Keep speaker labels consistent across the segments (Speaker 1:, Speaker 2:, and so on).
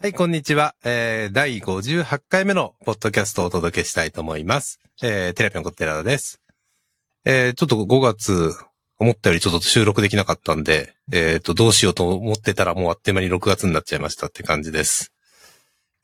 Speaker 1: はい、こんにちは。えー、第58回目のポッドキャストをお届けしたいと思います。えー、テラピョンコテラです。えー、ちょっと5月、思ったよりちょっと収録できなかったんで、えっ、と、どうしようと思ってたらもうあっという間に6月になっちゃいましたって感じです。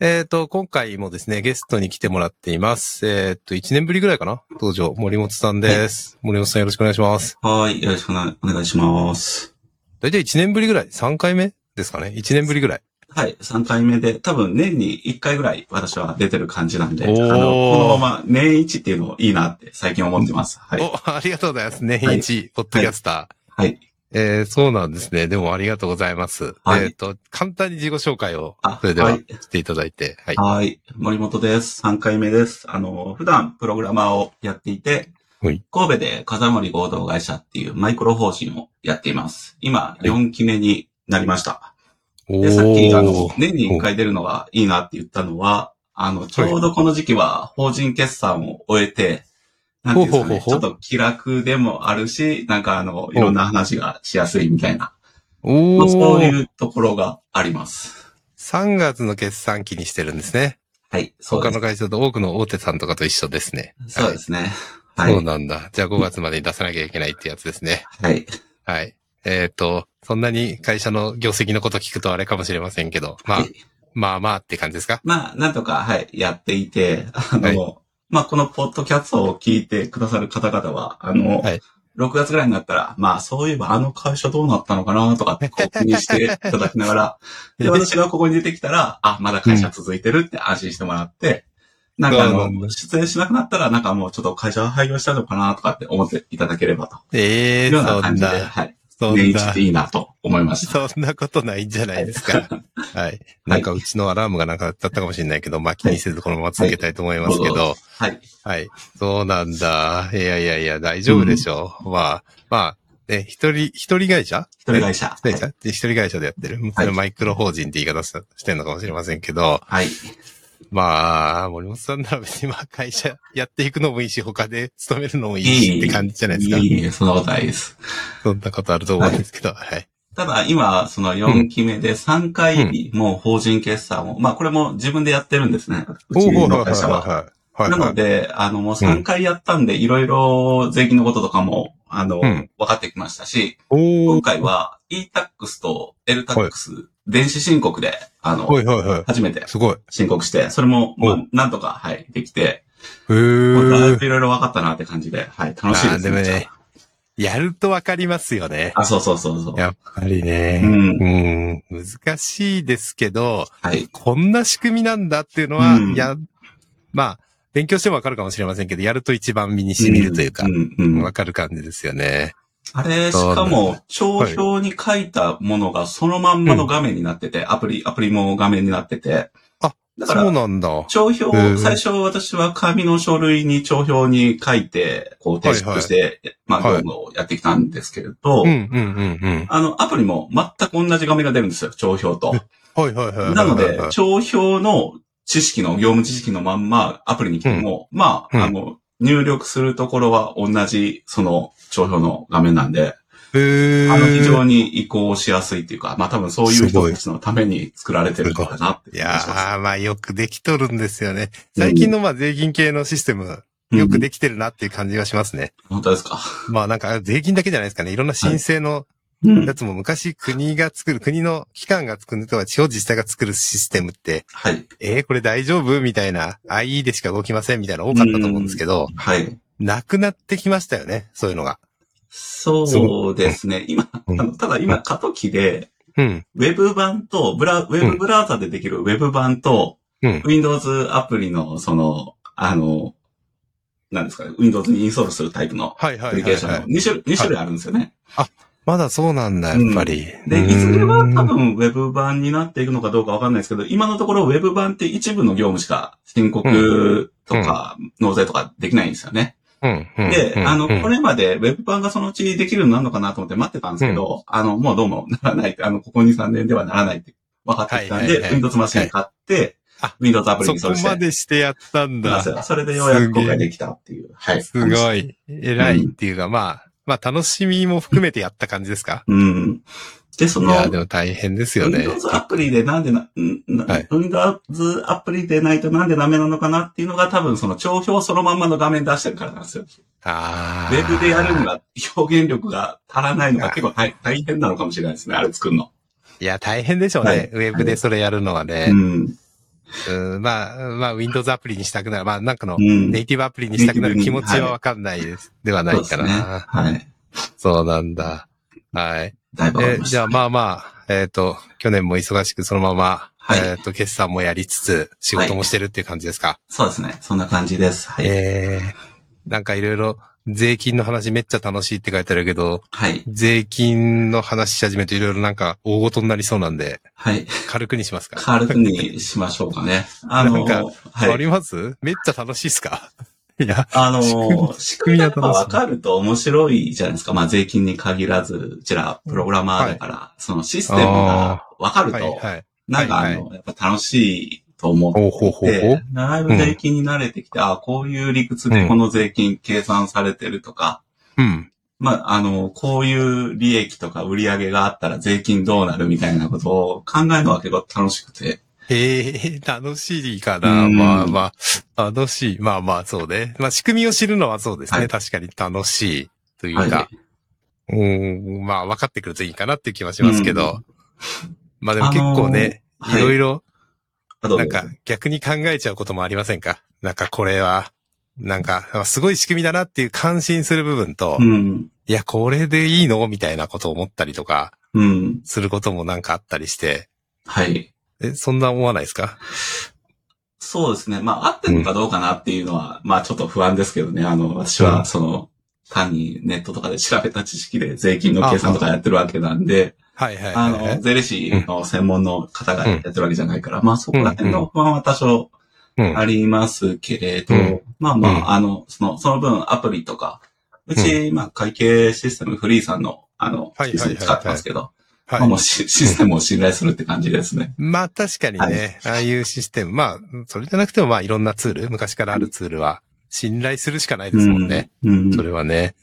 Speaker 1: えっ、と、今回もですね、ゲストに来てもらっています。えっ、と、1年ぶりぐらいかな登場、森本さんです。森本さんよろしくお願いします。
Speaker 2: はい、よろしくおなお願いします。
Speaker 1: だいたい1年ぶりぐらい ?3 回目ですかね ?1 年ぶりぐらい。
Speaker 2: はい、3回目で、多分年に1回ぐらい私は出てる感じなんで、あ
Speaker 1: お
Speaker 2: の、
Speaker 1: ー
Speaker 2: このまま年一っていうのいいなって最近思ってます。はい。
Speaker 1: お、 ありがとうございます。年一、ポッドキャスター。
Speaker 2: はい。
Speaker 1: えーそうなんですね。でもありがとうございます。
Speaker 2: はい
Speaker 1: えっ、と、簡単に自己紹介を
Speaker 2: あ、。
Speaker 1: それではいしていただいて、はい。
Speaker 2: はい。森本です。3回目です。あの、普段プログラマーをやっていて、
Speaker 1: はい
Speaker 2: 神戸で風森合同会社っていうマイクロ法人をやっています。今、
Speaker 1: い
Speaker 2: 4期目になりました。
Speaker 1: お
Speaker 2: で、さっき、あの、
Speaker 1: ー
Speaker 2: 年に1回出るのはいいなって言ったのは、あの、ちょうどこの時期は法人決算を終えて、なんていうんです
Speaker 1: ほ
Speaker 2: か
Speaker 1: う
Speaker 2: ね、
Speaker 1: ほ
Speaker 2: ち
Speaker 1: う
Speaker 2: ょ
Speaker 1: ほう
Speaker 2: っと気楽でもあるし、なんかあの、いろんな話がしやすいみたいな、
Speaker 1: おー
Speaker 2: そういうところがあります。
Speaker 1: 3月の決算期にしてるんですね。
Speaker 2: はい、そう
Speaker 1: 他
Speaker 2: で
Speaker 1: の。
Speaker 2: す
Speaker 1: 会社と多くの大手さんとかと一緒ですね。
Speaker 2: そうですね。
Speaker 1: は。
Speaker 2: はいい
Speaker 1: そう。なんだ。じゃあ5月までに出さなきゃいけないってやつですね。
Speaker 2: はい。
Speaker 1: はい。えっ、と、そんなに会社の業績のこと聞くとあれかもしれませんけど、まあ、
Speaker 2: はい
Speaker 1: まあまあって感じですか
Speaker 2: まあ、なんとか、はい、やっていて、あの、まあ、このポッドキャストを聞いてくださる方々は、あの、
Speaker 1: はい
Speaker 2: 6月ぐらいになったら、まあ、そういえばあの会社どうなったのかなとかって、こう、気にしていただきな がら、で、私がここに出てきたら、あ、まだ会社続いてるって安心してもらって、なんかあ
Speaker 1: そうなんだ
Speaker 2: の、出演しなくなったら、なんかもうちょっと会社廃業したのかなとかって思っていただければと。
Speaker 1: ええ
Speaker 2: いうような
Speaker 1: ー、そ
Speaker 2: 感
Speaker 1: ん
Speaker 2: じで、
Speaker 1: な、
Speaker 2: はい。
Speaker 1: そん
Speaker 2: 年一
Speaker 1: な
Speaker 2: って。いいなと思いまし た。
Speaker 1: そんなことないんじゃないです か。はい。なんかうちのアラームがなんかだったかもしれないけど、まあ気にせずこのまま続けたいと思いますけど。
Speaker 2: はい。
Speaker 1: はい。そうなんだ。いやいやいや、大丈夫でしょう。まあ、まあ、ね、一人、一人会社
Speaker 2: 一人会社。
Speaker 1: 一人会社一人会社でやってる。それマイクロ法人って言い方ししてるのかもしれませんけど、
Speaker 2: はい。
Speaker 1: まあ、森本さんなら別にまあ会社やっていくのもいいし、他で勤めるのもいいしって感じじゃないですか
Speaker 2: い。いえ、そんなことないです。
Speaker 1: そんなことあると思うんですけど、はい。
Speaker 2: ただ、今、その4期目で3回、もう法人決算を、まあ、これも自分でやってるんですね。うちの会社は。
Speaker 1: おーはいはいはいはい。はいはい
Speaker 2: なので、あの、もう3回やったんで、いろいろ税金のこととかも、あの、
Speaker 1: うん
Speaker 2: 分かってきましたし、
Speaker 1: おー
Speaker 2: 今回は e-tax と l-tax、電子申告で、あの、
Speaker 1: はいはいはい。
Speaker 2: 初めて
Speaker 1: すごい。
Speaker 2: 申告して、それも、ま
Speaker 1: お
Speaker 2: あ、なんとか、はい、できて、
Speaker 1: へ
Speaker 2: もうだい
Speaker 1: ー
Speaker 2: ぶいろいろ分かったなって感じで、はい、楽しいです
Speaker 1: あーでもね
Speaker 2: めっちゃ
Speaker 1: やるとわかりますよね。
Speaker 2: あ、そうそうそうそう。
Speaker 1: やっぱり
Speaker 2: う
Speaker 1: ね。
Speaker 2: ん
Speaker 1: う、ん、難しいですけど、
Speaker 2: はい、
Speaker 1: こんな仕組みなんだっていうのは、
Speaker 2: うん
Speaker 1: や、まあ、勉強してもわかるかもしれませんけど、やると一番身に染みるというか
Speaker 2: う、ん、うん。
Speaker 1: わかる感じですよね。
Speaker 2: あれ、しかも、帳票に書いたものがそのまんまの画面になってて、アプリ、アプリも画面になってて。
Speaker 1: あ、
Speaker 2: だか
Speaker 1: そう
Speaker 2: ら、
Speaker 1: なんだ。は
Speaker 2: 帳票
Speaker 1: へー
Speaker 2: を、最初私は紙の書類に帳票に書いて、こう提出して、まあ、
Speaker 1: はい
Speaker 2: 業務をやってきたんですけれど
Speaker 1: うんう、んうん
Speaker 2: あの、アプリも全く同じ画面が出るんですよ、帳票と。
Speaker 1: うん。はいはいはい。
Speaker 2: なの
Speaker 1: はい
Speaker 2: で
Speaker 1: はい、
Speaker 2: 帳票の知識の、業務知識のまんま、アプリに来ても、ま
Speaker 1: うん
Speaker 2: あ、あの、入力するところは同じ、その、帳票の画面なんで、
Speaker 1: へー
Speaker 2: あの、非常に移行しやすいっていうか、まあ多分そういう人たちのために作られてるのかなって
Speaker 1: い
Speaker 2: 気
Speaker 1: や
Speaker 2: がします。
Speaker 1: ー、まあよくできとるんですよね。最近のまあ税金系のシステム、よく
Speaker 2: うん
Speaker 1: できてるなっていう感じがしますね。
Speaker 2: 本当ですか。
Speaker 1: まあなんか税金だけじゃないですかね。いろんな申請の
Speaker 2: うん
Speaker 1: や。つも昔国が作る、国の機関が作るとか地方自治体が作るシステムって、
Speaker 2: はい。
Speaker 1: えー、これ大丈夫みたいな、IE でしか動きませんみたいなの多かったと思うんですけど、
Speaker 2: はい。
Speaker 1: なくなってきましたよね。そういうのが。
Speaker 2: そうですね。今、あ
Speaker 1: うん
Speaker 2: のただ今過渡期で、
Speaker 1: うん。
Speaker 2: ウェブ版と、ブラ、ウェブブラウザでできるウェブ版と、
Speaker 1: うん。
Speaker 2: Windows アプリの、その、あの、なんですかね、Windows にインストールするタイプの
Speaker 1: はいは
Speaker 2: ア
Speaker 1: いは
Speaker 2: プリ
Speaker 1: い、
Speaker 2: ケーシ
Speaker 1: は
Speaker 2: ョンの
Speaker 1: い。
Speaker 2: 2種類、二種類あるんですよね。
Speaker 1: まだそうなんだ、やっぱり。
Speaker 2: で、いずれは
Speaker 1: うーん
Speaker 2: 多分ウェブ版になっていくのかどうかわかんないですけど、今のところウェブ版って一部の業務しか申告とか納税とかできないんですよね。
Speaker 1: うん。うん
Speaker 2: で、あの、
Speaker 1: うん
Speaker 2: これまでウェブ版がそのうちできるようになるのかなと思って待ってたんですけど、あの、もうどうもならないって、あの、ここ2、3年ではならないって分かってきたん
Speaker 1: はいはい
Speaker 2: で
Speaker 1: は、い
Speaker 2: Windows マシン買って
Speaker 1: あ、
Speaker 2: Windows アプリに
Speaker 1: そ
Speaker 2: それ
Speaker 1: こ
Speaker 2: し
Speaker 1: ま
Speaker 2: て。
Speaker 1: でしてやったんだ。
Speaker 2: それでようやく公開できたっていう。はい。
Speaker 1: すご。い。偉いっていうか、まあ、まあ楽しみも含めてやった感じですか
Speaker 2: うん。で、そ
Speaker 1: い
Speaker 2: の、
Speaker 1: や、でも大変ですよね。
Speaker 2: Windows アプリでなんでな、んな
Speaker 1: はい
Speaker 2: Windows アプリでないとなんでダメなのかなっていうのが多分その帳票そのまんまの画面出してるからなんですよ。ウ
Speaker 1: ああ。
Speaker 2: ェブでやるには表現力が足らないのが結構大大変なのかもしれないですね、あれ作るの。
Speaker 1: いや、大変でしょうね。
Speaker 2: はい
Speaker 1: ウェブでそれやるのは
Speaker 2: う
Speaker 1: ね。
Speaker 2: ん。
Speaker 1: うん、まあ、まあ、Windows アプリにしたくなる。まあ、なんかの
Speaker 2: う、ん。
Speaker 1: ネイティブアプリにしたくなる気持ち
Speaker 2: ネイティブには
Speaker 1: はいわかんないです。ではないから
Speaker 2: そうです
Speaker 1: な。
Speaker 2: ね。はい。
Speaker 1: そうなんだ。はい。
Speaker 2: だいぶわか
Speaker 1: え
Speaker 2: り、まし
Speaker 1: じゃ
Speaker 2: た。
Speaker 1: あまあまあ、えっ、と、去年も忙しくそのまま、
Speaker 2: はい
Speaker 1: えっ、と、決算もやりつつ、仕事もしてるっていう感じですか。
Speaker 2: そうですね。そんな感じです。はい。
Speaker 1: えー、なんかいろいろ、税金の話めっちゃ楽しいって書いてあるけど、
Speaker 2: はい。
Speaker 1: 税金の話し始めていろいろなんか大ごとになりそうなんで、
Speaker 2: はい。
Speaker 1: 軽くにしますか。
Speaker 2: 軽くにしましょうかね。あ
Speaker 1: なん
Speaker 2: の、
Speaker 1: かあ
Speaker 2: は
Speaker 1: り
Speaker 2: い。
Speaker 1: ますめっちゃ楽しいっすか いや、
Speaker 2: あの、仕
Speaker 1: 組
Speaker 2: 組
Speaker 1: みが
Speaker 2: みがやっ
Speaker 1: 楽しい
Speaker 2: ぱわかると面白いじゃないですか。まあ税金に限らず、うちらプログラマーだから、そのシステムがわかる
Speaker 1: はい
Speaker 2: と、
Speaker 1: はい。
Speaker 2: なんかあの、やっぱ楽しいと思って、
Speaker 1: ほうほうほうほう
Speaker 2: で。、だいぶ税金に慣れてきて、ああ、こういう理屈でこの税金計算されてるとか、
Speaker 1: うん。
Speaker 2: まあ、あの、こういう利益とか売り上げがあったら税金どうなるみたいなことを考えるのは結構楽しくて。
Speaker 1: へえ、楽しいかな。
Speaker 2: うん
Speaker 1: まあまあ、楽しい。まあまあ、そうね。まあ、仕組みを知るのはそうですね。
Speaker 2: はい
Speaker 1: 確かに楽しいという
Speaker 2: はい。
Speaker 1: か、うーん、まあ、分かってくるといいかなっていう気はしますけど。まあでも結構ね、
Speaker 2: あのー
Speaker 1: いろいろ、
Speaker 2: あと
Speaker 1: なんか、逆に考えちゃうこともありませんかなんか、これは、なんか、すごい仕組みだなっていう感心する部分と、
Speaker 2: うん。
Speaker 1: いや、これでいいのみたいなことを思ったりとか、
Speaker 2: うん。
Speaker 1: することもなんかあったりして、
Speaker 2: はい。
Speaker 1: え、そんな思わないですか
Speaker 2: そうですね。まあ、合ってるのかどうかなっていうのは、まあ、ちょっと不安ですけどね。あの、私
Speaker 1: うん
Speaker 2: は、その、単にネットとかで調べた知識で税金の計算とかやってるわけなんで、
Speaker 1: はいはい
Speaker 2: あ
Speaker 1: はいはい、
Speaker 2: の、税理士の専門の方がやってるわけじゃないから、まあ、そこら辺
Speaker 1: うん
Speaker 2: の不安は多少
Speaker 1: うん
Speaker 2: ありますけれど、
Speaker 1: うん
Speaker 2: まあま
Speaker 1: うん
Speaker 2: あ、あの、その、その分アプリとか、うち、まあ、会計システムフリーさんの、あの、
Speaker 1: はいはいはいはい
Speaker 2: システム使ってますけど、
Speaker 1: はい
Speaker 2: まあもうシシステムを信頼するって感じですね。
Speaker 1: まあ確かにね、ああいうシステム、まあ、それじゃなくてもまあいろんなツール、昔からあるツールは信頼するしかないですもんね。
Speaker 2: うん。う
Speaker 1: そ
Speaker 2: ん
Speaker 1: れはね。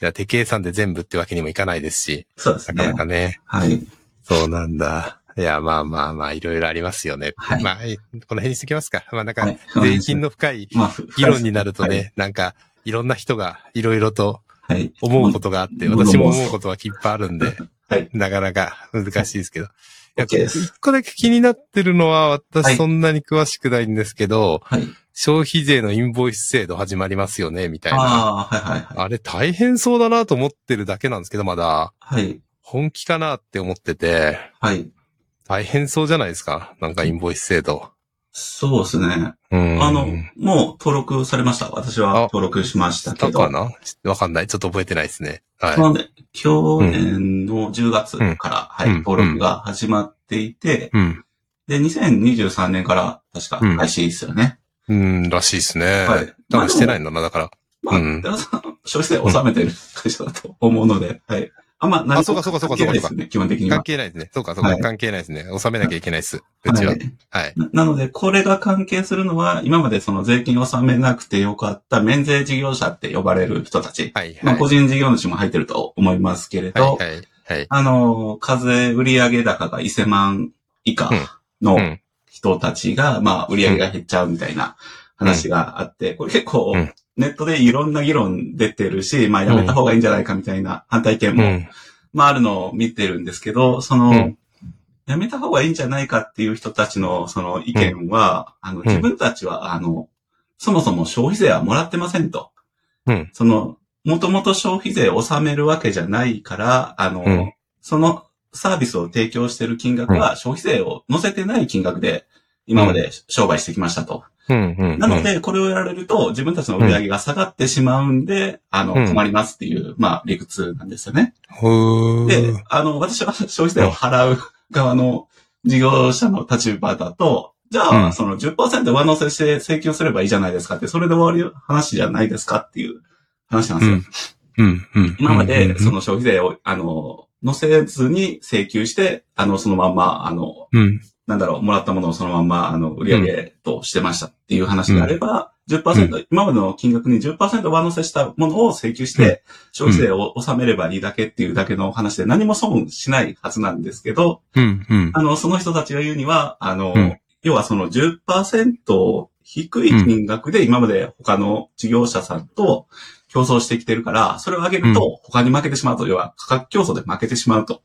Speaker 1: いや、手計算で全部ってわけにもいかないですし、
Speaker 2: そうです
Speaker 1: なか
Speaker 2: ね
Speaker 1: な。かね。
Speaker 2: はい。
Speaker 1: そうなんだ。いや、まあまあまあ、いろいろありますよね。
Speaker 2: はい
Speaker 1: まあ、えこの辺にしときますか。まあなん
Speaker 2: は
Speaker 1: か
Speaker 2: い、そうです
Speaker 1: 税
Speaker 2: ね
Speaker 1: 金の深い
Speaker 2: まあ、ふ
Speaker 1: 議論になるとね、
Speaker 2: はい
Speaker 1: なんか、いろんな人がいろいろと
Speaker 2: はい。
Speaker 1: 思うことがあって、
Speaker 2: もう
Speaker 1: 私も思うことはきっぱいあるん で、
Speaker 2: はい
Speaker 1: なかなか難しいですけど。いや
Speaker 2: OK です
Speaker 1: 一個だけ気になってるのは、
Speaker 2: は
Speaker 1: 私
Speaker 2: い
Speaker 1: そんなに詳しくないんですけど、
Speaker 2: はい。
Speaker 1: 消費税のインボイス制度始まりますよね、みたいな。あ
Speaker 2: ああ、はいはいはい。
Speaker 1: れ大変そうだなと思ってるだけなんですけど、まだ、
Speaker 2: はい。
Speaker 1: 本気かなって思ってて、
Speaker 2: はい。
Speaker 1: 大変そうじゃないですか。なんかインボイス制度。
Speaker 2: そうですね。
Speaker 1: うん。
Speaker 2: あの、もう登録されました。私
Speaker 1: あ
Speaker 2: は登録しましたけ
Speaker 1: だ
Speaker 2: ど。
Speaker 1: かなわかんない。ちょっと覚えてないですね。はい。
Speaker 2: なんで、去年の10月から、
Speaker 1: うん
Speaker 2: は
Speaker 1: うん
Speaker 2: い、登録が始まっていて、
Speaker 1: うん。
Speaker 2: で、2023年から確か
Speaker 1: うん
Speaker 2: 開始ですよね。
Speaker 1: うん、らしいですね。
Speaker 2: はい
Speaker 1: 多分してないんだな、だから。
Speaker 2: まあ、
Speaker 1: うん
Speaker 2: 寺田さん、消費税納めてる会社だと思うので、はい。あんま何
Speaker 1: あそうかそうかそうかそうか
Speaker 2: 関係ないですね、基本的には
Speaker 1: 関。係ないですね。そうか、そうか、
Speaker 2: はい
Speaker 1: 関係ないですね。収めなきゃいけないです。うちは。
Speaker 2: は
Speaker 1: はいい。
Speaker 2: ななので、これが関係するのは、今までその税金を納めなくてよかった免税事業者って呼ばれる人たち。
Speaker 1: はい。
Speaker 2: ま
Speaker 1: は
Speaker 2: あ、
Speaker 1: い。
Speaker 2: 個人事業主も入ってると思いますけれど、
Speaker 1: はい。はい。はい。
Speaker 2: あの、課税売上高が1000万以下の
Speaker 1: うん。
Speaker 2: 人たちが、まあ、売り上げが減っちゃうみたいな話があって、これ結構
Speaker 1: うん、
Speaker 2: ネットでいろんな議論出てるし、まあ、やめた方がいいんじゃないかみたいな反対意見
Speaker 1: う
Speaker 2: も、
Speaker 1: ん。
Speaker 2: まあ、あるのを見てるんですけど、その、
Speaker 1: うん
Speaker 2: やめた方がいいんじゃないかっていう人たちの、その意見は、あの、
Speaker 1: ん
Speaker 2: 自分たちは、あの、そもそも消費税はもらってませんと。
Speaker 1: うん
Speaker 2: その、もともと消費税を納めるわけじゃないから、あの、
Speaker 1: うん
Speaker 2: そのサービスを提供してる金額は消費税を乗せてない金額で、今まで商売してきましたと。
Speaker 1: うん。うん。
Speaker 2: なので、これをやられると、自分たちの売り上げが下がってしまうんで、あの
Speaker 1: うん、
Speaker 2: 困りますっていう、まあ、理屈なんですよね。
Speaker 1: うん、
Speaker 2: で、あの、私は消費税を払う側の事業者の立場だと、じゃ
Speaker 1: う
Speaker 2: あ、
Speaker 1: ん
Speaker 2: その10%上乗せして請求すればいいじゃないですかって、それで終わり話じゃないですかっていう話なんですよ。
Speaker 1: うんうん。うん。
Speaker 2: 今まで、そ
Speaker 1: の、
Speaker 2: の消費税を、あの、乗せずに請求して、あの、そのまんま、あの、
Speaker 1: うん。
Speaker 2: なんだろう、もらったものをそのまんま、あの、売り上げとしてましたっていう話であれば、10%、今までの金額に10%上乗せしたものを請求して、消費税を納めればいいだけっていうだけの話で何も損しないはずなんですけど、
Speaker 1: うん、うん。
Speaker 2: あの、その人たちが言うには、あの、
Speaker 1: うん
Speaker 2: 要はその10%低い金額で今まで他の事業者さんと競争してきてるから、それを上げると他に負けてしまうと、要は価格競争で負けてしまうと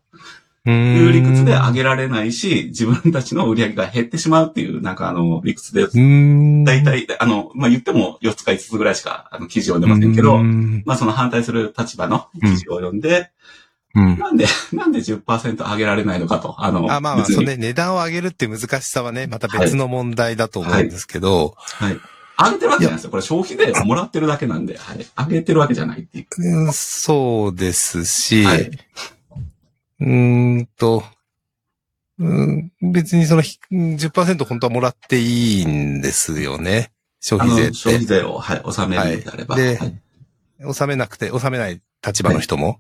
Speaker 1: うーん
Speaker 2: いう理屈で上げられないし、自分たちの売り上げが減ってしまうっていう、なんかあの、理屈で
Speaker 1: う、ーん。
Speaker 2: 大体、あの、まあ、言っても4つか5つぐらいしかあの記事を読んでませんけど、
Speaker 1: うん。
Speaker 2: まあ、その反対する立場の記事を読んで、
Speaker 1: うん
Speaker 2: なんで、なんで10%上げられないのかと、あの、
Speaker 1: あまあまあ、
Speaker 2: 別
Speaker 1: そ
Speaker 2: に
Speaker 1: のね、値段を上げるっていう難しさはね、また別の問題だと思うんですけど、
Speaker 2: 上げてるわけじゃないですよ。これ消費税をもらってるだけなんで、はい。上げてるわけじゃないってい
Speaker 1: うんそうですし、
Speaker 2: う。はい。
Speaker 1: うーんと、うん、別にそのひ10%本当はもらっていいんですよね。消
Speaker 2: あ
Speaker 1: 費
Speaker 2: の、
Speaker 1: 税っ
Speaker 2: 消費
Speaker 1: て。
Speaker 2: 税を、はい、納めるのであれば。
Speaker 1: は
Speaker 2: はい
Speaker 1: で
Speaker 2: い。はい。
Speaker 1: 納めなくて、納めない立場の人も。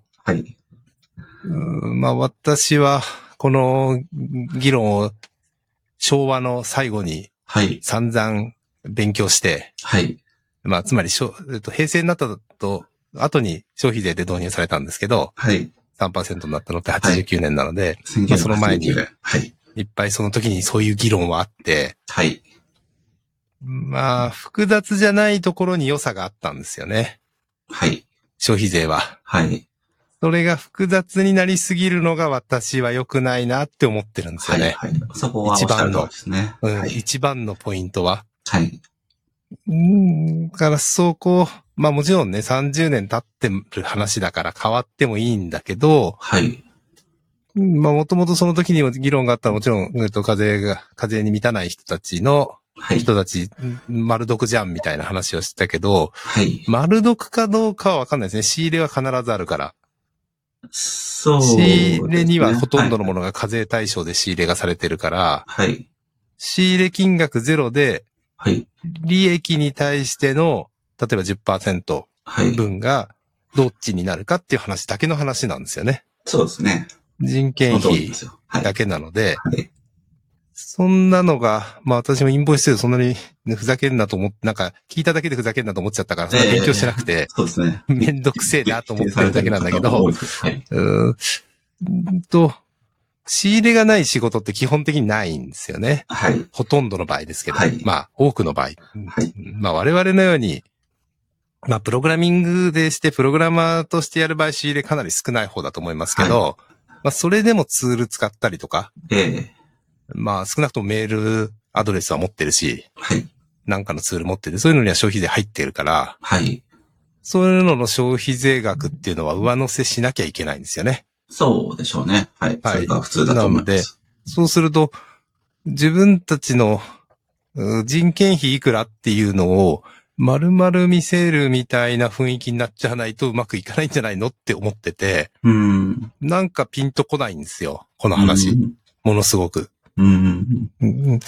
Speaker 1: うんまあ私は、この議論を昭和の最後に
Speaker 2: はい。
Speaker 1: 散々勉強して、
Speaker 2: はい。
Speaker 1: まあつまりしょ、えっと、平成になったと、後に消費税で導入されたんですけど、
Speaker 2: はい。
Speaker 1: 3%になったのって89年なので、
Speaker 2: 1989
Speaker 1: まあその前に
Speaker 2: はい。
Speaker 1: い、っぱいその時にそういう議論はあって、
Speaker 2: はい。
Speaker 1: まあ、複雑じゃないところに良さがあったんですよね。
Speaker 2: はい。
Speaker 1: 消費税は。
Speaker 2: はい。
Speaker 1: それが複雑になりすぎるのが私は良くないなって思ってるんですよ
Speaker 2: はい。
Speaker 1: ね。
Speaker 2: はい。そこはおっしゃる通りですね。は
Speaker 1: うん
Speaker 2: い。
Speaker 1: 一番のポイントは。
Speaker 2: はい。
Speaker 1: うん、だからそこ、まあもちろんね、30年経ってる話だから変わってもいいんだけど、
Speaker 2: はい。
Speaker 1: うんまあもともとその時にも議論があったらもちろん、えっと、課税が、課税に満たない人たちの、
Speaker 2: はい。
Speaker 1: 人たち、うん丸毒じゃんみたいな話をしてたけど、
Speaker 2: はい。
Speaker 1: 丸毒かどうかはわかんないですね。仕入れは必ずあるから。
Speaker 2: そうです
Speaker 1: 仕
Speaker 2: ね。
Speaker 1: 入れにはほとんどの
Speaker 2: も
Speaker 1: ものが課税対象で仕入れがされてるから、
Speaker 2: はい。
Speaker 1: 仕入れ金額ゼロで、
Speaker 2: はい。
Speaker 1: 利益に対しての、例えば10%、
Speaker 2: はい。はい。
Speaker 1: 分がどっちになるかっていう話だけの話なんですよね。
Speaker 2: そうですね。
Speaker 1: 人
Speaker 2: そ
Speaker 1: 件
Speaker 2: の通り
Speaker 1: 費
Speaker 2: ですよ。はい。
Speaker 1: だけなので、
Speaker 2: はい。
Speaker 1: そんなのが、まあ私もインボイス制度そんなにねふざけんなと思って、なんか聞いただけでふざけんなと思っちゃったから、そんな勉強してなくて、
Speaker 2: そうですね。
Speaker 1: めんどくせえなと思ってるだけなんだけど、
Speaker 2: 否定されてる方が多いです
Speaker 1: うーんと、仕入れがない仕事って基本的にないんですよね。
Speaker 2: はい。はい。
Speaker 1: ほとんどの場合ですけど、
Speaker 2: はい
Speaker 1: まあ多くの場合。
Speaker 2: はい
Speaker 1: まあ我々のように、まあプログラミングでして、プログラマーとしてやる場合仕入れかなり少ない方だと思いますけど、まあそれでもツール使ったりとか、
Speaker 2: ええ
Speaker 1: まあ少なくともメールアドレスは持ってるし、
Speaker 2: はい。
Speaker 1: なんかのツール持ってる、そういうのには消費税入ってるから、
Speaker 2: はい。
Speaker 1: そういうのの消費税額っていうのは上乗せしなきゃいけないんですよね。
Speaker 2: そうでしょうね。はい。
Speaker 1: はい
Speaker 2: それが普通だと思います。
Speaker 1: そうすると、自分たちのうー人件費いくらっていうのを、丸々見せるみたいな雰囲気になっちゃわないとうまくいかないんじゃないのって思ってて、
Speaker 2: うん。
Speaker 1: なんかピンとこないんですよ。この話。
Speaker 2: うん。
Speaker 1: ものすごく。
Speaker 2: うん。
Speaker 1: うん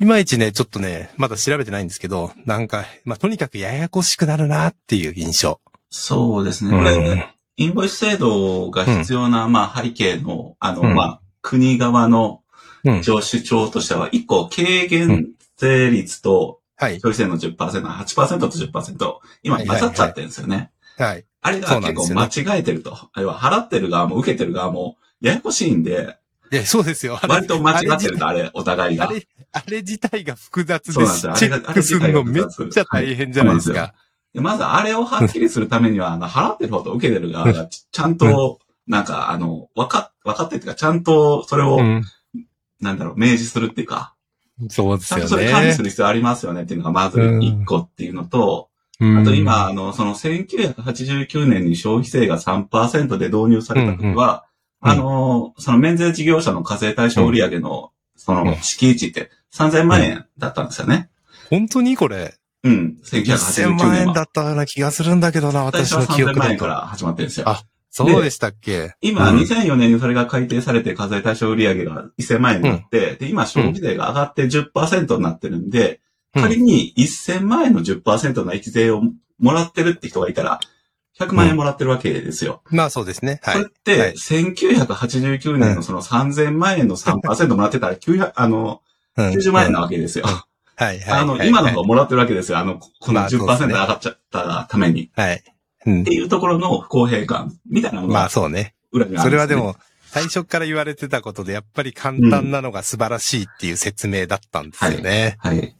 Speaker 1: いまいちね、ちょっとね、まだ調べてないんですけど、なんか、まあ、とにかくややこしくなるなっていう印象。
Speaker 2: そうですね。
Speaker 1: う
Speaker 2: こ
Speaker 1: ん
Speaker 2: れ、インボイス制度が必要な、まあ、背景の、あの、
Speaker 1: うん
Speaker 2: まあ、国側の
Speaker 1: うん。
Speaker 2: 上主張としては、一個、軽減税率と
Speaker 1: はい。
Speaker 2: 消費税の10%、8%と10%、今
Speaker 1: はい
Speaker 2: 混
Speaker 1: はいはい
Speaker 2: ざっちゃってるんですよね。
Speaker 1: はい。
Speaker 2: あれ
Speaker 1: そうなん
Speaker 2: が結
Speaker 1: ですよ
Speaker 2: 構
Speaker 1: ね
Speaker 2: 間違えてると。あれは払ってる側も受けてる側も、ややこしいんで、
Speaker 1: いや、そうですよ。あれ
Speaker 2: 割と間違ってると、あれ、お互い
Speaker 1: あ
Speaker 2: が。
Speaker 1: れ、あれ自体が複雑で
Speaker 2: そうなんです
Speaker 1: チ
Speaker 2: よ
Speaker 1: ェ
Speaker 2: あれが
Speaker 1: ックするのめっちゃ大変じゃないですか。
Speaker 2: でまずあれをはっきりするためには、あの、払ってる方と受けてる側がちちゃんと、なんか、あの、わか、わかってっていうか、ちゃんとそれを、なんだろう、明示するっていうか、
Speaker 1: うんそうで
Speaker 2: ち
Speaker 1: す
Speaker 2: ゃんと
Speaker 1: よ
Speaker 2: それ管理
Speaker 1: ね
Speaker 2: す。る必要ありますよねっていうのがまず
Speaker 1: うん
Speaker 2: 一個っていうのと、
Speaker 1: あ
Speaker 2: あと今、、あの、その1989年に消費税が3%で導入された時は、
Speaker 1: うんうん
Speaker 2: あの、その免税事業者の課税対象売上の、その、敷地って3000万円だったんですよね。
Speaker 1: 本当にこれ、
Speaker 2: うん、1989
Speaker 1: 1000
Speaker 2: 年は。
Speaker 1: 万円だったような気がするんだけどな、
Speaker 2: 最
Speaker 1: 私
Speaker 2: 初は
Speaker 1: の記
Speaker 2: 3000
Speaker 1: 憶
Speaker 2: 万
Speaker 1: だ
Speaker 2: 円か
Speaker 1: と。
Speaker 2: ら始まってるんですよ。
Speaker 1: あそうでしたっけ
Speaker 2: 今、
Speaker 1: うん
Speaker 2: 2004年にそれが改定されて課税対象売上が1000万円になって、で、今消費税が上がって10%になってるんで、
Speaker 1: うん
Speaker 2: 仮に1000万円の10%の益税をもらってるって人がいたら、 100万円もらってるわけですよ。
Speaker 1: まあそうですね。はい
Speaker 2: これっ。て、
Speaker 1: はい
Speaker 2: 1989年のその3000万円の3%もらってたら、900、あの、
Speaker 1: うん
Speaker 2: 90万円なわけですよ。
Speaker 1: はいはい。
Speaker 2: あの、
Speaker 1: はい
Speaker 2: 今の方もらってるわけですよ。あの、ここの
Speaker 1: まあそう
Speaker 2: 10%
Speaker 1: ですね
Speaker 2: 上がっちゃったがために。っ
Speaker 1: はい。うん
Speaker 2: て。いうところの不公平感みたいなの
Speaker 1: まあ
Speaker 2: が
Speaker 1: そうね。
Speaker 2: 裏にあ
Speaker 1: そ
Speaker 2: るん
Speaker 1: れ
Speaker 2: すね
Speaker 1: はで、も、最初から言われてたことで、やっぱり簡単なのが素晴らしいっていう説明だったんですよね。
Speaker 2: はい。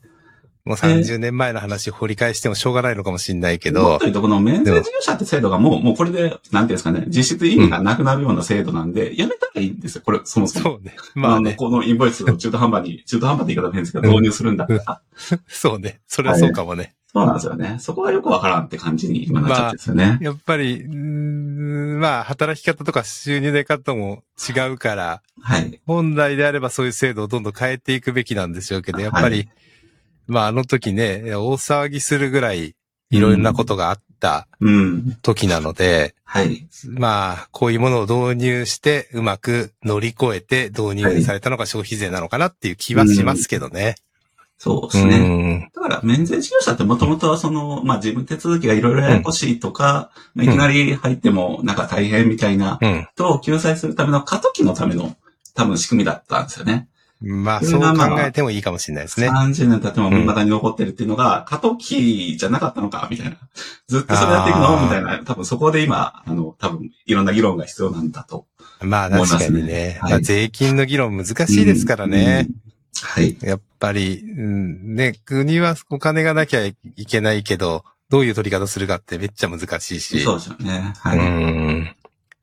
Speaker 1: もう30年前の話を掘り返してもしょうがないのかもしれないけ
Speaker 2: もっ
Speaker 1: ど
Speaker 2: と、言うと、この免税事業者って制度がもう、もうこれで、なんていうんですかね、実質意味がなくなるような制度なんで、やめたらいいんですよ、これ、そもそも。
Speaker 1: そうね。まあ
Speaker 2: の
Speaker 1: ね。
Speaker 2: このインボイスを中途半端に、 中途半端って言い方変ですけど、導入するんだったら。
Speaker 1: そうね。それはそうかもね。
Speaker 2: そうなんですよね。そこがよくわからんって感じに今なっちゃってるんですよね。
Speaker 1: やっぱり、うーんまあ、働き方とか収入の得方も違うから、
Speaker 2: はい。
Speaker 1: 本来であればそういう制度をどんどん変えていくべきなんでしょうけど、やっぱり、
Speaker 2: は
Speaker 1: まあ、あの時ね、大騒ぎするぐらい、いろいろなことがあった
Speaker 2: うん。
Speaker 1: 時なので、
Speaker 2: はい。
Speaker 1: まあ、こういうものを導入して、うまく乗り越えて導入されたのが消費税なのかなっていう気はしますけどね。
Speaker 2: そうですね。
Speaker 1: うん
Speaker 2: だから、免税事業者ってもともとはその、まあ、事務手続きがいろいろややこしいとか、
Speaker 1: ん
Speaker 2: まあいきなり入ってもなんか大変みたいな、
Speaker 1: うん。
Speaker 2: と救済するための過渡期のための多分仕組みだったんですよね。
Speaker 1: まあ、そう考えてもいいかもしれないですね。
Speaker 2: 30年経っても
Speaker 1: うん
Speaker 2: 未だに残ってるっていうのが、過渡期じゃなかったのか、みたいな。ずっとそれやっていく
Speaker 1: あ
Speaker 2: の
Speaker 1: ー
Speaker 2: みたいな。多分そこで今、あの、多分いろんな議論が必要なんだと。
Speaker 1: まあ、確かにね。
Speaker 2: はい
Speaker 1: まあ税金の議論難しいですからね。
Speaker 2: うん。はい。
Speaker 1: やっぱり、うん、ね、国はお金がなきゃいけないけど、どういう取り方するかってめっちゃ難しいし。
Speaker 2: そうですよね。
Speaker 1: う
Speaker 2: はい。
Speaker 1: ん。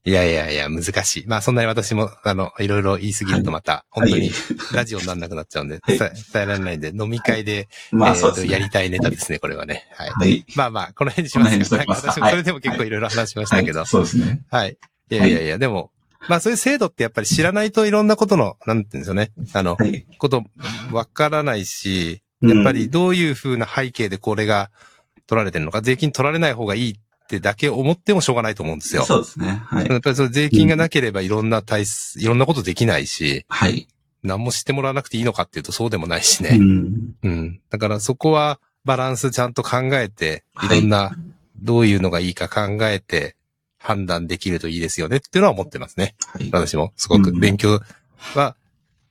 Speaker 1: いやいやいや、難しい。まあ、そんなに私も、あの、いろいろ言いすぎるとまた、本当に
Speaker 2: は
Speaker 1: ラジオにならなくなっちゃうんで、
Speaker 2: はい
Speaker 1: 伝え伝えられないんで、飲み会で、
Speaker 2: い。ま
Speaker 1: え
Speaker 2: あ、
Speaker 1: ー
Speaker 2: そうです
Speaker 1: とや
Speaker 2: ね。
Speaker 1: りたいネタですね、これはね。はい。
Speaker 2: はい。
Speaker 1: まあまあ、この辺にします
Speaker 2: この辺にしと
Speaker 1: か。
Speaker 2: きますか
Speaker 1: なんか私も
Speaker 2: はい
Speaker 1: それでも結構いろいろ話しましたけど。
Speaker 2: はいそうですね。
Speaker 1: はい。いやいやいや、でも、まあそういう制度ってやっぱり知らないといろんなことの、なんて言うんですよね。あの
Speaker 2: は、い。
Speaker 1: こと、わからないし、
Speaker 2: うん
Speaker 1: やっぱりどういう風な背景でこれが取られてるのか、税金取られない方がいいってだけ思ってもしょうがないと思うんですよ。
Speaker 2: そうですね。はい。
Speaker 1: やっぱりその税金がなければいろんな体質、いろんなことできないし、
Speaker 2: はい。
Speaker 1: 何もしてもらわなくていいのかっていうとそうでもないしね。
Speaker 2: うん。
Speaker 1: うん。だからそこはバランスちゃんと考えて、い
Speaker 2: はい
Speaker 1: ろんな、どういうのがいいか考えて判断できるといいですよねっていうのは思ってますね。
Speaker 2: はい。
Speaker 1: 私もすご
Speaker 2: う
Speaker 1: く
Speaker 2: ん
Speaker 1: 勉強は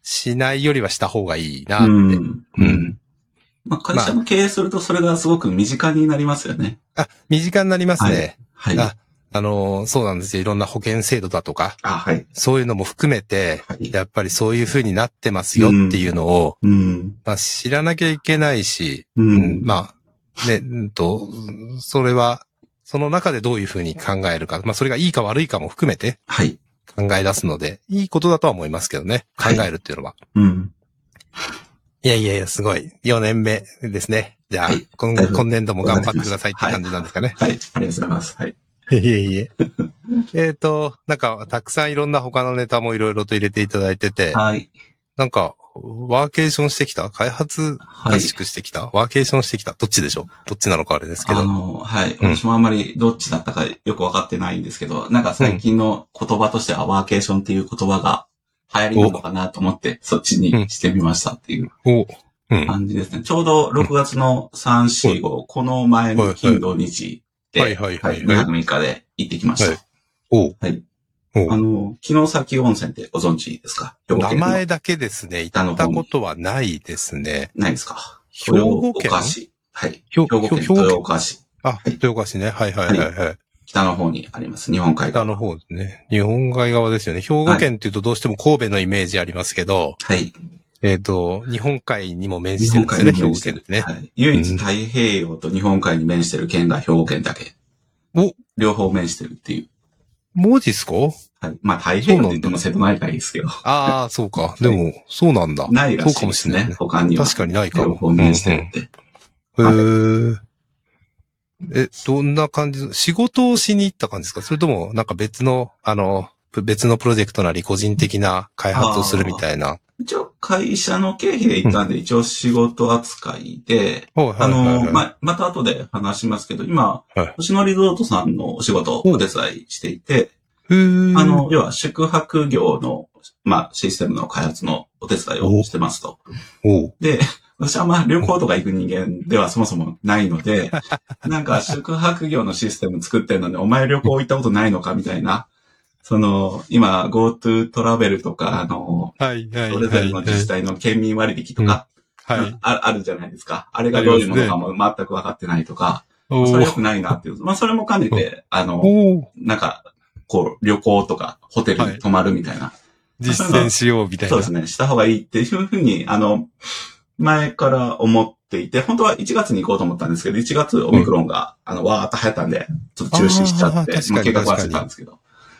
Speaker 1: しないよりはした方がいいなって。
Speaker 2: うん。
Speaker 1: う
Speaker 2: うんん。まあ、会社の経営するとそれがすごく身近になりますよね。
Speaker 1: あ、身近になりますね。
Speaker 2: はい。
Speaker 1: あ、あのーそうなんですよ。いろんな保険制度だとか、
Speaker 2: あ、はい。
Speaker 1: そういうのも含めて、
Speaker 2: はい。
Speaker 1: やっぱりそういう風になってますよっていうのを、
Speaker 2: うん。
Speaker 1: まあ知らなきゃいけないし、
Speaker 2: う
Speaker 1: うんん、。まあ、ね、うんと、それは、その中でどういうふうに考えるか、まあそれがいいか悪いかも含めて
Speaker 2: はい。
Speaker 1: 考え出すので、いいことだとは思いますけどね。考
Speaker 2: はい
Speaker 1: えるっていうのは。
Speaker 2: うん。
Speaker 1: い、やいやいや、すごい。4年目ですね。じゃあ、
Speaker 2: はい
Speaker 1: 今
Speaker 2: だいぶ
Speaker 1: 今年度も頑張ってくださいって
Speaker 2: はい
Speaker 1: 感じなんですかね。
Speaker 2: はい。ありがとうございます。はい。
Speaker 1: いえいえ。えっと、なんか、たくさんいろんな他のネタもいろいろと入れていただいてて、
Speaker 2: はい。
Speaker 1: なんか、ワーケーションしてきた開発
Speaker 2: は
Speaker 1: 合
Speaker 2: い。
Speaker 1: 宿してきた、ワーケーションしてきたどっちでしょうどっちなのかあれですけ
Speaker 2: あ
Speaker 1: ど。
Speaker 2: の、はい。
Speaker 1: うん
Speaker 2: 私もあんまりどっちだったかよくわかってないんですけど、なんか最近の言葉としてはワーケーションっていう言葉が流行りなのかなと思って、そっちにしてみましたっていう
Speaker 1: お、うん。
Speaker 2: 感じですね。ちょうど6月の3、4、5、この前の金土日で、
Speaker 1: はいはいはいはい
Speaker 2: 2泊3日で行ってきました。
Speaker 1: はいお
Speaker 2: はい。
Speaker 1: お
Speaker 2: あの、城崎温泉ってご存知ですか兵庫
Speaker 1: 名
Speaker 2: 県の
Speaker 1: 前だけですね、行ったことはないですね。
Speaker 2: ないですか
Speaker 1: 兵庫県
Speaker 2: 豊岡市。はい。
Speaker 1: ひょ
Speaker 2: 兵庫県
Speaker 1: ひょ
Speaker 2: 豊岡市。
Speaker 1: あ、豊岡市ね。はいはいはいはい。
Speaker 2: 北の方にあります。日本海
Speaker 1: 北
Speaker 2: 側。
Speaker 1: の方ですね。日本海側ですよね。兵庫県っていうとどうしても神戸のイメージありますけど、
Speaker 2: はい。
Speaker 1: えっと、日本海にも面
Speaker 2: 日
Speaker 1: してるん
Speaker 2: 本
Speaker 1: ですよね、
Speaker 2: 海に
Speaker 1: 兵
Speaker 2: 面
Speaker 1: 庫
Speaker 2: して
Speaker 1: 県っ
Speaker 2: る
Speaker 1: て。ね。
Speaker 2: はい。唯一太平洋と日本海に面してる県が兵庫県だけ。
Speaker 1: お、
Speaker 2: 両方面してるっていう。
Speaker 1: 文字っすか
Speaker 2: はい。まあ太平洋って言っても瀬戸内海ですけど。
Speaker 1: ああ、そうか。 でも、そうなんだ。
Speaker 2: ないら
Speaker 1: そう
Speaker 2: し
Speaker 1: か
Speaker 2: い
Speaker 1: も
Speaker 2: で
Speaker 1: し
Speaker 2: す
Speaker 1: れない
Speaker 2: ね
Speaker 1: ね。。
Speaker 2: 他には。
Speaker 1: 確かにないか
Speaker 2: 両
Speaker 1: も。
Speaker 2: 方面してるって。
Speaker 1: うんうんへーえ、どんな感じの仕事をしに行った感じですかそれとも、なんか別の、あの、ぶ別のプロジェクトなり個人的な開発をするみたいな。
Speaker 2: 一応会社の経費で行ったんで、一応仕事扱いで、
Speaker 1: はいはい
Speaker 2: あ
Speaker 1: はいはい
Speaker 2: の、まあ、また後で話しますけど、今
Speaker 1: はい、
Speaker 2: 星野リゾートさんのお仕事をお手伝いしていて、
Speaker 1: うーん
Speaker 2: あ、の、要は宿泊業の、まあ、システムの開発のお手伝いをしてますと。
Speaker 1: おう
Speaker 2: で、私はあんま旅行とか行く人間ではそもそもない ので、なんか宿泊業のシステム作ってるのに、お前旅行行ったことないのかみたいな、その、今 GoTo トラベルとか、あの、
Speaker 1: はい、はい、
Speaker 2: それぞれの自治体の県民割引とか、
Speaker 1: はい。はい。
Speaker 2: ああるじゃないですか。あれがどういうものかも全く分かってないとか、
Speaker 1: お
Speaker 2: それ良
Speaker 1: ー
Speaker 2: くないなっていう。まあそれも兼ねて、あの、
Speaker 1: おー
Speaker 2: なんか、こう、旅行とか、ホテルに泊まるみたいな。
Speaker 1: 実践しようみたい
Speaker 2: そ
Speaker 1: な
Speaker 2: うで。すね。した方がいいっていうふうに、あの、前から思っていて、本当は1月に行こうと思ったんですけど、1月オミクロンが、あの、わーっと流行ったんで、ちょっと中止しちゃって
Speaker 1: あー確か、に
Speaker 2: まあ計画はしてたんですけど。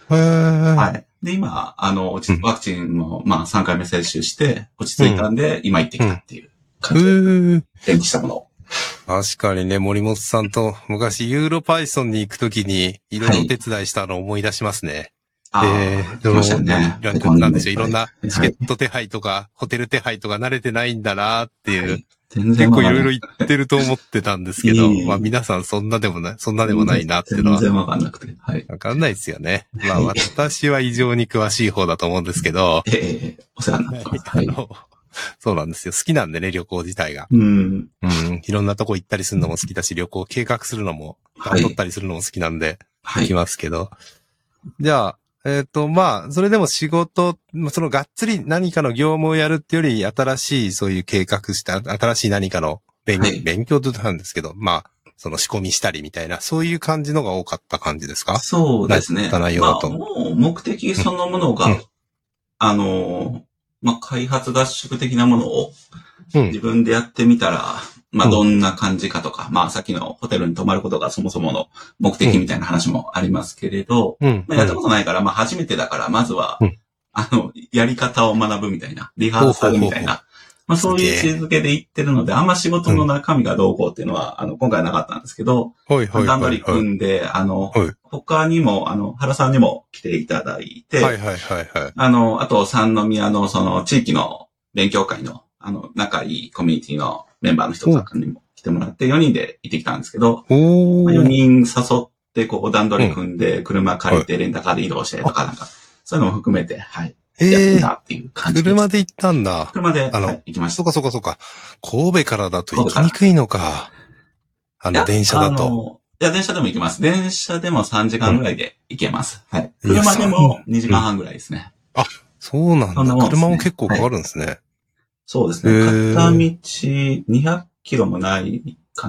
Speaker 1: へー
Speaker 2: はい。で、今、あの、落ち
Speaker 1: うん
Speaker 2: ワクチンも、まあ、3回目接種して、落ち着いたんで、今行ってきたっていう感じで、
Speaker 1: うー
Speaker 2: 延期したものを。
Speaker 1: 確かにね、森本さんと昔ユーロパイソンに行くときにいろいろお手伝いしたのを思い出しますね。
Speaker 2: ああ、
Speaker 1: えー
Speaker 2: 来ましたよね。
Speaker 1: なんかなんでしょう、いろんな
Speaker 2: はい
Speaker 1: チケット手配とか、ホテル手配とか慣れてないんだなっていう、
Speaker 2: はい全然
Speaker 1: 結構いろい
Speaker 2: わ
Speaker 1: ろ
Speaker 2: かんな
Speaker 1: 言ってると思ってたんですけど、
Speaker 2: いい
Speaker 1: まあ皆さんそんなでもない、そんなでもないなっていうのは
Speaker 2: 全。然わかんなくて。はい。
Speaker 1: わかんないですよね。まあ
Speaker 2: はい
Speaker 1: 私は異常に詳しい方だと思うんですけど、
Speaker 2: ええええお世話になってます。は
Speaker 1: あ
Speaker 2: い。
Speaker 1: の、そうなんですよ。好きなんでね、旅行自体が。
Speaker 2: うん。
Speaker 1: うん。いろんなとこ行ったりするのも好きだし、旅行計画するのも、
Speaker 2: はい
Speaker 1: 取ったりするのも好きなんで、
Speaker 2: は
Speaker 1: 行き
Speaker 2: い。
Speaker 1: ますけど。じゃあ、えっ、と、まあ、それでも仕事、まあそのがっつり何かの業務をやるってより、新しいそういう計画した、新しい何かの勉,、
Speaker 2: はい
Speaker 1: 勉強となんですけど、まあ、その仕込みしたりみたいな、そういう感じのが多かった感じですか
Speaker 2: そうですね。
Speaker 1: だった内容だと
Speaker 2: まあ、もう目的そのものが、
Speaker 1: うん
Speaker 2: あのー、まあ、開発合宿的なものを
Speaker 1: う
Speaker 2: 自
Speaker 1: ん。
Speaker 2: 分でやってみたら、ま
Speaker 1: う
Speaker 2: あ、
Speaker 1: ん
Speaker 2: どんな感じかとか、まあ、さっきのホテルに泊まることがそもそもの目的みたいな話もありますけれど、
Speaker 1: うん。
Speaker 2: まあ、やったことないから、まあ、初めてだから、まずは
Speaker 1: うん、
Speaker 2: あの、やり方を学ぶみたいな、リハーサルみたいな、まあ、そういう位置づけで言ってるので、あんま仕事の中身がどうこうっていうのは、あの、今回なかったんですけど、
Speaker 1: はいはい
Speaker 2: 段
Speaker 1: は
Speaker 2: 取
Speaker 1: い
Speaker 2: り
Speaker 1: はい。
Speaker 2: 組んで、あの
Speaker 1: はい、
Speaker 2: 他にも、あの、原さんにも来ていただいて、
Speaker 1: はいはいはいはい。
Speaker 2: あの、あと、三宮の、その、地域の勉強会の、あの、仲いいコミュニティのメンバーの人とかにも来てもらって、4人で行ってきたんですけど、
Speaker 1: お
Speaker 2: まあ
Speaker 1: ー。
Speaker 2: 4人誘って、こう、段取り組んで、車借りて、レンタカーで移動してとか、なんか、そういうのも含めて、はい、やって
Speaker 1: えー、
Speaker 2: たっていう感じです。
Speaker 1: 車で行ったんだ。
Speaker 2: 車で、
Speaker 1: あの
Speaker 2: はい行きまし
Speaker 1: そ
Speaker 2: た
Speaker 1: う。かそうかそうか。神戸からだと行きにくいのか。あ
Speaker 2: い
Speaker 1: の、
Speaker 2: や
Speaker 1: 電車だ
Speaker 2: あ
Speaker 1: と。
Speaker 2: のいや、電車でも行けます。電車でも3時間ぐらいで行けます。はい。
Speaker 1: いや
Speaker 2: 車でも2時間半ぐらいですね。
Speaker 1: そうなん
Speaker 2: そんな
Speaker 1: だ。
Speaker 2: もんですね
Speaker 1: 車も結構かかるんですね。
Speaker 2: そうです
Speaker 1: へ
Speaker 2: ね。
Speaker 1: ー
Speaker 2: 片道200キロもないか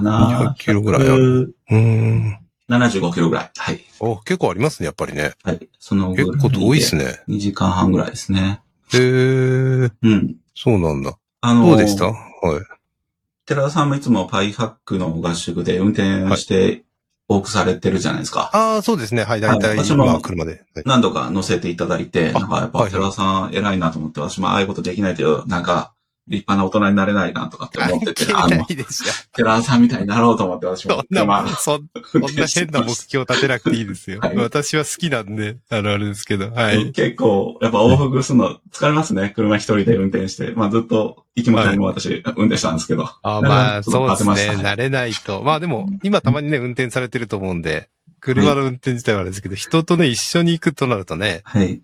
Speaker 1: 200
Speaker 2: な。
Speaker 1: キロぐらいあ
Speaker 2: る。
Speaker 1: うーん。
Speaker 2: 75キロぐらい。はい。
Speaker 1: お、結構ありますね、やっぱりね。
Speaker 2: はい。そのぐら
Speaker 1: 結
Speaker 2: い。
Speaker 1: 構遠いですね。
Speaker 2: 2時間半ぐらいですね。
Speaker 1: へー、
Speaker 2: うん。
Speaker 1: そうなんだ。
Speaker 2: あの、
Speaker 1: どうでしたはい。
Speaker 2: 寺田さんもいつもパイハックの合宿で運転して往復されてるじゃないですか。
Speaker 1: ああ、そうですね。はい、大体、
Speaker 2: はい私も
Speaker 1: まあ、車で。はい
Speaker 2: 何度か乗せていただいて、
Speaker 1: あ
Speaker 2: なんか
Speaker 1: はい
Speaker 2: やっ
Speaker 1: は
Speaker 2: ぱ
Speaker 1: い
Speaker 2: 寺田さん偉いなと思って、私もああいうことできないけど、なんか立派な大人になれないなとかって思っ てて、あ
Speaker 1: 関係な
Speaker 2: の、
Speaker 1: いでし
Speaker 2: 寺田さんみたいになろうと思って私
Speaker 1: ょ。
Speaker 2: も
Speaker 1: そんな、
Speaker 2: 車
Speaker 1: そん
Speaker 2: 運
Speaker 1: そんな
Speaker 2: 転して
Speaker 1: 変な目
Speaker 2: ました
Speaker 1: 標立てなくていいですよ。
Speaker 2: はい
Speaker 1: 私は好きなんで、あの、あれですけど。はい。
Speaker 2: 結構、やっぱ往復するの疲れますね。車一人で運転して。まあずっと行きも帰りも私、運転したんですけど。
Speaker 1: あー
Speaker 2: な
Speaker 1: まあ、
Speaker 2: るほど
Speaker 1: そうです
Speaker 2: 立てま
Speaker 1: ね。
Speaker 2: した
Speaker 1: 慣れないと。まあでも、今たまにね、運転されてると思うんで、車の運転自体はあれですけど、人とね、一緒に行くとなるとね、
Speaker 2: はい。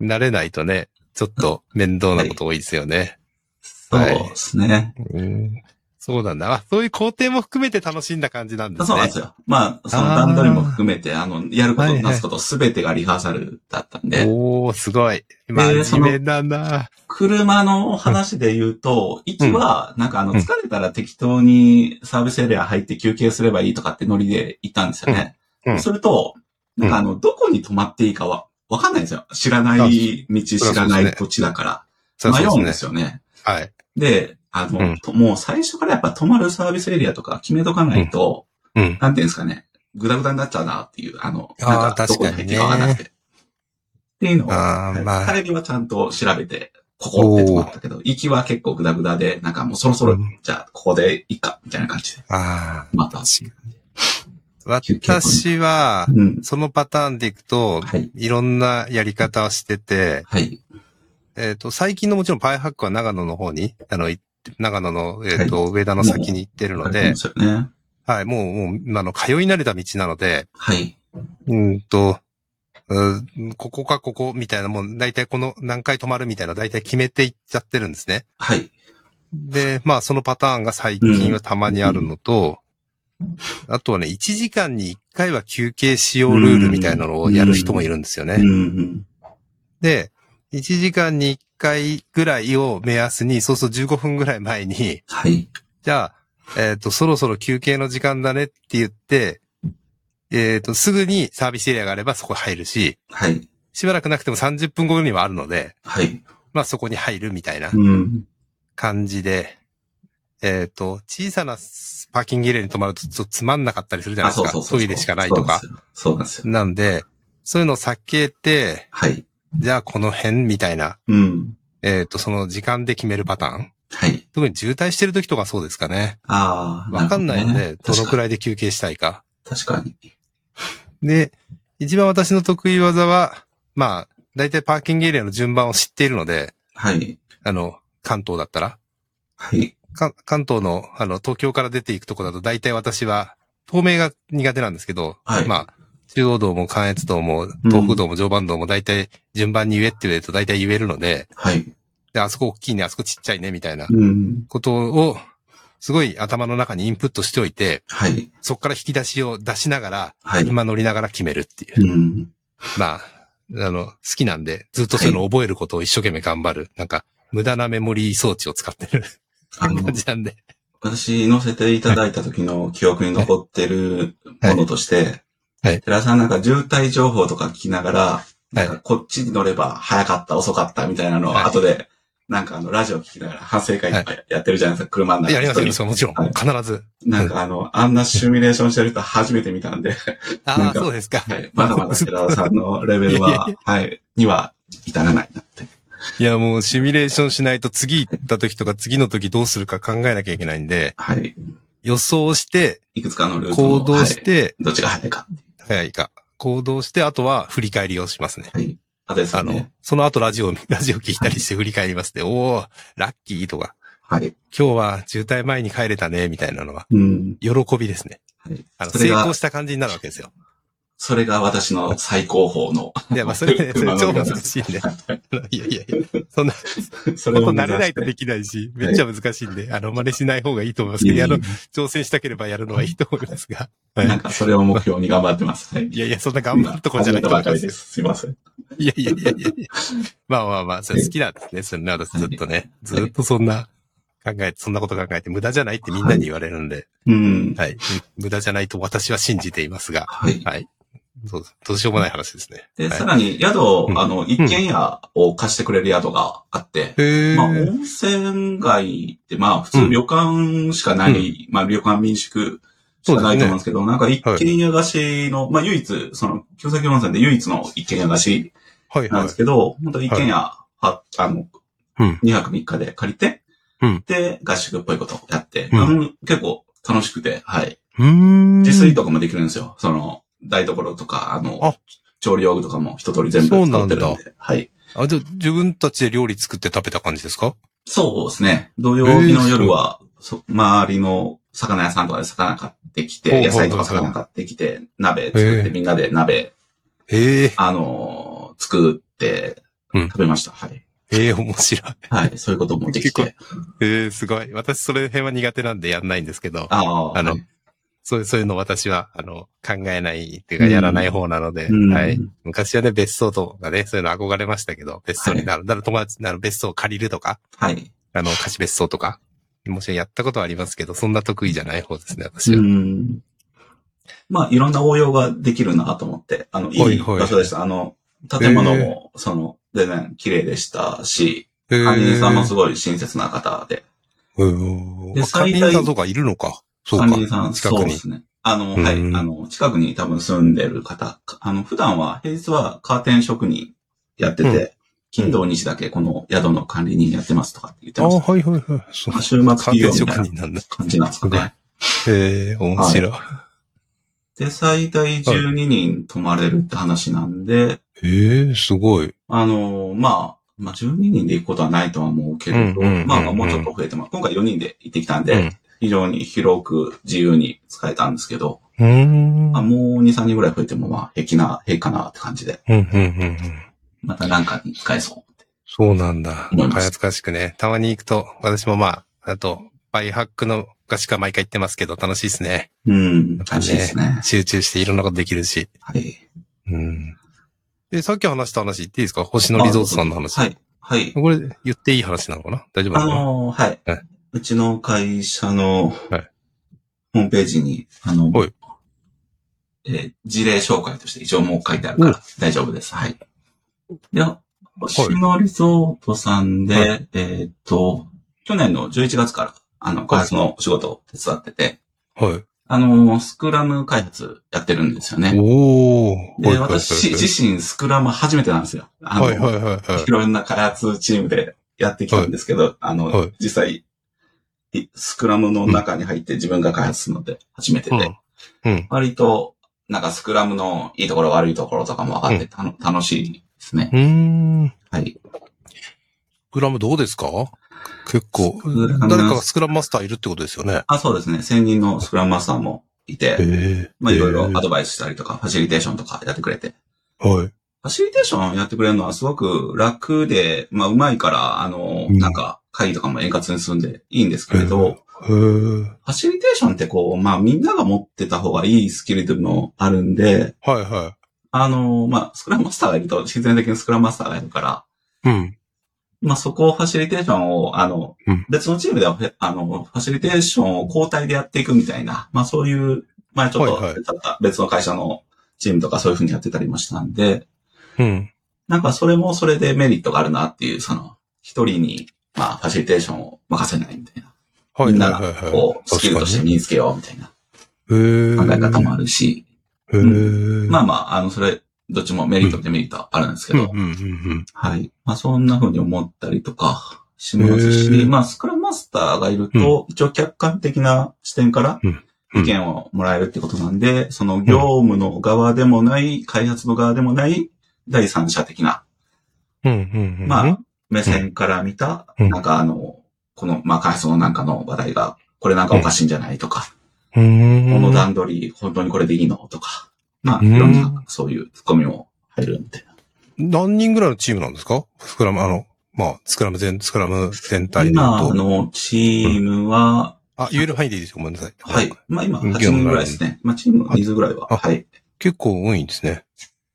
Speaker 1: 慣れないとね、ちょっと面倒なこと多いですよね。
Speaker 2: そうですね。
Speaker 1: うんそうなんだ。あそういう工程も含めて楽しんだ感じなんですね。
Speaker 2: そうなんですよ。まあ、その段取りも含めて、あの、やること、なすことすべてがリハーサルだったんで、
Speaker 1: おおすごい。真面目だな。
Speaker 2: 車の話で言うと、1は、なんかあの、
Speaker 1: うん
Speaker 2: 疲れたら適当にサービスエリア入って休憩すればいいとかってノリで行ったんですよね。
Speaker 1: うんうん
Speaker 2: それと、なんかあの、どこに泊まっていいかは、わかんないんですよ。知らない道、知らない土地だから。
Speaker 1: そう
Speaker 2: 迷
Speaker 1: そう
Speaker 2: うん
Speaker 1: で
Speaker 2: ですす
Speaker 1: ね。
Speaker 2: よね。
Speaker 1: はい。
Speaker 2: で、あの、
Speaker 1: うん
Speaker 2: ともう最初からやっぱ泊まるサービスエリアとか決めとかないと、
Speaker 1: うん。
Speaker 2: なんていうんですかね、ぐだぐだになっちゃうなっていう、あの、
Speaker 1: あー
Speaker 2: なんか
Speaker 1: 確
Speaker 2: どこ
Speaker 1: か
Speaker 2: に
Speaker 1: にね
Speaker 2: 入っていいかわかんなくて。っていうのを、
Speaker 1: あーまあ
Speaker 2: 帰りはちゃんと調べて、ここって泊まったけど、行きは結構ぐだぐだで、なんかもうそろそろ、
Speaker 1: うん
Speaker 2: じゃあここでいいか、みたいな感じで、
Speaker 1: あ
Speaker 2: また
Speaker 1: あ。。私は、
Speaker 2: うん。
Speaker 1: そのパターンでいくと、
Speaker 2: はい。
Speaker 1: いろんなやり方をしてて、
Speaker 2: はい。
Speaker 1: えっ、と、最近のもちろんパイハックは長野の方に、あの、行って長野の、えっ、と、上田の先に行ってるの
Speaker 2: あれ
Speaker 1: で
Speaker 2: で、すよね。
Speaker 1: はい、もう、もう、あの、通い慣れた道なので、
Speaker 2: はい。
Speaker 1: うんと、うんここかここみたいなもん、だいたいこの何回止まるみたいな、だいたい決めていっちゃってるんですね。
Speaker 2: はい。
Speaker 1: で、まあそのパターンが最近はたまにあるのと、あとはね、1時間に1回は休憩しようルールみたいなのをやる人もいるんですよね。
Speaker 2: うん。
Speaker 1: で、1時間に1回ぐらいを目安に、そうそう15分ぐらい前に、
Speaker 2: はい。
Speaker 1: じゃあ、えっ、と、そろそろ休憩の時間だねって言って、えっ、と、すぐにサービスエリアがあればそこ入るし、
Speaker 2: はい。
Speaker 1: しばらくなくても30分後にはあるので、
Speaker 2: はい。
Speaker 1: まあそこに入るみたいな
Speaker 2: うん。
Speaker 1: 感じで、えっ、と、小さなパーキングエリアに泊まるとちょっとつまんなかったりするじゃないですか。トイレしかないとか。。
Speaker 2: そうなんですよ。そうなんですよ。
Speaker 1: なんで、そういうのを避けて、
Speaker 2: はい。
Speaker 1: じゃあこの辺みたいな、
Speaker 2: うん。
Speaker 1: えっ、と、その時間で決めるパターン。
Speaker 2: はい。
Speaker 1: 特に渋滞してる時とかそうですかね。
Speaker 2: ああ。
Speaker 1: わかんないので、どのくら
Speaker 2: らい
Speaker 1: いで休憩したいか。
Speaker 2: 確かに。
Speaker 1: で、一番私の得意技は、まあ、大体パーキングエリアの順番を知っているので、
Speaker 2: はい。
Speaker 1: あの、関東だったら。
Speaker 2: はい。
Speaker 1: か関東の、あの、東京から出ていくとこだと、大体私は、東名が苦手なんですけど、
Speaker 2: はい
Speaker 1: まあ、中央道も関越道も、東北道も常磐道も大体順番に言えって言えると大体言えるので、
Speaker 2: はい。
Speaker 1: で、あそこ大きいね、あそこちっちゃいね、みたいな
Speaker 2: うん。
Speaker 1: ことを、すごい頭の中にインプットしておいて、
Speaker 2: はい。
Speaker 1: そこから引き出しを出しながら、
Speaker 2: はい。
Speaker 1: 今乗りながら決めるっていう
Speaker 2: う。ん。
Speaker 1: まあ、あの、好きなんで、ずっとそういうのを覚えることを一生懸命頑張る。なんか、無駄なメモリー装置を使ってる
Speaker 2: あの
Speaker 1: 感、じなんで。
Speaker 2: 私乗せていただいた時の記憶に残ってるものとして、
Speaker 1: はい
Speaker 2: 寺さんなんか渋滞情報とか聞きながら、
Speaker 1: は
Speaker 2: ないんかこっちに乗れば早かった、遅かったみたいなのを
Speaker 1: はい
Speaker 2: 後で、なんかあのラジオ聞きながら反省会とかやってるじゃないですか、車の中
Speaker 1: やりますよ、
Speaker 2: 一
Speaker 1: そ
Speaker 2: 人
Speaker 1: れもちろん。
Speaker 2: はい
Speaker 1: 必ず。
Speaker 2: なんかあの、あんなシミュレーションしてる人初めて見たんで、な
Speaker 1: あ
Speaker 2: ん
Speaker 1: あ、
Speaker 2: か
Speaker 1: そうですか。
Speaker 2: はい、まだまだ寺田さんのレベルは、 はい、には至らないなって。
Speaker 1: いや、もうシミュレーションしないと次行った時とか次の時どうするか考えなきゃいけないんで、
Speaker 2: はい。
Speaker 1: 予想して、
Speaker 2: いくつかのルートの
Speaker 1: 行動し
Speaker 2: はい
Speaker 1: て、
Speaker 2: どっちが早いか。
Speaker 1: 早いか。行動して、あとは振り返りをしますね。
Speaker 2: はい。あとです
Speaker 1: あ
Speaker 2: よ
Speaker 1: の
Speaker 2: ね。、
Speaker 1: その後ラジオ、ラジオ聞いたりして振り返りますね。おー、ラッキーとか、
Speaker 2: はい。
Speaker 1: 今日は渋滞前に帰れたね、みたいなのは、
Speaker 2: うん。
Speaker 1: 喜びですね。
Speaker 2: はい
Speaker 1: あの、
Speaker 2: それ
Speaker 1: 成
Speaker 2: が
Speaker 1: 功した感じになるわけですよ。
Speaker 2: それが私の最高峰の。
Speaker 1: いや、まあ、それ、ね、それ
Speaker 2: 車の
Speaker 1: 超
Speaker 2: 中
Speaker 1: 難
Speaker 2: で
Speaker 1: しいんで。いやいやいや、 そんな
Speaker 2: そ
Speaker 1: こ
Speaker 2: れ
Speaker 1: と
Speaker 2: を
Speaker 1: 慣れないと
Speaker 2: 目
Speaker 1: で
Speaker 2: 指し
Speaker 1: きないし、
Speaker 2: はい
Speaker 1: めっちゃ難しいんで、あの、真似しない方がいいと思います
Speaker 2: て
Speaker 1: けど、あの、
Speaker 2: いえい
Speaker 1: 挑戦したければやるのはいいと思いますが。
Speaker 2: えなんかそれを目標に頑張ってます。はい。
Speaker 1: いやいや、そんな頑張るとこじゃないと
Speaker 2: 始
Speaker 1: 思
Speaker 2: め
Speaker 1: い
Speaker 2: たばか
Speaker 1: ま
Speaker 2: り
Speaker 1: す
Speaker 2: で
Speaker 1: よ。
Speaker 2: す。すいません。
Speaker 1: いやいやいやいや。まあまあまあ、それ好きなんですね。それね、私ずっとね、ずっとそんな考えて、そんなこと考えて、無駄じゃないってみんなに言われるんで、
Speaker 2: うん。
Speaker 1: はい。無駄じゃないと私は信じていますが、
Speaker 2: はい。
Speaker 1: はい。そうどうしようもない話ですね。
Speaker 2: で、さ
Speaker 1: は
Speaker 2: らに宿
Speaker 1: う
Speaker 2: を、
Speaker 1: ん
Speaker 2: あの、一軒家を貸してくれる宿があって、
Speaker 1: い、へ
Speaker 2: まあ、
Speaker 1: ー。
Speaker 2: 温泉街って、まあ、普通旅館しかない、まあ、旅館民宿しかないと思うんですけど、なんか一軒家貸しの、まあ、唯一、その、京崎温泉で唯一の一軒家貸し
Speaker 1: はい
Speaker 2: なん
Speaker 1: は
Speaker 2: で
Speaker 1: い
Speaker 2: す。けど、本当に一軒家、は、あの、
Speaker 1: うん
Speaker 2: 2泊3日で借りて、
Speaker 1: うん
Speaker 2: で、合宿っぽいことをやって、
Speaker 1: うん
Speaker 2: あの結構楽しくて、はい。
Speaker 1: うーん。
Speaker 2: 自炊とかもできるんですよ。その、台所とか、あの、
Speaker 1: あ
Speaker 2: 調理用具とかも一通り全部
Speaker 1: そう
Speaker 2: 使
Speaker 1: な
Speaker 2: っ
Speaker 1: ん
Speaker 2: て
Speaker 1: だ
Speaker 2: るんで。はい。
Speaker 1: あ、じゃあ自分たちで料理作って食べた感じですか
Speaker 2: そうですね。土曜日の夜は、そ周りの魚屋さんとかで魚買ってき
Speaker 1: ほうほ
Speaker 2: て、
Speaker 1: う
Speaker 2: 野菜とか
Speaker 1: 魚
Speaker 2: 魚買ってきて、鍋作っ
Speaker 1: へえ
Speaker 2: てみんなで鍋、
Speaker 1: へえ、
Speaker 2: あのー作って
Speaker 1: うん
Speaker 2: 食べました。はい。
Speaker 1: ええ、面白い。
Speaker 2: はい。そういうこともできて。
Speaker 1: ええ、すごい。私、それ辺は苦手なんでやんないんですけど。
Speaker 2: あー
Speaker 1: あの
Speaker 2: はい
Speaker 1: そういう、そういうの私は、あの、考えないっていうか、
Speaker 2: うん
Speaker 1: やらない方なので、
Speaker 2: うん
Speaker 1: はい。昔はね、別荘とかね、そういうの憧れましたけど、別荘になる、なる友達、なる別荘を借りるとか、
Speaker 2: はい。
Speaker 1: あの、貸し別荘とか、もちろんやったことはありますけど、そんな得意じゃない方ですね、私は。
Speaker 2: うん。まあ、いろんな応用ができるなと思って、あの、
Speaker 1: はい
Speaker 2: いい
Speaker 1: はい
Speaker 2: 場所でした。あの、建物も、その、全然綺麗でしたし、
Speaker 1: えー
Speaker 2: 管理人さんもすごい親切な方で、
Speaker 1: うん
Speaker 2: で
Speaker 1: あ管理
Speaker 2: 最
Speaker 1: 人
Speaker 2: 大
Speaker 1: さんとかいるのか。そう
Speaker 2: 管理人
Speaker 1: か。
Speaker 2: さん、
Speaker 1: 近
Speaker 2: そう
Speaker 1: く
Speaker 2: で
Speaker 1: に。
Speaker 2: すね。あの、はい、
Speaker 1: うん
Speaker 2: あの、近くに多分住んでる方、かあの、普段は、平日はカーテン職人やってて、
Speaker 1: うん
Speaker 2: 金土日だけこの宿の管理人やってますとかって言って
Speaker 1: あ
Speaker 2: ま
Speaker 1: あ、
Speaker 2: した。
Speaker 1: はいはいはい。そう
Speaker 2: まあ週末
Speaker 1: 関
Speaker 2: 企
Speaker 1: 係
Speaker 2: 業み
Speaker 1: 職
Speaker 2: たいな
Speaker 1: 人なんだ。
Speaker 2: 感じなんですかね。
Speaker 1: ええ面白い。
Speaker 2: で、最大12人泊まれるって話なんで、
Speaker 1: ええすごい。
Speaker 2: あのーまあ、まあ、12人で行くことはないとは思うけれど、
Speaker 1: うんうんうんうん
Speaker 2: まあまあ、もうちょっと増えてます。今回4人で行ってきたんで、
Speaker 1: うん
Speaker 2: 非常に広く自由に使えたんですけど、
Speaker 1: うーん。
Speaker 2: まあ、もう2、3人ぐらい増えても、まあ、平気な、平気かなって感じで、
Speaker 1: うん、うん、うんうん。
Speaker 2: またなんかに使えそうって。
Speaker 1: そうなんだ。
Speaker 2: 思います
Speaker 1: かやつかしくね。たまに行くと、私もまあ、あと、バイハックの合宿は毎回行ってますけど、楽しいですね。
Speaker 2: うん。楽しいですね。
Speaker 1: 集中していろんなことできるし。
Speaker 2: はい。
Speaker 1: うん。で、さっき話した話言っていいですか星野リゾートさんの話。
Speaker 2: はい。はい。
Speaker 1: これ、言っていい話なのかな大丈夫な
Speaker 2: あ
Speaker 1: のかな
Speaker 2: のーはい、
Speaker 1: はいう
Speaker 2: ちの会社の、
Speaker 1: はい
Speaker 2: ホームページに、あの
Speaker 1: はい、
Speaker 2: えー事例紹介として一応もう書いてあるか
Speaker 1: う
Speaker 2: ら大丈夫です。はい。で、星野リゾートさんで、
Speaker 1: は
Speaker 2: えーっと、去年の11月から、あの、開発のお仕事を手伝ってて、
Speaker 1: はい。
Speaker 2: あの、スクラム開発やってるんですよね。
Speaker 1: おー。
Speaker 2: で、
Speaker 1: はい
Speaker 2: 私自身スクラム初めてなんですよ。あの
Speaker 1: はいはいはいはいはい
Speaker 2: い。ろんな開発チームでやってきたんですけど、あの、
Speaker 1: はい
Speaker 2: 実際、いスクラムの中に入って自分が開発するので初めてで、
Speaker 1: うん。うん。
Speaker 2: 割と、なんかスクラムのいいところ悪いところとかも分かってたの、楽しいですね。
Speaker 1: うーん。
Speaker 2: はい。
Speaker 1: スクラムどうですか結構
Speaker 2: スクラ。ム
Speaker 1: 誰かがスクラムマスターいるってことですよね。
Speaker 2: あ、そうですね。専任のスクラムマスターもいて、
Speaker 1: ええ。
Speaker 2: まあいろいろ
Speaker 1: え
Speaker 2: アドバイスしたりとか、ファシリテーションとかやってくれて。
Speaker 1: えはい。
Speaker 2: ファシリテーションやってくれるのはすごく楽で、まあ上手いから、あの、
Speaker 1: うん
Speaker 2: なんか会議とかも円滑に進んでいいんですけれど、
Speaker 1: へえ。
Speaker 2: ファシリテーションってこう、まあみんなが持ってた方がいいスキルでもあるんで、
Speaker 1: はいは
Speaker 2: あのまあスクラムマスターがいると、自然的にスクラムマスターがいるから、
Speaker 1: い。うん。
Speaker 2: まあそこをファシリテーションを、あの、
Speaker 1: うん
Speaker 2: 別のチームでは、あの、ファシリテーションを交代でやっていくみたいな、まあそういう、まあちょっと、
Speaker 1: はいはい
Speaker 2: 別の会社のチームとかそういうふうにやってたりもしたんで、
Speaker 1: うん。
Speaker 2: なんかそれもそれでメリットがあるなっていう、その、一人に、まあファシリテーションを任せないみたいな。
Speaker 1: は
Speaker 2: み
Speaker 1: い
Speaker 2: ん
Speaker 1: は
Speaker 2: ない
Speaker 1: はい
Speaker 2: が、
Speaker 1: は
Speaker 2: こ
Speaker 1: い。
Speaker 2: う、スキルとして身につけようみたいな考え方もあるし、
Speaker 1: へえ。
Speaker 2: ま
Speaker 1: ま
Speaker 2: あまあ、あの、それ、どっちもメリットってメリットはあるんですけ
Speaker 1: うん
Speaker 2: ど、
Speaker 1: うんうん
Speaker 2: はい。まあ、そんな風に思ったりとかしますし、
Speaker 1: へー
Speaker 2: まあ、スクラムマスターがいると、一応客観的な視点から
Speaker 1: うんうん
Speaker 2: 意見をもらえるってことなんで、その業務の側でもない、開発の側でもない、第三者的な、
Speaker 1: うん。うんうんうん。
Speaker 2: まあ、目線から見た、
Speaker 1: うん
Speaker 2: なんかあの、この、まあ、開発のなんかの話題が、これなんかおかしいんじゃないとか、
Speaker 1: うーん、
Speaker 2: この段取り、本当にこれでいいのとか、まあ、
Speaker 1: うん
Speaker 2: いろんな、そういうツッコミも入るみたいな。
Speaker 1: 何人ぐらいのチームなんですかスクラム、あの、まあ、スクラム全、スクラム全体で言
Speaker 2: 今
Speaker 1: うと。
Speaker 2: のチームは、
Speaker 1: あ、言える範囲でいいですよ。ごめんなさい。
Speaker 2: はい。。まあ今、
Speaker 1: うん
Speaker 2: 8人ぐらいですね。まあチームの人数ぐらいは。
Speaker 1: あ
Speaker 2: はい。
Speaker 1: 結構多いんですね。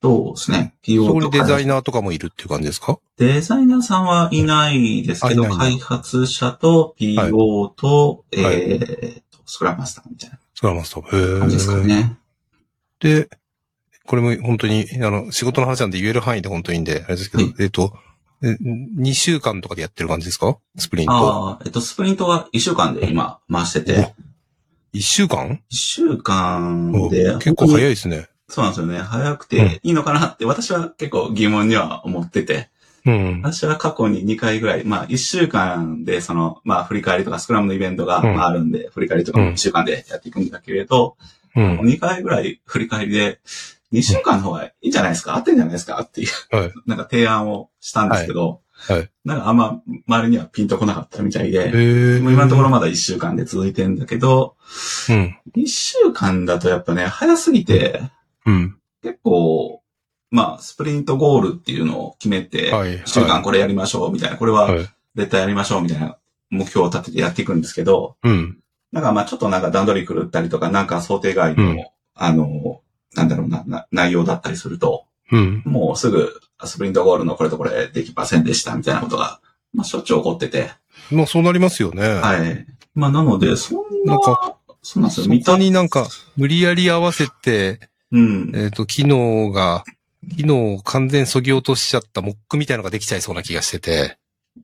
Speaker 2: そうですね。
Speaker 1: そ
Speaker 2: PO
Speaker 1: ことにデザ
Speaker 2: か。
Speaker 1: イナーとかもいるっていう感じですか
Speaker 2: デザイナーさんはいないですけど、
Speaker 1: あいない
Speaker 2: 開発者と PO と、え
Speaker 1: はい
Speaker 2: ーと、スクラムマスターみたいな
Speaker 1: スクラムマスター。へえ。
Speaker 2: 感じですかね。
Speaker 1: で、これも本当に、あの、仕事の話なんで言える範囲で本当にいいんで、あれですけど、
Speaker 2: はい
Speaker 1: えっと、え2週間とかでやってる感じですかスプリント。
Speaker 2: ああ、えっと、スプリントは1週間で今回してて、
Speaker 1: 1週間
Speaker 2: 1週間
Speaker 1: お
Speaker 2: で、
Speaker 1: 結構早い
Speaker 2: い。
Speaker 1: ですね。
Speaker 2: そうなんですよね。早く
Speaker 1: うん
Speaker 2: ていいのかなって、私は結構疑問には思ってて。
Speaker 1: うん。
Speaker 2: 私は過去に2回ぐらい、まあ1週間でその、まあ振り返りとかスクラムのイベントが
Speaker 1: うん
Speaker 2: まああるんで、振り返りとか
Speaker 1: う
Speaker 2: も
Speaker 1: ん
Speaker 2: 1週間でやっていくんだけれど、
Speaker 1: うん。
Speaker 2: 2回ぐらい振り返りで、2週間の方がいいんじゃないですか合ってんじゃないですかっていう、
Speaker 1: はい
Speaker 2: なんか提案をしたんですけど、
Speaker 1: はいはい
Speaker 2: なんかあんま周りにはピンとこなかったみたい
Speaker 1: え
Speaker 2: で、
Speaker 1: ー、
Speaker 2: もう今のところまだ1週間で続いてんだけど、
Speaker 1: うん。
Speaker 2: 1週間だとやっぱね、早すぎて、
Speaker 1: うん。
Speaker 2: 結構、まあ、スプリントゴールっていうのを決めて、1
Speaker 1: はい。
Speaker 2: 週間これやりましょうみたいな、これは
Speaker 1: はい。はい。
Speaker 2: 絶対やりましょうみたいな目標を立ててやっていくんですけど、
Speaker 1: うん。
Speaker 2: なんかまあちょっとなんか段取り狂ったりとか、なんか想定外の、
Speaker 1: うん
Speaker 2: あの、なんだろうなな、内容だったりすると、
Speaker 1: うん。
Speaker 2: もうすぐスプリントゴールのこれとこれできませんでしたみたいなことが、まあしょっちゅう起こってて、
Speaker 1: まあそうなりますよね。い。
Speaker 2: はい。まあなので、そんな、
Speaker 1: なんか
Speaker 2: そうなんですよ、
Speaker 1: そ
Speaker 2: 見た
Speaker 1: こ、になんか、無理やり合わせて、
Speaker 2: うん。
Speaker 1: えっ、と、機能が、機能を完全削ぎ落としちゃったモックみたいのができちゃいそうな気がしてて、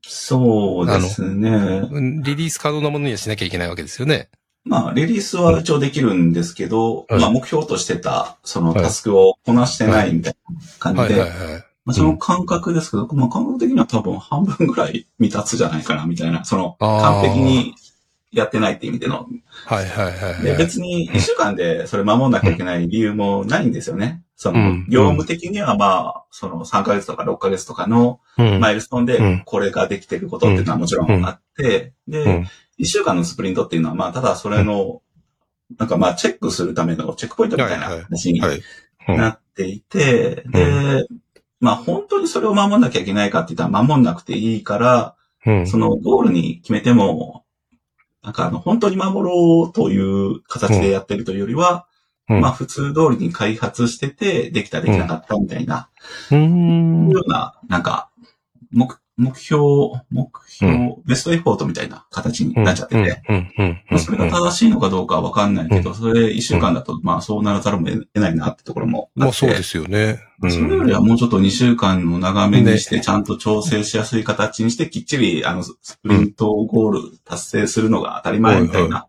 Speaker 2: そうですね。
Speaker 1: うんリリース可能なものにはしなきゃいけないわけですよね。
Speaker 2: まあ、リリースは一応できるんですけど、
Speaker 1: はい
Speaker 2: まあ、目標としてた、その
Speaker 1: はい
Speaker 2: タスクをこなしてないみたいな感じ
Speaker 1: はい
Speaker 2: で
Speaker 1: はい、はい。
Speaker 2: まあ、その感覚ですけど、まあ、感覚的には多分半分ぐらい未達じゃないかな、みたいな。その、
Speaker 1: あー
Speaker 2: 完璧にやってないって意味での。
Speaker 1: はいはいはいはい。
Speaker 2: で、別に1週間でそれ守んなきゃいけない理由もないんですよね。その
Speaker 1: うん、
Speaker 2: 業務的にはまあ、その3ヶ月とか6ヶ月とかの
Speaker 1: うん
Speaker 2: マイルストーン
Speaker 1: うん
Speaker 2: でこれができてることっていうのはもちろんあって、
Speaker 1: う
Speaker 2: で
Speaker 1: ん、
Speaker 2: 1週間のスプリントっていうのはまあ、ただそれの、なんかまあ、チェックするためのチェックポイントみたいな話に
Speaker 1: はい。うん
Speaker 2: なっていて、
Speaker 1: ん
Speaker 2: で、まあ本当にそれを守んなきゃいけないかって言ったら守んなくていいから、
Speaker 1: うん
Speaker 2: そのゴールに決めても、なんかあの、本当に守ろうという形でやってるというよりは、
Speaker 1: うん
Speaker 2: まあ普通通りに開発してて、できたできなかったみたいな、
Speaker 1: うーん。
Speaker 2: ような、なんか、目、目標、目標、ベストエフォートみたいな形になっちゃってて、
Speaker 1: うん。うん。
Speaker 2: まあそれが正しいのかどうかはわかんないけど、それ一週間だと、まあそうならざるを得ないなってところもあって。
Speaker 1: まあそうですよね。うん
Speaker 2: それよりはもうちょっと2週間の長めにして、ちゃんと調整しやすい形にして、きっちり、あの、スプリントゴール達成するのが当たり前みたいな、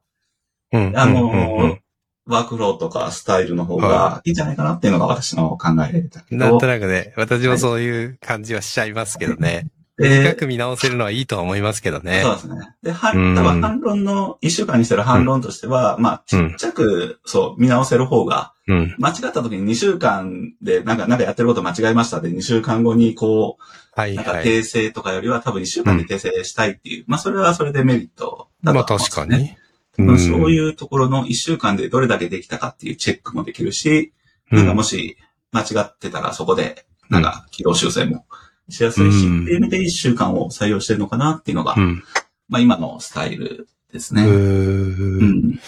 Speaker 1: うん
Speaker 2: あ
Speaker 1: うんうん
Speaker 2: のワークフローとかスタイルの方がいいんじゃないかなっていうのが私の考えだけ
Speaker 1: なん
Speaker 2: ど
Speaker 1: と、なくね、私もそういう感じはしちゃいますけどね。
Speaker 2: で
Speaker 1: 短く見直せるのはいいとは思いますけどね
Speaker 2: そ。うですね。で、は、多
Speaker 1: うん
Speaker 2: 分反論の、一週間にしてる反論としては、まあ、ちっちゃく、そう、見直せる方が、
Speaker 1: うん。
Speaker 2: 間違った時に2週間で、なんか、なんかやってること間違えましたで、2週間後に、こ
Speaker 1: は
Speaker 2: う、
Speaker 1: い
Speaker 2: なんか
Speaker 1: はい。
Speaker 2: 訂正とかよりは、多分1週間で訂正したいっていう、まあ、それはそれでメリットだと
Speaker 1: ま
Speaker 2: 思
Speaker 1: あ
Speaker 2: うん
Speaker 1: 確
Speaker 2: です
Speaker 1: か
Speaker 2: よね。
Speaker 1: に。うん
Speaker 2: そういうところの1週間でどれだけできたかっていうチェックもできるし、なんかもし間違ってたらそこで、なんか軌道修正もしやすいし、
Speaker 1: うん
Speaker 2: っていう意味で1週間を採用してるのかなっていうのが、
Speaker 1: うん。
Speaker 2: まあ今のスタイルです
Speaker 1: う。
Speaker 2: ね。うんん。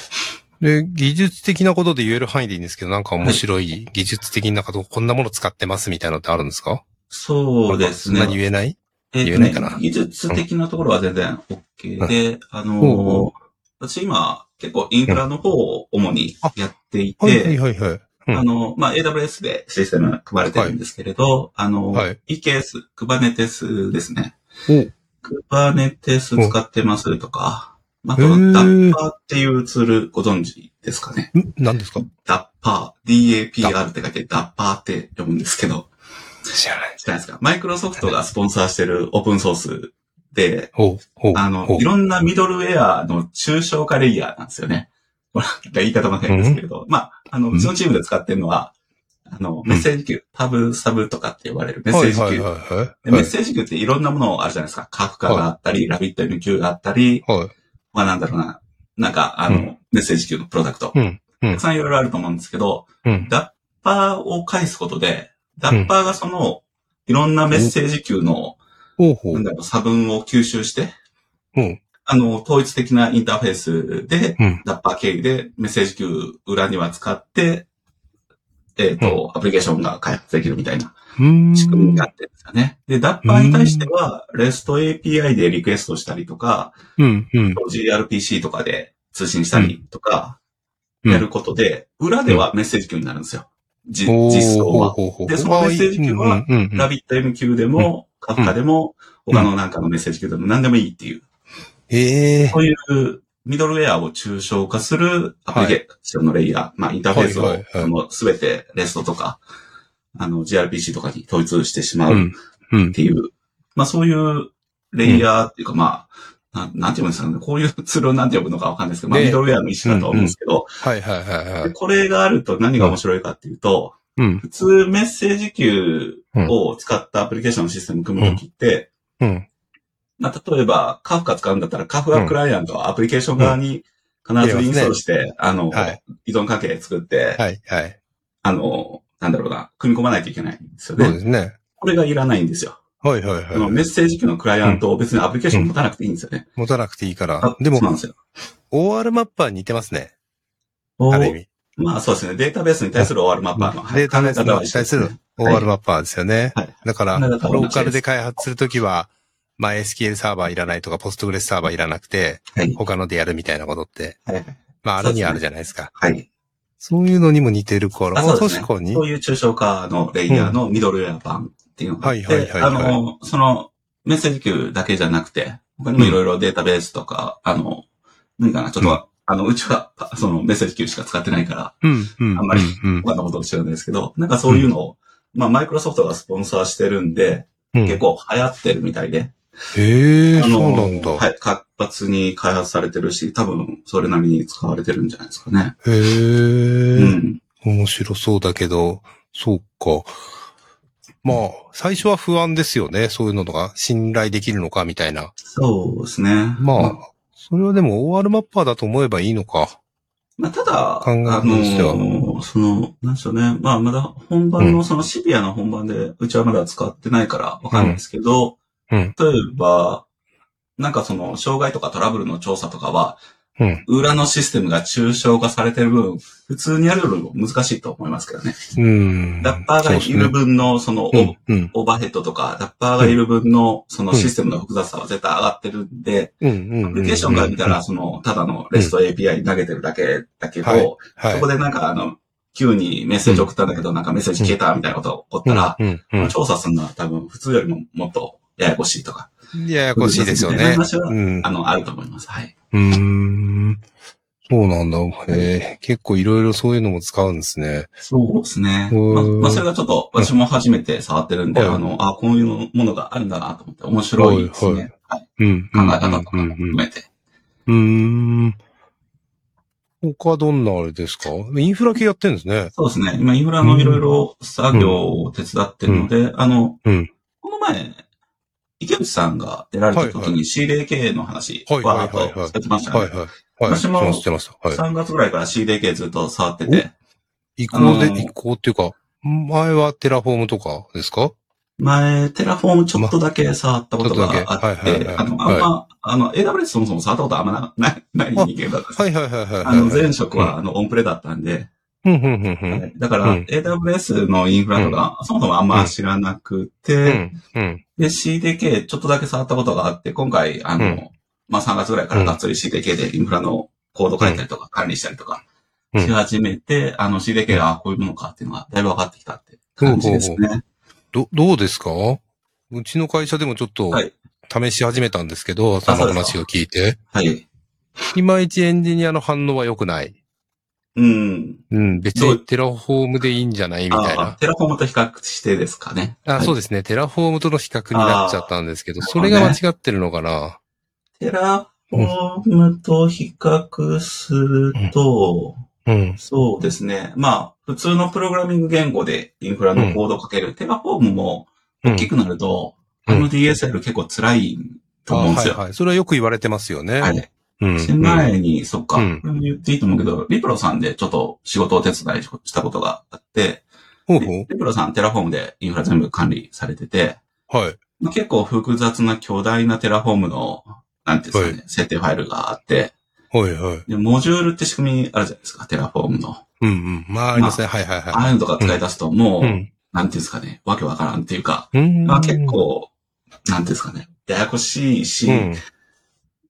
Speaker 1: で、技術的なことで言える範囲でいいんですけど、なんか面白い技術的なこと、こんなもの使ってますみたいなのってあるんですか
Speaker 2: そうですね。
Speaker 1: なんかそんなに言えない
Speaker 2: えっと
Speaker 1: 言えないかな
Speaker 2: 技術的なところは全然 OK で、あ
Speaker 1: お
Speaker 2: のー私今結構インフラの方を主にやってい
Speaker 1: はいはい
Speaker 2: て、
Speaker 1: はいはい。うん
Speaker 2: あの、まあ、AWS でシステム組まれてるんですけれど、あの、
Speaker 1: はい
Speaker 2: EKS、Kubernetes ですね。
Speaker 1: お
Speaker 2: Kubernetes 使ってますとか、まあ、あ
Speaker 1: へ
Speaker 2: と、
Speaker 1: ー
Speaker 2: Dapper っていうツールご存知ですかね。
Speaker 1: ん何ですか
Speaker 2: Dapper、DAPR って書いて Dapper って読むんですけど、
Speaker 1: 知らない。
Speaker 2: 知らないですかマイクロソフトがスポンサーしてるオープンソースで、
Speaker 1: ほう、ほう。
Speaker 2: あの
Speaker 1: ほう、
Speaker 2: いろんなミドルウェアの抽象化レイヤーなんですよね。これなんか言い方も変ですけれど、まあ、あの、
Speaker 1: うん
Speaker 2: うちのチームで使ってるのは、あの、メッセージ級、パブ、サブとかって呼ばれるメッセージ級。
Speaker 1: はいはいはい
Speaker 2: で
Speaker 1: は
Speaker 2: メッ
Speaker 1: い。
Speaker 2: セージ級っていろんなものあるじゃないですか。カフカがあったり、ラビット MQ があったり、
Speaker 1: はい。
Speaker 2: まあなんだろうな。なんか、あの、
Speaker 1: うん
Speaker 2: メッセージ級のプロダクト。
Speaker 1: うんうん
Speaker 2: たくさんいろいろあると思うんですけど、
Speaker 1: うん。
Speaker 2: ダッパーを返すことで、ダッパーがその、いろんなメッセージ級の、
Speaker 1: ほうほ
Speaker 2: なん
Speaker 1: う。
Speaker 2: だろう、差分を吸収して、
Speaker 1: うん。
Speaker 2: あの、統一的なインターフェースで、
Speaker 1: うん。
Speaker 2: ダッパー経由でメッセージ級裏には使って、えっ、と、アプリケーションが開発できるみたいな。
Speaker 1: うーん。
Speaker 2: 仕組みになってるんですかね。で、ダッパーに対しては、REST API でリクエストしたりとか、
Speaker 1: うん。うん。
Speaker 2: GRPC とかで通信したりとか、
Speaker 1: うん
Speaker 2: やることで、裏ではメッセージ級になるんですよ。じ
Speaker 1: おー
Speaker 2: 実装は。
Speaker 1: ほうほうほう
Speaker 2: でそのメッセージ機は
Speaker 1: うんうんうん
Speaker 2: ラビット m q でも、カフカでも、
Speaker 1: うん
Speaker 2: 他のなんかのメッセージ級でも何でもいいっていう、
Speaker 1: ええ。
Speaker 2: そういうミドルウェアを抽象化するアプリケーションのレイヤー、まあインターフェース
Speaker 1: はいは
Speaker 2: を
Speaker 1: いはい
Speaker 2: そのすべて REST とか、あの GRPC とかに統一してしま
Speaker 1: う。
Speaker 2: うん
Speaker 1: うん
Speaker 2: っ。ていう、まあそういうレイヤーっていうか、まあ、なんなんて言うんですかね、こういうツールをなんて呼ぶのかわかんないですけど、まあ
Speaker 1: ね
Speaker 2: ミドルウェアの一種だとは思うんですけど、
Speaker 1: はいはいはいは
Speaker 2: で
Speaker 1: い。
Speaker 2: これがあると何が面白いかっていうと、
Speaker 1: うん。
Speaker 2: 普通メッセージ級を使ったアプリケーションのシステム組むときって、
Speaker 1: うん。
Speaker 2: まあ例えばカフカ使うんだったらカフカクライアントはアプリケーション側に必ずインストールして、あの
Speaker 1: はい、
Speaker 2: 依存関係作って、
Speaker 1: はいはい。
Speaker 2: あの、なんだろうな、組み込まないといけないんですよ
Speaker 1: そう
Speaker 2: ね
Speaker 1: で。すね。
Speaker 2: これがいらないんですよ。
Speaker 1: はいはい
Speaker 2: あの
Speaker 1: は
Speaker 2: メ
Speaker 1: い。
Speaker 2: ッセージ級のクライアントを別にアプリケーション持たなくていいんですよね。
Speaker 1: 持たなくていいから
Speaker 2: あ。
Speaker 1: でも
Speaker 2: そう、なんですよ。
Speaker 1: OR マッパーに似てますね。ある意味。
Speaker 2: まあそうですね。データベースに対する OR マッパーの。
Speaker 1: データベースに対する
Speaker 2: 考
Speaker 1: OR マッパーですよね
Speaker 2: はい。
Speaker 1: だから、
Speaker 2: 考え
Speaker 1: ロ
Speaker 2: 方は同じです
Speaker 1: ーカルで開発するときは、まあ、SQL サーバーいらないとか、Postgres サーバーいらなくて、
Speaker 2: え方は一緒
Speaker 1: 他のでやるみたいなことって、
Speaker 2: ですねはい。はい。
Speaker 1: まあ、あるにはあるじゃないですか。
Speaker 2: はい。はい
Speaker 1: そういうのにも似てるから、
Speaker 2: あ
Speaker 1: あ
Speaker 2: そうです
Speaker 1: 確
Speaker 2: ね
Speaker 1: かに
Speaker 2: そ。ういう抽象化のレイヤーのミドルウェア版っていうのがあって、
Speaker 1: はいはいはい
Speaker 2: あ
Speaker 1: はい
Speaker 2: の、そのメッセージ級だけじゃなくて、他にもいろいろデータベースとか、あの、何かな、ちょっと、
Speaker 1: うん
Speaker 2: あの、うちは、 パそのメッセージ級しか使ってないから、
Speaker 1: うん、うん。
Speaker 2: あんまり
Speaker 1: うんうん
Speaker 2: 他のことを知らないですけど、なんかそういうのを、まあ、マイクロソフトがスポンサーしてるんで、
Speaker 1: うん
Speaker 2: 結構流行ってるみたいで、
Speaker 1: へえ、
Speaker 2: あの
Speaker 1: そうなんだ。
Speaker 2: はい、活発に開発されてるし、多分それなりに使われてるんじゃないですかね。
Speaker 1: へ
Speaker 2: う
Speaker 1: え、
Speaker 2: ん。
Speaker 1: 面白そうだけど、そうか。まあ、最初は不安ですよね。そういうのとか、信頼できるのかみたいな。
Speaker 2: そうですね。
Speaker 1: まあ、それはでも OR マッパーだと思えばいいのか。
Speaker 2: まあ、ただ、
Speaker 1: 考え方
Speaker 2: あ
Speaker 1: としては
Speaker 2: の、その、なんでしょうね。まあ、まだ本番の、そのシビアな本番で、うちはまだ使ってないからわかんないですけど、
Speaker 1: うん
Speaker 2: 例えば、なんかその、障害とかトラブルの調査とかは、
Speaker 1: うん
Speaker 2: 裏のシステムが抽象化されてる分、普通にやるよりも難しいと思いますけどね。
Speaker 1: うん。
Speaker 2: ラッパーがいる分の、そ
Speaker 1: そ
Speaker 2: の、
Speaker 1: うですね。うん。うん。
Speaker 2: オーバーヘッドとか、ラッパーがいる分の、そのシステムの複雑さは絶対上がってるんで、
Speaker 1: うんうんうん。
Speaker 2: アプリケーションから見たら、その、ただの REST API に投げてるだけだけ
Speaker 1: はい
Speaker 2: ど、
Speaker 1: はい、
Speaker 2: そこでなんかあの、急にメッセージ送ったんだけど、なんかメッセージ消えたみたいなことが起こったら、
Speaker 1: うんうん
Speaker 2: 調査するのは多分普通よりももっとややこしいとか、
Speaker 1: うん。ややこしいですよ
Speaker 2: そうい
Speaker 1: ね
Speaker 2: う。話は
Speaker 1: うん
Speaker 2: あ。の、あると思います。はい。
Speaker 1: うーん。そうなんだ。えー、結構いろいろそういうのも使うんですね。
Speaker 2: そうですね。
Speaker 1: うん
Speaker 2: まあ、まあそれがちょっと私も初めて触ってるんで、
Speaker 1: はい
Speaker 2: あの、あ、こういうものがあるんだなと思って、面白いですね。はい。
Speaker 1: うん。
Speaker 2: 考え方とか
Speaker 1: うんうんう
Speaker 2: も
Speaker 1: ん
Speaker 2: 含めて。
Speaker 1: うーん。他どんなあれですかインフラ系やってるんですね。
Speaker 2: そうですね。今、インフラのいろいろ作業を手伝ってるので、あの、
Speaker 1: うん
Speaker 2: この前、池内さんが出られた
Speaker 1: は
Speaker 2: 時
Speaker 1: いは
Speaker 2: に仕入れ系の話、
Speaker 1: はいはい
Speaker 2: わ
Speaker 1: はいはい
Speaker 2: ーっとされてました
Speaker 1: はい
Speaker 2: ね。
Speaker 1: はい。はい。
Speaker 2: 私も
Speaker 1: 知ってました。は
Speaker 2: 3月ぐらいから仕入れ系ずっと触ってて、
Speaker 1: い。移行
Speaker 2: あの
Speaker 1: で、
Speaker 2: ー
Speaker 1: 移行っていうか、前はテラフォームとかですか
Speaker 2: 前、テラフォームちょっとだけ触ったことがあっ
Speaker 1: ちょっとだ
Speaker 2: て
Speaker 1: け、はい
Speaker 2: あ
Speaker 1: はいはい
Speaker 2: の、
Speaker 1: はい
Speaker 2: あんま、あの、AWS そもそも触ったことあんまなない、ない人間だったんです。
Speaker 1: はいはいはいはい。
Speaker 2: あの、前職は、あの、オンプレだったんで、
Speaker 1: うん。うんうんうんうん。
Speaker 2: だから、
Speaker 1: うん
Speaker 2: AWS のインフラとか、そもそもあんま知らなく
Speaker 1: う
Speaker 2: て、
Speaker 1: ん。うん。
Speaker 2: で、CDK ちょっとだけ触ったことがあって、今回、あの、
Speaker 1: うん
Speaker 2: まあ、3月ぐらいからがっつり CDK でインフラのコード書いたりとか、管理したりとか、
Speaker 1: うん
Speaker 2: し始めて、あの CDK があこういうものかっていうのが、だいぶ分かってきたって感じですね。
Speaker 1: ど、どうですかうちの会社でもちょっと
Speaker 2: はい、
Speaker 1: 試し始めたんですけど、その話を聞いて。
Speaker 2: はい。
Speaker 1: いまいちエンジニアの反応は良くない。
Speaker 2: うん。
Speaker 1: うん、別
Speaker 2: ど
Speaker 1: に
Speaker 2: う
Speaker 1: テラフォームでいいんじゃないみたい
Speaker 2: あ
Speaker 1: な。
Speaker 2: テラフォームと比較してですかね。
Speaker 1: あ
Speaker 2: はい
Speaker 1: そうですね。テラフォームとの比較になっちゃったんですけど、
Speaker 2: あー
Speaker 1: それが間違ってるのかな
Speaker 2: テラフォームと比較すると、
Speaker 1: うん。
Speaker 2: そうですね。まあ、普通のプログラミング言語でインフラのコードをかける。テラフォームも
Speaker 1: うん
Speaker 2: 大きくなると、
Speaker 1: うん
Speaker 2: MDSL 結構辛いと
Speaker 1: あ
Speaker 2: 思うんで
Speaker 1: は
Speaker 2: す
Speaker 1: い
Speaker 2: よ。
Speaker 1: はい。それはよく言われてますよね。
Speaker 2: はい。
Speaker 1: うん。
Speaker 2: その前に、そっか、
Speaker 1: うん
Speaker 2: これも言っていいと思うけど、リプロさんでちょっと仕事を手伝いしたことがあって、
Speaker 1: ほうほ
Speaker 2: リプロさんテラフォームでインフラ全部管理されてて、
Speaker 1: う。はい。
Speaker 2: まあ結構複雑な巨大なテラフォームの、なんていうんですかね、
Speaker 1: は
Speaker 2: 設定ファイルがあって、
Speaker 1: はいはい。
Speaker 2: で、モジュールって仕組みあるじゃないですか、テラフォームの。
Speaker 1: うんうん。まあ、ありますね。はいはい
Speaker 2: あ
Speaker 1: は
Speaker 2: あいうのとか使い出すともう、
Speaker 1: い。うん。
Speaker 2: なんていうんですかね、わけわからんっていうか、
Speaker 1: うん。
Speaker 2: まあ、結構、なんていうんですかね、ややこしいし、
Speaker 1: うん。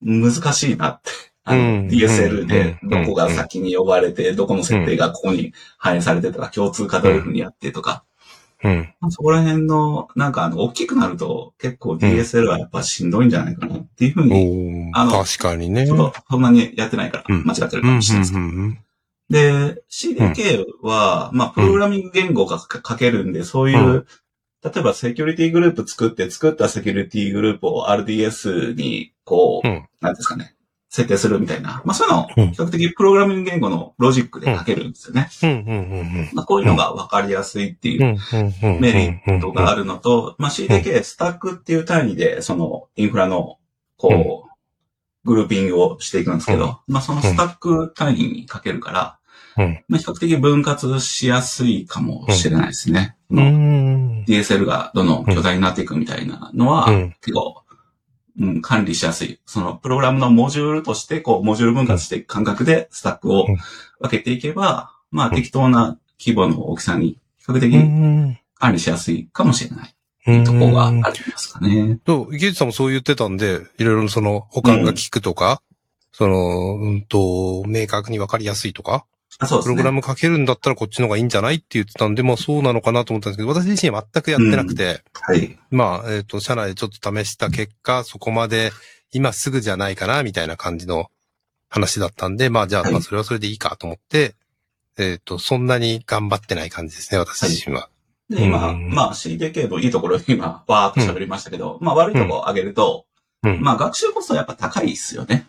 Speaker 2: 難しいなって。あの、
Speaker 1: うん
Speaker 2: DSL で
Speaker 1: うん
Speaker 2: どこが先に呼ばれて、どこの設定がここに反映されてとか、共通化どういうふうにやってとか、
Speaker 1: うん。
Speaker 2: そこら辺の、なんかあの、大きくなると結構 DSL はやっぱしんどいんじゃないかなっていうふうに、
Speaker 1: お
Speaker 2: あの
Speaker 1: ー確かにね。
Speaker 2: ちょっとそんなにやってないから
Speaker 1: うん
Speaker 2: 間違って
Speaker 1: うん
Speaker 2: るか
Speaker 1: う
Speaker 2: も
Speaker 1: ん
Speaker 2: しれないですけど。
Speaker 1: うん
Speaker 2: で、CDK は、まあ、プログラミング言語がかかけるんで、そういう、
Speaker 1: うん
Speaker 2: 例えばセキュリティグループ作って、作ったセキュリティグループを RDS に、こう、
Speaker 1: うん
Speaker 2: なんですかね、設定するみたいな。まあ、そういうのを、
Speaker 1: うん
Speaker 2: 比較的プログラミング言語のロジックで書けるんですよね。
Speaker 1: うんうんうん
Speaker 2: まあ、こういうのがわかりやすいっていううん
Speaker 1: うんうん。
Speaker 2: メリットがあ
Speaker 1: る。
Speaker 2: るのと、まあ、CDK、スタックっていう単位で、その、インフラの、こう、グルーピングをしていくんですけど、まあ、そのスタック単位に書けるから、
Speaker 1: うん
Speaker 2: まあ、比較的分割しやすいかもしれないですね。
Speaker 1: う
Speaker 2: まあ
Speaker 1: ん。
Speaker 2: DSL がどんどん巨大になっていくみたいなのは、
Speaker 1: うん
Speaker 2: 結構、うん、管理しやすい。その、プログラムのモジュールとして、こう、モジュール分割していく感覚で、スタックを
Speaker 1: うん
Speaker 2: 分けていけば、まあ、
Speaker 1: うん
Speaker 2: 適当な規模の大きさに、比較
Speaker 1: う
Speaker 2: 的
Speaker 1: ん。
Speaker 2: 管理しやすいかもしれない。
Speaker 1: うん
Speaker 2: とこがありますかね。
Speaker 1: そう、池内さんもそう言ってたんで、いろいろその、保管が効くとか、その、うんと、明確に分かりやすいとか、
Speaker 2: あ、そう
Speaker 1: プ
Speaker 2: です
Speaker 1: ログ
Speaker 2: ね。
Speaker 1: ラム書けるんだったらこっちの方がいいんじゃないって言ってたんで、まあそうなのかなと思ったんですけど、私自身は全くやってなくて、
Speaker 2: はい。
Speaker 1: まあ、えっ、と、社内でちょっと試した結果、そこまで今すぐじゃないかな、みたいな感じの話だったんで、まあじゃあ、
Speaker 2: はい
Speaker 1: まあそれはそれでいいかと思って、えっ、と、そんなに頑張ってない感じですね、私自身は。
Speaker 2: で、今、
Speaker 1: うん
Speaker 2: まあ CDK のいいところ、今、わーっと喋りましたけど、まあ悪いところを挙げると、
Speaker 1: うん。
Speaker 2: まあ学習コストやっぱ高いですよね。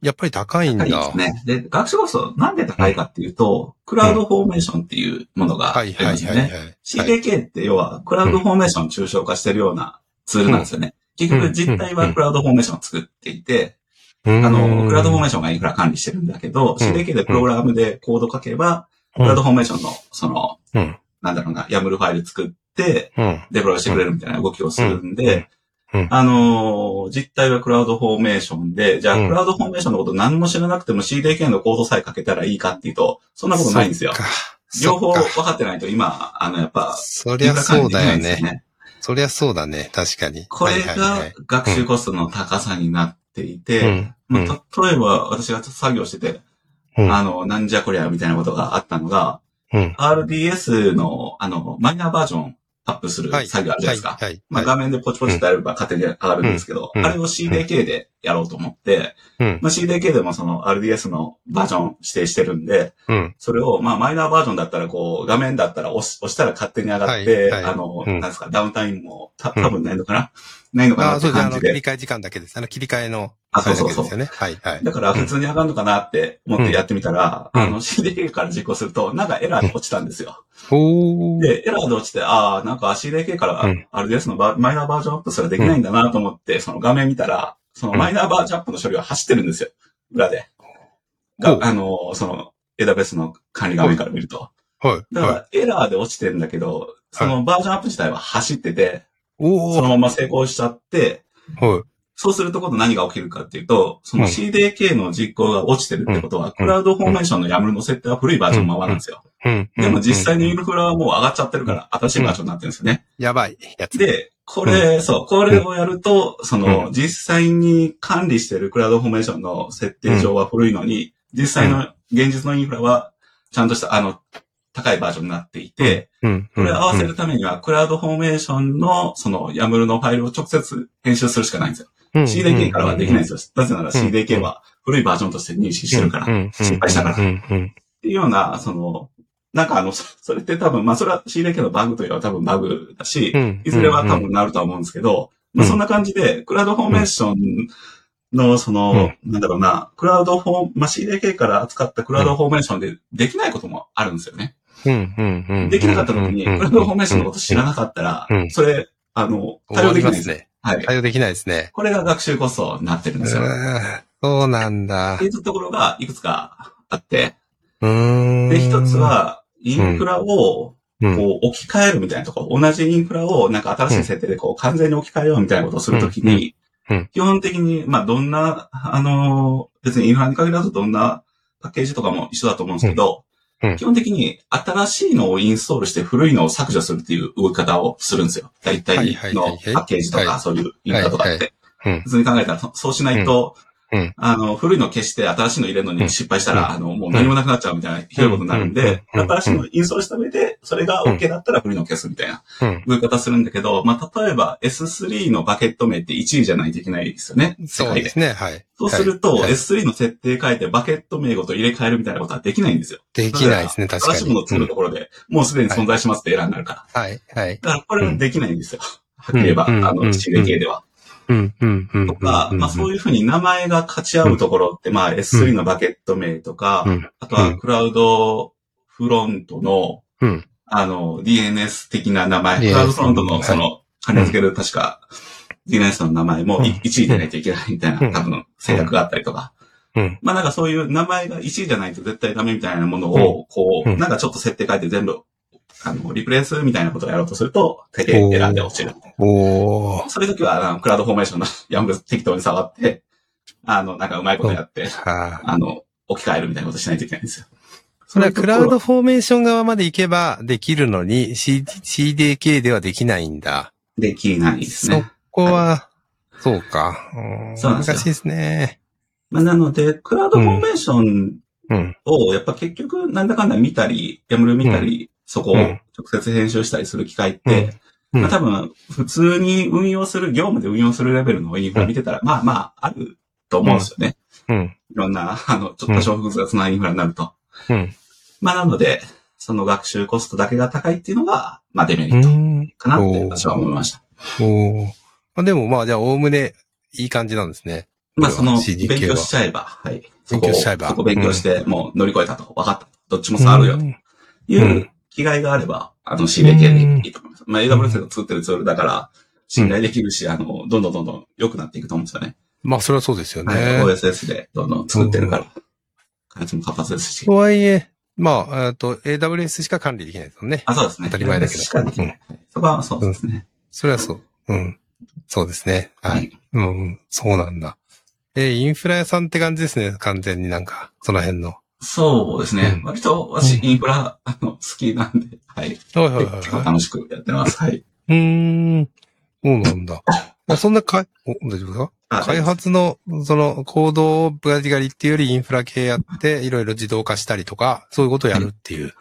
Speaker 1: やっぱり高いんだ。
Speaker 2: 高いですね。で、学習コストなんで高いかっていうと、クラウドフォーメーションっていうものがあ
Speaker 1: は
Speaker 2: り
Speaker 1: いは
Speaker 2: ま
Speaker 1: い
Speaker 2: す
Speaker 1: は
Speaker 2: よ
Speaker 1: いはい
Speaker 2: ね。。CDK って要は、クラウドフォーメーションを抽象化してるようなツールなんですよね。結局実態はクラウドフォーメーションを作っていて、
Speaker 1: はい
Speaker 2: あの、クラウドフォー
Speaker 1: ム
Speaker 2: メーションがインフラ管理してるんだけど、
Speaker 1: うん
Speaker 2: CDK でプログラムでコード書けば、クラウドフォーメーションの、その、
Speaker 1: うん
Speaker 2: なんだろうな、YAML ファイル作って、
Speaker 1: うん。
Speaker 2: デプロイしてくれるみたいな動きをするんで、
Speaker 1: うん
Speaker 2: あのー実態はクラウドフォーメーションで、じゃあ、
Speaker 1: うん
Speaker 2: クラウドフォーメーションのこと何も知らなくても CDK のコードさえかけたらいいかっていうと、そんなことないんですよ
Speaker 1: そっ。か
Speaker 2: 両方
Speaker 1: そっ
Speaker 2: 分
Speaker 1: か
Speaker 2: かってないと今、あの、やっぱ、
Speaker 1: そりゃそうだよ
Speaker 2: データ管理できないんです
Speaker 1: ね。そりゃそうだね。確かに。
Speaker 2: これ
Speaker 1: はいはいは
Speaker 2: が
Speaker 1: い
Speaker 2: 学習コストの高さになっていて、
Speaker 1: うん。
Speaker 2: まあ、例えば私が作業してて、
Speaker 1: うん
Speaker 2: あの、なんじゃこりゃみたいなことがあったのが、
Speaker 1: うん。
Speaker 2: RDS の、あの、マイナーバージョンアップする
Speaker 1: はい。
Speaker 2: 作業あるじゃないですか。
Speaker 1: はい。はい
Speaker 2: まあ、画面でポチポチとやれば勝手に上がるんですけど、
Speaker 1: うん
Speaker 2: あれを CDK でやろうと思って、
Speaker 1: うん。
Speaker 2: まあ、CDK でもその RDS のバージョン指定してるんで、
Speaker 1: うん。
Speaker 2: それを、まあ、マイナーバージョンだったら、こう、画面だったら押し押したら勝手に上がって、
Speaker 1: はいはい
Speaker 2: あの、
Speaker 1: うん
Speaker 2: なんですか、ダウンタイムもた多分ないのかな、ないのか
Speaker 1: あ
Speaker 2: な
Speaker 1: あ、
Speaker 2: っ
Speaker 1: そ
Speaker 2: て
Speaker 1: うですね。あ
Speaker 2: 感
Speaker 1: の、
Speaker 2: じ
Speaker 1: 切り
Speaker 2: で。
Speaker 1: 替え時間だけです。あの、切り替えの、
Speaker 2: あそうそうそう
Speaker 1: れだけですよね。はい、はい。
Speaker 2: だから普通に上がるのかなって思ってやってみたら、
Speaker 1: うん
Speaker 2: あの CDK から実行すると、なんかエラーで落ちたんですよ。
Speaker 1: おー。
Speaker 2: で、エラーで落ちて、ああ、なんか CDK か
Speaker 1: う
Speaker 2: ら
Speaker 1: ん
Speaker 2: RDS のバマイナーバージョンアップすらできないんだなと思って、その画面見たら、そのマイナーバージョンアップの処理は走ってるんですよ。裏で。
Speaker 1: ほう
Speaker 2: があの、その AWS の管理画面から見ると。
Speaker 1: はい。
Speaker 2: だか
Speaker 1: はい。
Speaker 2: らエラーで落ちてるんだけど、そのバージョンアップ自体は走ってて、
Speaker 1: お
Speaker 2: そ
Speaker 1: ー。
Speaker 2: のまま成功しちゃって、
Speaker 1: はい。
Speaker 2: そうすると今度何が起きるかっていうと、その
Speaker 1: うん
Speaker 2: CDK の実行が落ちてるってことは、クラウドフォーメーションの YAML の設定は古いバージョンのままなんですよ。
Speaker 1: うん。
Speaker 2: でも実際にイ
Speaker 1: うん
Speaker 2: ンフラはもう上がっちゃってるから、新しいバージョンになってるんですよね。
Speaker 1: やばいやつ。
Speaker 2: で、これ、そう、これをやると、そうの、実際に管理してるクラウドフォーメーションの設定上は古いのに、実際
Speaker 1: う
Speaker 2: の現実のインフラは、ちゃんとした、あの、高いバージョンになっていて、
Speaker 1: うん。
Speaker 2: これ合わせ
Speaker 1: うん
Speaker 2: るためには、クラウドフォーメーションの、その、YAML のファイルを直接編集するしかないんですよ。
Speaker 1: うん
Speaker 2: CDK からはできないん
Speaker 1: うん
Speaker 2: ですよ。なぜなら
Speaker 1: うん
Speaker 2: CDK は古いバージョンとして認識してるから。っ
Speaker 1: うん
Speaker 2: 失敗したから
Speaker 1: うん。うん。
Speaker 2: ていうような、その、なんかあの、そそれって多分、まあそれは CDK のバグというよりは多分バグだし
Speaker 1: う、ん
Speaker 2: いずれは多。分なるとは思うんですけど、まあ
Speaker 1: うん
Speaker 2: そんな感じで、クラウドフォーメーションの、その、なんだろうな、クラウドフォー、まあ CDK から扱ったクラウドフォーメーションでできないこともあるんですよね。
Speaker 1: うん。うん。うん。
Speaker 2: できなかった時に、クラウドフォーメーションのこと知ら
Speaker 1: い。
Speaker 2: なかったら
Speaker 1: うん、
Speaker 2: それ、あの、対
Speaker 1: 対
Speaker 2: 応
Speaker 1: 応
Speaker 2: で
Speaker 1: で
Speaker 2: き
Speaker 1: き
Speaker 2: な
Speaker 1: ないいです
Speaker 2: んで
Speaker 1: す
Speaker 2: よ。
Speaker 1: ね。
Speaker 2: はい。
Speaker 1: 対応できないですね。
Speaker 2: これが学習コストになってるん
Speaker 1: う
Speaker 2: ですよ。
Speaker 1: ーんそうなんだ
Speaker 2: って。いうところがいくつかあって、
Speaker 1: うーん。
Speaker 2: で、一つ、は、インフラを、
Speaker 1: うん。
Speaker 2: こう、置き換えるみたいなところ、同じインフラを、なんか新しい設定で、こう、完全に置き換えようみたいなことをするときに
Speaker 1: うんうん、
Speaker 2: 基本的に、まあ、どんな、あのー、別にインフラに限らずどんなパッケージとかも一緒だと思うんですけど
Speaker 1: うんうん、
Speaker 2: 基本的に新しいのをインストールして古いのを削除するっていう動き方をするんですよ。大体のパッケージと
Speaker 1: はいはいはいは
Speaker 2: か、
Speaker 1: い
Speaker 2: そういうインフラとか
Speaker 1: は
Speaker 2: っ
Speaker 1: い
Speaker 2: て
Speaker 1: はいうん。
Speaker 2: 普通に考えたら、そそうしないと
Speaker 1: うんうん、
Speaker 2: あの、古いの消して新しいの入れるのに失敗した
Speaker 1: う
Speaker 2: ら、
Speaker 1: ん
Speaker 2: あの、もう何もなくなっちゃうみたいな、ひどいことになるんで、
Speaker 1: うんうん
Speaker 2: 新しいのをインストールした上で、それが OK だったら古いのを消すみたいな、
Speaker 1: うん。
Speaker 2: 動き方するんだけど、まあ、例えば S3 のバケット名って1位じゃないといけないですよね。世
Speaker 1: そう
Speaker 2: 界
Speaker 1: で
Speaker 2: で。
Speaker 1: すね。はい。
Speaker 2: そうする
Speaker 1: はい
Speaker 2: と、
Speaker 1: はい
Speaker 2: S3 の設定変えてバケット名ごと入れ替えるみたいなことはできないんですよ。
Speaker 1: できないですね、確
Speaker 2: 新
Speaker 1: か
Speaker 2: しい
Speaker 1: に。
Speaker 2: ものを作
Speaker 1: う
Speaker 2: る
Speaker 1: ん
Speaker 2: ところで、もうすでに存在しますってエラーになるから。
Speaker 1: はい、はい。
Speaker 2: だからこれはできないんですよ。はっきり言えば、あ
Speaker 1: うん
Speaker 2: の、
Speaker 1: うん
Speaker 2: CDK では。
Speaker 1: うん、うん、うん。
Speaker 2: とか、まあそういうふうに名前が勝ち合うところって、まあ S3 のバケット名とか、
Speaker 1: うん
Speaker 2: あとはクラウドフロントの、
Speaker 1: うん
Speaker 2: あの、DNS 的な名前、
Speaker 1: DNS
Speaker 2: クラウドフロント
Speaker 1: は
Speaker 2: の
Speaker 1: い
Speaker 2: その、関連付ける確か DNS の名前も
Speaker 1: うん
Speaker 2: 1位でないといけないみたいな、
Speaker 1: うん
Speaker 2: 多分制約があったりとか。
Speaker 1: うん、
Speaker 2: まあなんかそういう名前が1位じゃないと絶対ダメみたいなものを、こう、
Speaker 1: うん
Speaker 2: なんかちょっと設定変えて全部、あの、リプレイスみたいなことをやろうとすると、手で選んで落ちる。
Speaker 1: おー。
Speaker 2: そういう時は、あの、クラウドフォーメーションの ヤンブル適当に触って、あの、なんかうまいことやって、
Speaker 1: あー
Speaker 2: あの、置き換えるみたいなことしないといけないんですよ。
Speaker 1: それはクラウ
Speaker 2: そういうところ
Speaker 1: ドフォーメーション側まで行けばできるのに、C、CDK ではできないんだ。
Speaker 2: できないです
Speaker 1: そ
Speaker 2: ね。
Speaker 1: こは、そうか。うん
Speaker 2: そうなんですよ
Speaker 1: 難しいですね。
Speaker 2: まあ、なので、クラウドフォーメーション
Speaker 1: うん、
Speaker 2: を、やっぱ結局、なんだかんだ見たり、ヤムル見たり、そこを
Speaker 1: うん
Speaker 2: 直接編集したりする機会って、
Speaker 1: うん
Speaker 2: まあ多分、普通に運用する、業務で運用するレベルのインフラ見てたら、まあまあ、あると思うんですよね。
Speaker 1: うん、
Speaker 2: いろんな、あの、ちょっと少複雑なインフラになると。
Speaker 1: うん。
Speaker 2: まあ、なので、その学習コストだけが高いっていうのが、まあ、デメリ
Speaker 1: う
Speaker 2: ット
Speaker 1: ん
Speaker 2: かなって私は思いました。
Speaker 1: おーまあでもまあじゃあ、おおむねいい感じなんですね。
Speaker 2: まあ、その、
Speaker 1: CDK は
Speaker 2: 勉強しちゃえば、はい。そ
Speaker 1: 勉
Speaker 2: こを
Speaker 1: 強しちゃえば
Speaker 2: そこ勉強して、もう乗り越えたと、分かったと。どっちも触るよ、と
Speaker 1: ん
Speaker 2: いううん気概があれば、あの、CDK でいいと思います。まあ、AWS が作ってるツールだから、信頼できるし、あの、どんどんどんどん良くなっていくと思うんですよね。
Speaker 1: まあそれはそうですよね。
Speaker 2: はい。OSS でどんどん作ってるから、開発も活発ですし
Speaker 1: と。はいえ、まあ、えっと、AWS しか管理できないですもんね。
Speaker 2: あ、そうですね。
Speaker 1: 当たり前だけど
Speaker 2: しかできないそこは、そうですね。
Speaker 1: それはそう。うん。そうですね。はい。。うん、そうなんだ。えーインフラ屋さんって感じですね。完全になんか、その辺の。
Speaker 2: そうですね。
Speaker 1: うん
Speaker 2: 割と私、
Speaker 1: うん
Speaker 2: インフラ、あの、好きなんで、はい。
Speaker 1: はいはいはい
Speaker 2: 結構
Speaker 1: は
Speaker 2: 楽しくやってます。は
Speaker 1: い。
Speaker 2: い。
Speaker 1: うーん。そうなん だ。まあ、そんなかい、お、大丈夫ですか
Speaker 2: あ
Speaker 1: 開発の、その、行動をガリガリっていうよりインフラ系やって、いろいろ自動化したりとか、そういうことをやるっていう。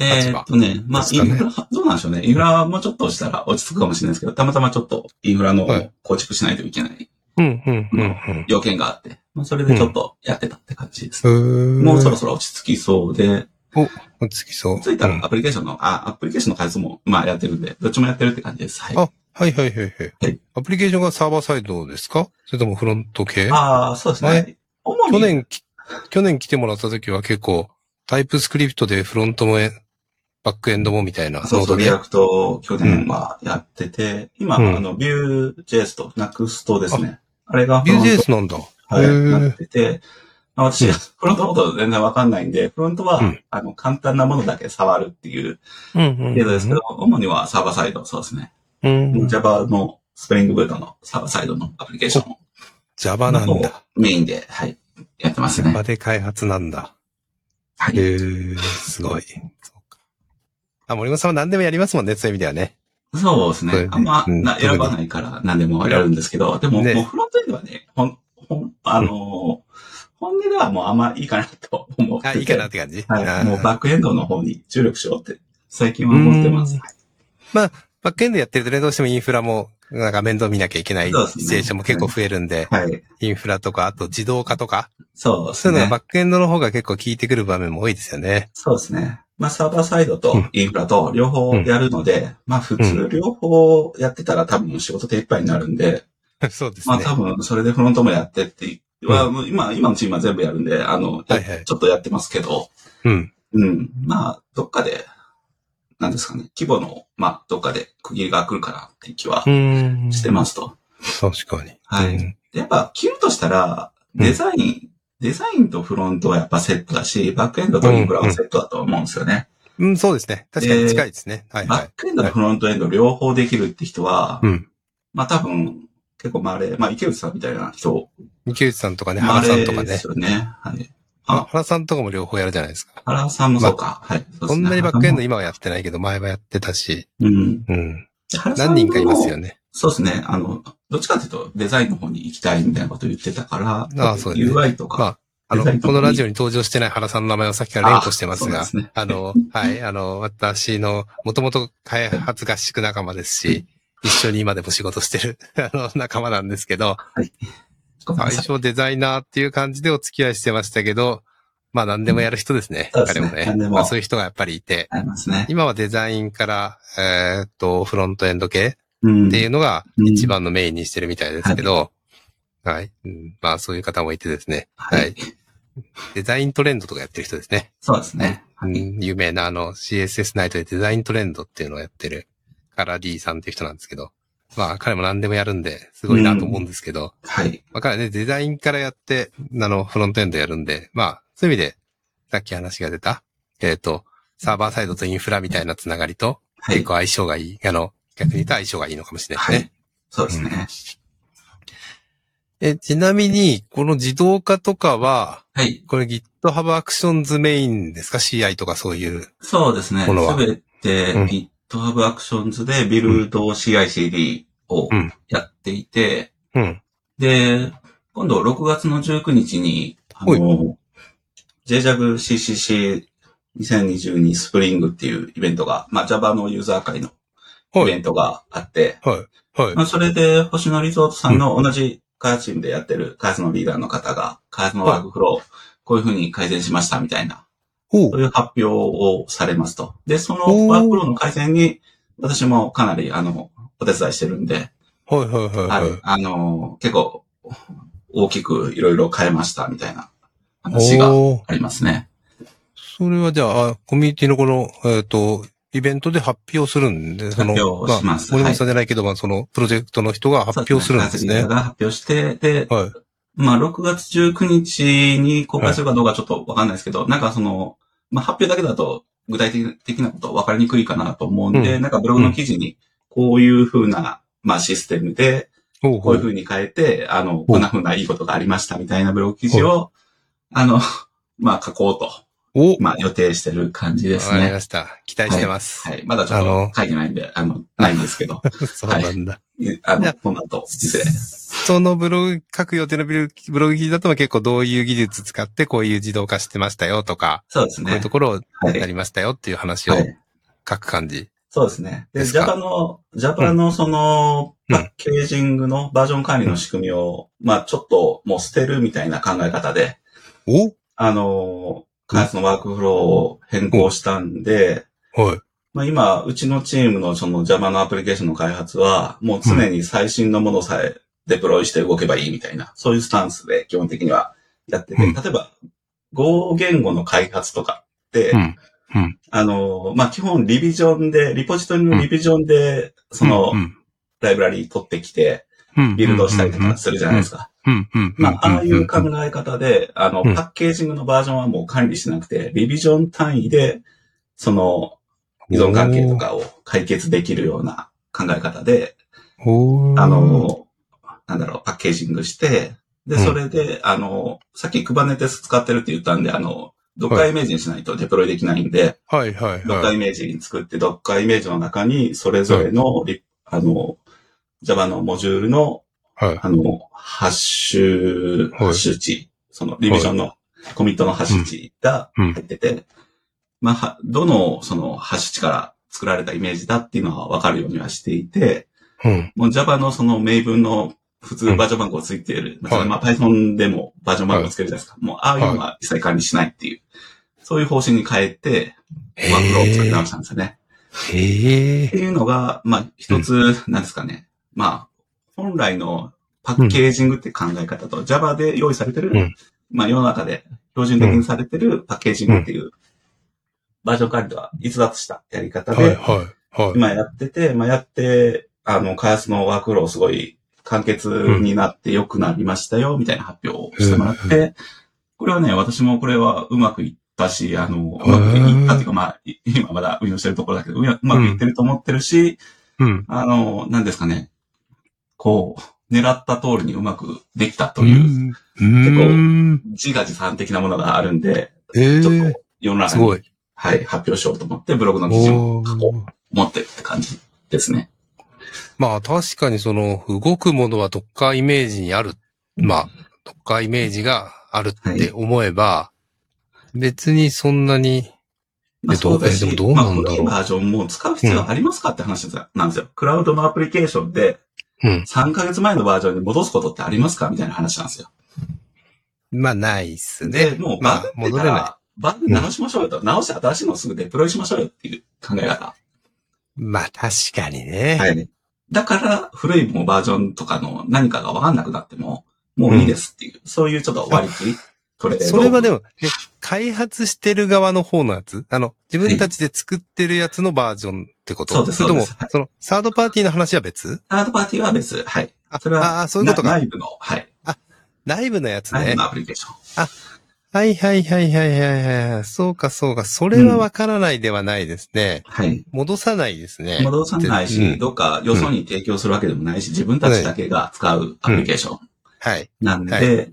Speaker 2: えーっとね、まあ、
Speaker 1: です
Speaker 2: イ
Speaker 1: かね
Speaker 2: ンフラ、どうなんでしょうね。インフラはもうちょっとしたら落ち着くかもしれないですけど、たまたまちょっとインフラの
Speaker 1: はい
Speaker 2: 構築しないといけない
Speaker 1: うん、うん、うん、うん。
Speaker 2: 要件があって、まあ、それでちょっとやってたって感じです。
Speaker 1: うーん
Speaker 2: もうそろそろ落ち着きそうで、
Speaker 1: 落ち着きそう。
Speaker 2: ついた
Speaker 1: う
Speaker 2: ら
Speaker 1: ん
Speaker 2: アプリケーションの、あ、アプリケーションの開発も、まあ、やってるんで、どっちもやってるって感じです。はい。
Speaker 1: あはいはいはいは
Speaker 2: はいい。
Speaker 1: アプリケーションがサーバーサイドですかそれともフロント系
Speaker 2: ああ、そうです
Speaker 1: はい
Speaker 2: ね。主に
Speaker 1: 去年き、去年来てもらった時は結構、タイプスクリプトでフロントもえバックエンドもみたいな
Speaker 2: そう
Speaker 1: ノー
Speaker 2: そ
Speaker 1: ド
Speaker 2: う、
Speaker 1: で
Speaker 2: リアクトを去年はやってて、今、
Speaker 1: うん
Speaker 2: あの、Vue.js と Next ですね。あれがフ
Speaker 1: ビ
Speaker 2: ロ
Speaker 1: ュー
Speaker 2: ント、
Speaker 1: ジェイスなんだ。
Speaker 2: は
Speaker 1: へ
Speaker 2: い、
Speaker 1: ー
Speaker 2: なってて、まあ私、
Speaker 1: うん
Speaker 2: フロントのこと全然わかんないんで、フロントは、
Speaker 1: うん
Speaker 2: あの、簡単なものだけ触るっていう
Speaker 1: うんうん
Speaker 2: 程度ですけど、主にはサーバーサイド、そうですね。
Speaker 1: うん。
Speaker 2: Java のスプリングブートのサーバーサイドのアプリケーションを
Speaker 1: Java なんだ。
Speaker 2: メインで、はい、やってますね。
Speaker 1: Java で開発なんだ。
Speaker 2: は
Speaker 1: へ
Speaker 2: い。
Speaker 1: ーすごい。そうかあ、森本さんは何でもやりますもんね、そういう意味ではね。
Speaker 2: そうで
Speaker 1: そ
Speaker 2: す
Speaker 1: うです
Speaker 2: ね
Speaker 1: ね。
Speaker 2: あんま、
Speaker 1: うん
Speaker 2: な
Speaker 1: 特に
Speaker 2: 選ばないから何でもやるんですけど、でも、
Speaker 1: ね
Speaker 2: もうフロントエンドはね、ほん、ほん、あのー本音ではもうあんまいいかなと思って
Speaker 1: あ、
Speaker 2: て。
Speaker 1: いいかなって感じ。
Speaker 2: は
Speaker 1: あー
Speaker 2: い。もうバックエンドの方に注力しようって、最近は思ってます。
Speaker 1: うん
Speaker 2: はい
Speaker 1: バックエンドやってるとね、どうしてもインフラも、なんか面倒見なきゃいけない
Speaker 2: そうですね
Speaker 1: シチュエーションも結構増えるんで、
Speaker 2: はい。
Speaker 1: インフラとか、あと自動化とか、
Speaker 2: そう
Speaker 1: そ
Speaker 2: です
Speaker 1: ういうの
Speaker 2: ね
Speaker 1: が。バックエンドの方が結構効いてくる場面も多いですよね。
Speaker 2: そうですね。まあ、サーバーサイド
Speaker 1: う
Speaker 2: と
Speaker 1: ん
Speaker 2: インフラと両方やるので、まあ、普通両方やってたら多分仕事手いっぱいになるんで、
Speaker 1: そうです
Speaker 2: ま
Speaker 1: ね。
Speaker 2: あ、多分それでフロントもやってって、
Speaker 1: う
Speaker 2: はもう今、今のチームは全部やるんで、あの、
Speaker 1: はいはい
Speaker 2: ちょっとやってますけど、
Speaker 1: うん。
Speaker 2: うん。まあ、どっかで、なんですかね、規模の、まあ、どっかで区切りが来るかなって気は
Speaker 1: うん
Speaker 2: してますと。
Speaker 1: す。確かに。
Speaker 2: はい
Speaker 1: うん
Speaker 2: でやっぱ、切るとしたら、
Speaker 1: うん
Speaker 2: デザイン、デザインとフロントはやっぱセットだし、バックエンドとインフラはセットだと思うんですよね。
Speaker 1: うん、そうですね。確かに近いですね。はいは
Speaker 2: バ
Speaker 1: い
Speaker 2: ッ。クエンドとフロントエンド両方できるって人は、
Speaker 1: うん。
Speaker 2: まあ多分、結構まああれ、まあ池内さんみたいな人、
Speaker 1: 池内さんとかね、
Speaker 2: まああ
Speaker 1: 原さん
Speaker 2: れ
Speaker 1: とか
Speaker 2: で
Speaker 1: ね
Speaker 2: す。よね。はい。
Speaker 1: あ
Speaker 2: あ
Speaker 1: 原さんとかも両方やるじゃないですか。
Speaker 2: 原さんもそうか。はい。そうです
Speaker 1: そ
Speaker 2: ね
Speaker 1: んなにバックエンド今はやってないけど、前はやってたし。
Speaker 2: うん。
Speaker 1: うん。
Speaker 2: 原さん
Speaker 1: 何人
Speaker 2: も
Speaker 1: かいますよね。
Speaker 2: そうですね。あの、どっちかっていうと、デザインの方に行きたいみたいなこと言ってたから、
Speaker 1: ああそうですね
Speaker 2: UI と
Speaker 1: ま
Speaker 2: か、
Speaker 1: あ、あの、
Speaker 2: デザインと
Speaker 1: この
Speaker 2: かに
Speaker 1: ラジオに登場してない原さんの名前をさっきから連呼してます
Speaker 2: あ
Speaker 1: が、
Speaker 2: そうですね。
Speaker 1: あ の、はい、あの、私の、もともと開発合宿仲間ですし、一緒に今でも仕事してる、あの、仲間なんですけど、
Speaker 2: ごめんな
Speaker 1: 最
Speaker 2: さい
Speaker 1: 初デザイナーっていう感じでお付き合いしてましたけど、まあ何でもやる人ですね。
Speaker 2: そうです
Speaker 1: 彼
Speaker 2: ね
Speaker 1: もね。
Speaker 2: 何でも
Speaker 1: まあそういう人がやっぱりいて、
Speaker 2: ありますね。
Speaker 1: 今はデザインから、えーっと、フロントエンド系
Speaker 2: うん。
Speaker 1: っていうのが
Speaker 2: うん
Speaker 1: 一番のメインにしてるみたいですけど、はい、うんまあそういう方もいてですね。
Speaker 2: はい
Speaker 1: はいデザイントレンドとかやってる人ですね。
Speaker 2: そうですね。は
Speaker 1: う
Speaker 2: い。
Speaker 1: ん有名なあの CSS ナイトでデザイントレンドっていうのをやってるカラ D さんっていう人なんですけど、まあ彼も何でもやるんで、すごいなと思うんですけど、
Speaker 2: はい。
Speaker 1: まあ、彼はね、デザインからやって、あの、フロントエンドやるんで、まあ、そういう意味で、さっき話が出た、えっ、と、サーバーサイドとインフラみたいなつながりと、
Speaker 2: は
Speaker 1: 結
Speaker 2: い。
Speaker 1: 構相性がいい、あの、逆に言うと相性がいいのかもしれない
Speaker 2: は
Speaker 1: ですね。
Speaker 2: い。そうですね。
Speaker 1: え、ちなみに、この自動化とかは、
Speaker 2: はい。
Speaker 1: これ GitHub Actions メインですか ?CI とかそういう。
Speaker 2: そうですね。
Speaker 1: このは
Speaker 2: すべて
Speaker 1: うん
Speaker 2: GitHub Actions でビルド CICD を
Speaker 1: うん
Speaker 2: やっていて、
Speaker 1: うん。
Speaker 2: で、今度6月の19日に、あの、JJAGCCC2022 スプリングっていうイベントが、まあ Java のユーザー会のイ
Speaker 1: は
Speaker 2: ベ
Speaker 1: い。
Speaker 2: ントがあって、
Speaker 1: はい。はい
Speaker 2: ま。あ、それで星野リゾートさんの同じ開発チームでやってる開発のリーダーの方が、開発のワークフロー、こういうふうに改善しましたみたいな、
Speaker 1: お
Speaker 2: そうういう発表をされますと。で、そ
Speaker 1: おー
Speaker 2: のワークフローの改善に、私もかなり、あの、お手伝いしてるんで、
Speaker 1: はいはいは
Speaker 2: はいい
Speaker 1: はい。
Speaker 2: あの、結構、大きくいろいろ変えましたみたいな話が
Speaker 1: おー
Speaker 2: ありますね。
Speaker 1: それはじゃああ、コミュニティのこの、えっ、と、イベントで発表するんで、その、
Speaker 2: 発表します
Speaker 1: あ、森
Speaker 2: は
Speaker 1: 本
Speaker 2: い
Speaker 1: さんじゃないけど、まあ、その、プロジェクトの人が発表するんですね
Speaker 2: 開発リーダー。が発表して、で、
Speaker 1: はい。
Speaker 2: まあ、6月19日に公開するかどうかちょっとわかんないですけど、なんかその、まあ、発表だけだと具体的なこと分かりにくいかなと思うんで、
Speaker 1: うん
Speaker 2: なんかブログの記事に、こういうふうなまあシステムで、
Speaker 1: ほう
Speaker 2: こ
Speaker 1: ほ
Speaker 2: ういう
Speaker 1: う。
Speaker 2: 風に変えて、あの、
Speaker 1: ほう
Speaker 2: こんな風ないいことがありましたみたいなブログ記事を、あの、まあ書こうと、
Speaker 1: お
Speaker 2: まあ予定してる感じです
Speaker 1: わかり
Speaker 2: ね。
Speaker 1: ました。期待してます。
Speaker 2: はい。まだちょっ
Speaker 1: あの
Speaker 2: と書いてないんで、あの、ないんです けど、
Speaker 1: そうなんだ。
Speaker 2: いあ
Speaker 1: い
Speaker 2: の
Speaker 1: や、
Speaker 2: この後、失礼。
Speaker 1: そのブログ、書く予定のブログブログ記事だと結構どういう技術使ってこういう自動化してましたよとか、
Speaker 2: そうです
Speaker 1: こうい
Speaker 2: ね
Speaker 1: うと。ころを
Speaker 2: は
Speaker 1: や
Speaker 2: い。
Speaker 1: りましたよっていう話を
Speaker 2: はい。
Speaker 1: 書く感じ。
Speaker 2: そうですね。で、
Speaker 1: ですか
Speaker 2: Java の、Java のその、
Speaker 1: うん
Speaker 2: パッケージングのバージョン管理の仕組みを、まあちょっともう捨てるみたいな考え方で、あの、開発のワークフローを変更したんで、
Speaker 1: おはい。
Speaker 2: まあ今、うちのチームのその Java のアプリケーションの開発は、もう常に最新のものさえデプロイして動けばいいみたいな、そういうスタンスで基本的にはやってて、
Speaker 1: うん
Speaker 2: 例えば、Go 言語の開発とかって、
Speaker 1: うん。
Speaker 2: あの、まあ基本リビジョンで、リポジトリのリビジョンで、その、
Speaker 1: うん、
Speaker 2: ライブラリ取ってきて、
Speaker 1: うん
Speaker 2: ビルドしたりとかするじゃないですか。
Speaker 1: うん、うん。
Speaker 2: まあ、ああいう考
Speaker 1: じ。
Speaker 2: え方で、あの、
Speaker 1: うん
Speaker 2: パッケージングのバージョンはもう管理しなくて、リビジョン単位で、その、依存関係とかを解決できるような考え方で、
Speaker 1: おー。
Speaker 2: あの、なんだろう、パッケージングして、で、
Speaker 1: うん
Speaker 2: それで、あの、さっき Kubernetes 使ってるって言ったんで、あの、ドッカーイメージにしないとデプロイできないんで、
Speaker 1: はいはい
Speaker 2: ドッカー
Speaker 1: は
Speaker 2: イメージに作って、ドッカーイメージの中に、それぞれのリ、あの、Java のモジュールの
Speaker 1: い。はい。
Speaker 2: あの、ハッシュ、
Speaker 1: はい
Speaker 2: ハッシュ値、その、リビジョンのコミットのハッシュ値が
Speaker 1: うんうん
Speaker 2: 入ってて、まあ、はどの、その、ハッシュ値から作られたイメージだっていうのはわかるようにはしていて、
Speaker 1: うん。
Speaker 2: もう Java のその名分の普通バージョン番号ついている、まあそれまあ Python でもバージョン番号つけるじゃないですか。もう、ああいうのは一切管理しないっていう、そういう方針に変えて、ワークフローを作り直したんですよね。
Speaker 1: へ
Speaker 2: っ
Speaker 1: え。
Speaker 2: ていうのが、まあ、一つ、なんですかね。まあ、本来のパッケージングって考え方と、Java で用意されてる、
Speaker 1: うん
Speaker 2: まあ、世の中で標準的にされてるパッケージングっていう、バージョン管理とは逸脱したやり方
Speaker 1: は
Speaker 2: で、
Speaker 1: いはいはい。
Speaker 2: 今やってて、まあ、やって、あの、開発のワークフローすごい簡潔になって良くなりましたよ、みたいな発表をしてもらって、これはね、私もこれはうまくいったし、あの、うまくいったっていうか、まあ、い 今まだ運用してるところだけど、うやうまくいってると思ってるし、
Speaker 1: うん。
Speaker 2: あの、なんですかね、こう、狙った通りにうまくできたと
Speaker 1: う
Speaker 2: いう、
Speaker 1: ん。うん。
Speaker 2: 自画自賛的なものがあるんで、
Speaker 1: え
Speaker 2: ちょっ
Speaker 1: え。
Speaker 2: と世の
Speaker 1: す
Speaker 2: 中に、
Speaker 1: ごい。
Speaker 2: はい、発表しようと思って、ブログの記事を
Speaker 1: お
Speaker 2: 書こ
Speaker 1: ー。
Speaker 2: 持ってるって感じですね。
Speaker 1: まあ確かにその動くものはどっかイメージにある。まあ、どっかイメージがあるって思えば、別にそんなに、
Speaker 2: まあ
Speaker 1: えどう
Speaker 2: そうだし
Speaker 1: えでもどうなんだろう
Speaker 2: まあ古いバージョンも使う必要ありますかって話なんですよ。クラウドのアプリケーションで
Speaker 1: うん。
Speaker 2: 3ヶ月前のバージョンに戻すことってありますかみたいな話なんですよ。
Speaker 1: まあないっす
Speaker 2: で、
Speaker 1: ね。
Speaker 2: もう
Speaker 1: まあ
Speaker 2: バグって
Speaker 1: 戻
Speaker 2: た
Speaker 1: れない。
Speaker 2: ら、バグ直しましょうよと。直して新しいのをすぐデプロイしましょうよっていう考え方。
Speaker 1: まあ確かにね。
Speaker 2: い。だから、古いもうバージョンとかの何かがわかんなくなっても、もういいですっていう、そういうちょっと割り切り、トレード。
Speaker 1: それはで
Speaker 2: も、
Speaker 1: も、え開発してる側の方のやつあの、自分たちで作ってるやつのバージョンってこと、
Speaker 2: そうです
Speaker 1: それとも
Speaker 2: そうですは、
Speaker 1: その、サードパーティーの話は別
Speaker 2: サードパーティーは別。はい。
Speaker 1: あ
Speaker 2: それは
Speaker 1: ああ、そういうことか。
Speaker 2: 内部の、はい。
Speaker 1: 内部のやつ
Speaker 2: 内
Speaker 1: ね
Speaker 2: 部の。アプリケーション。
Speaker 1: はいはいはいはいはいはい。そうかそうか。それはわからないではないですね。
Speaker 2: はい。
Speaker 1: 戻さないですね。
Speaker 2: 戻さないし、
Speaker 1: うん
Speaker 2: どっかよそに提供するわけでもないし、自分たちだけが使うアプリケーション
Speaker 1: はい。
Speaker 2: なんで、
Speaker 1: はい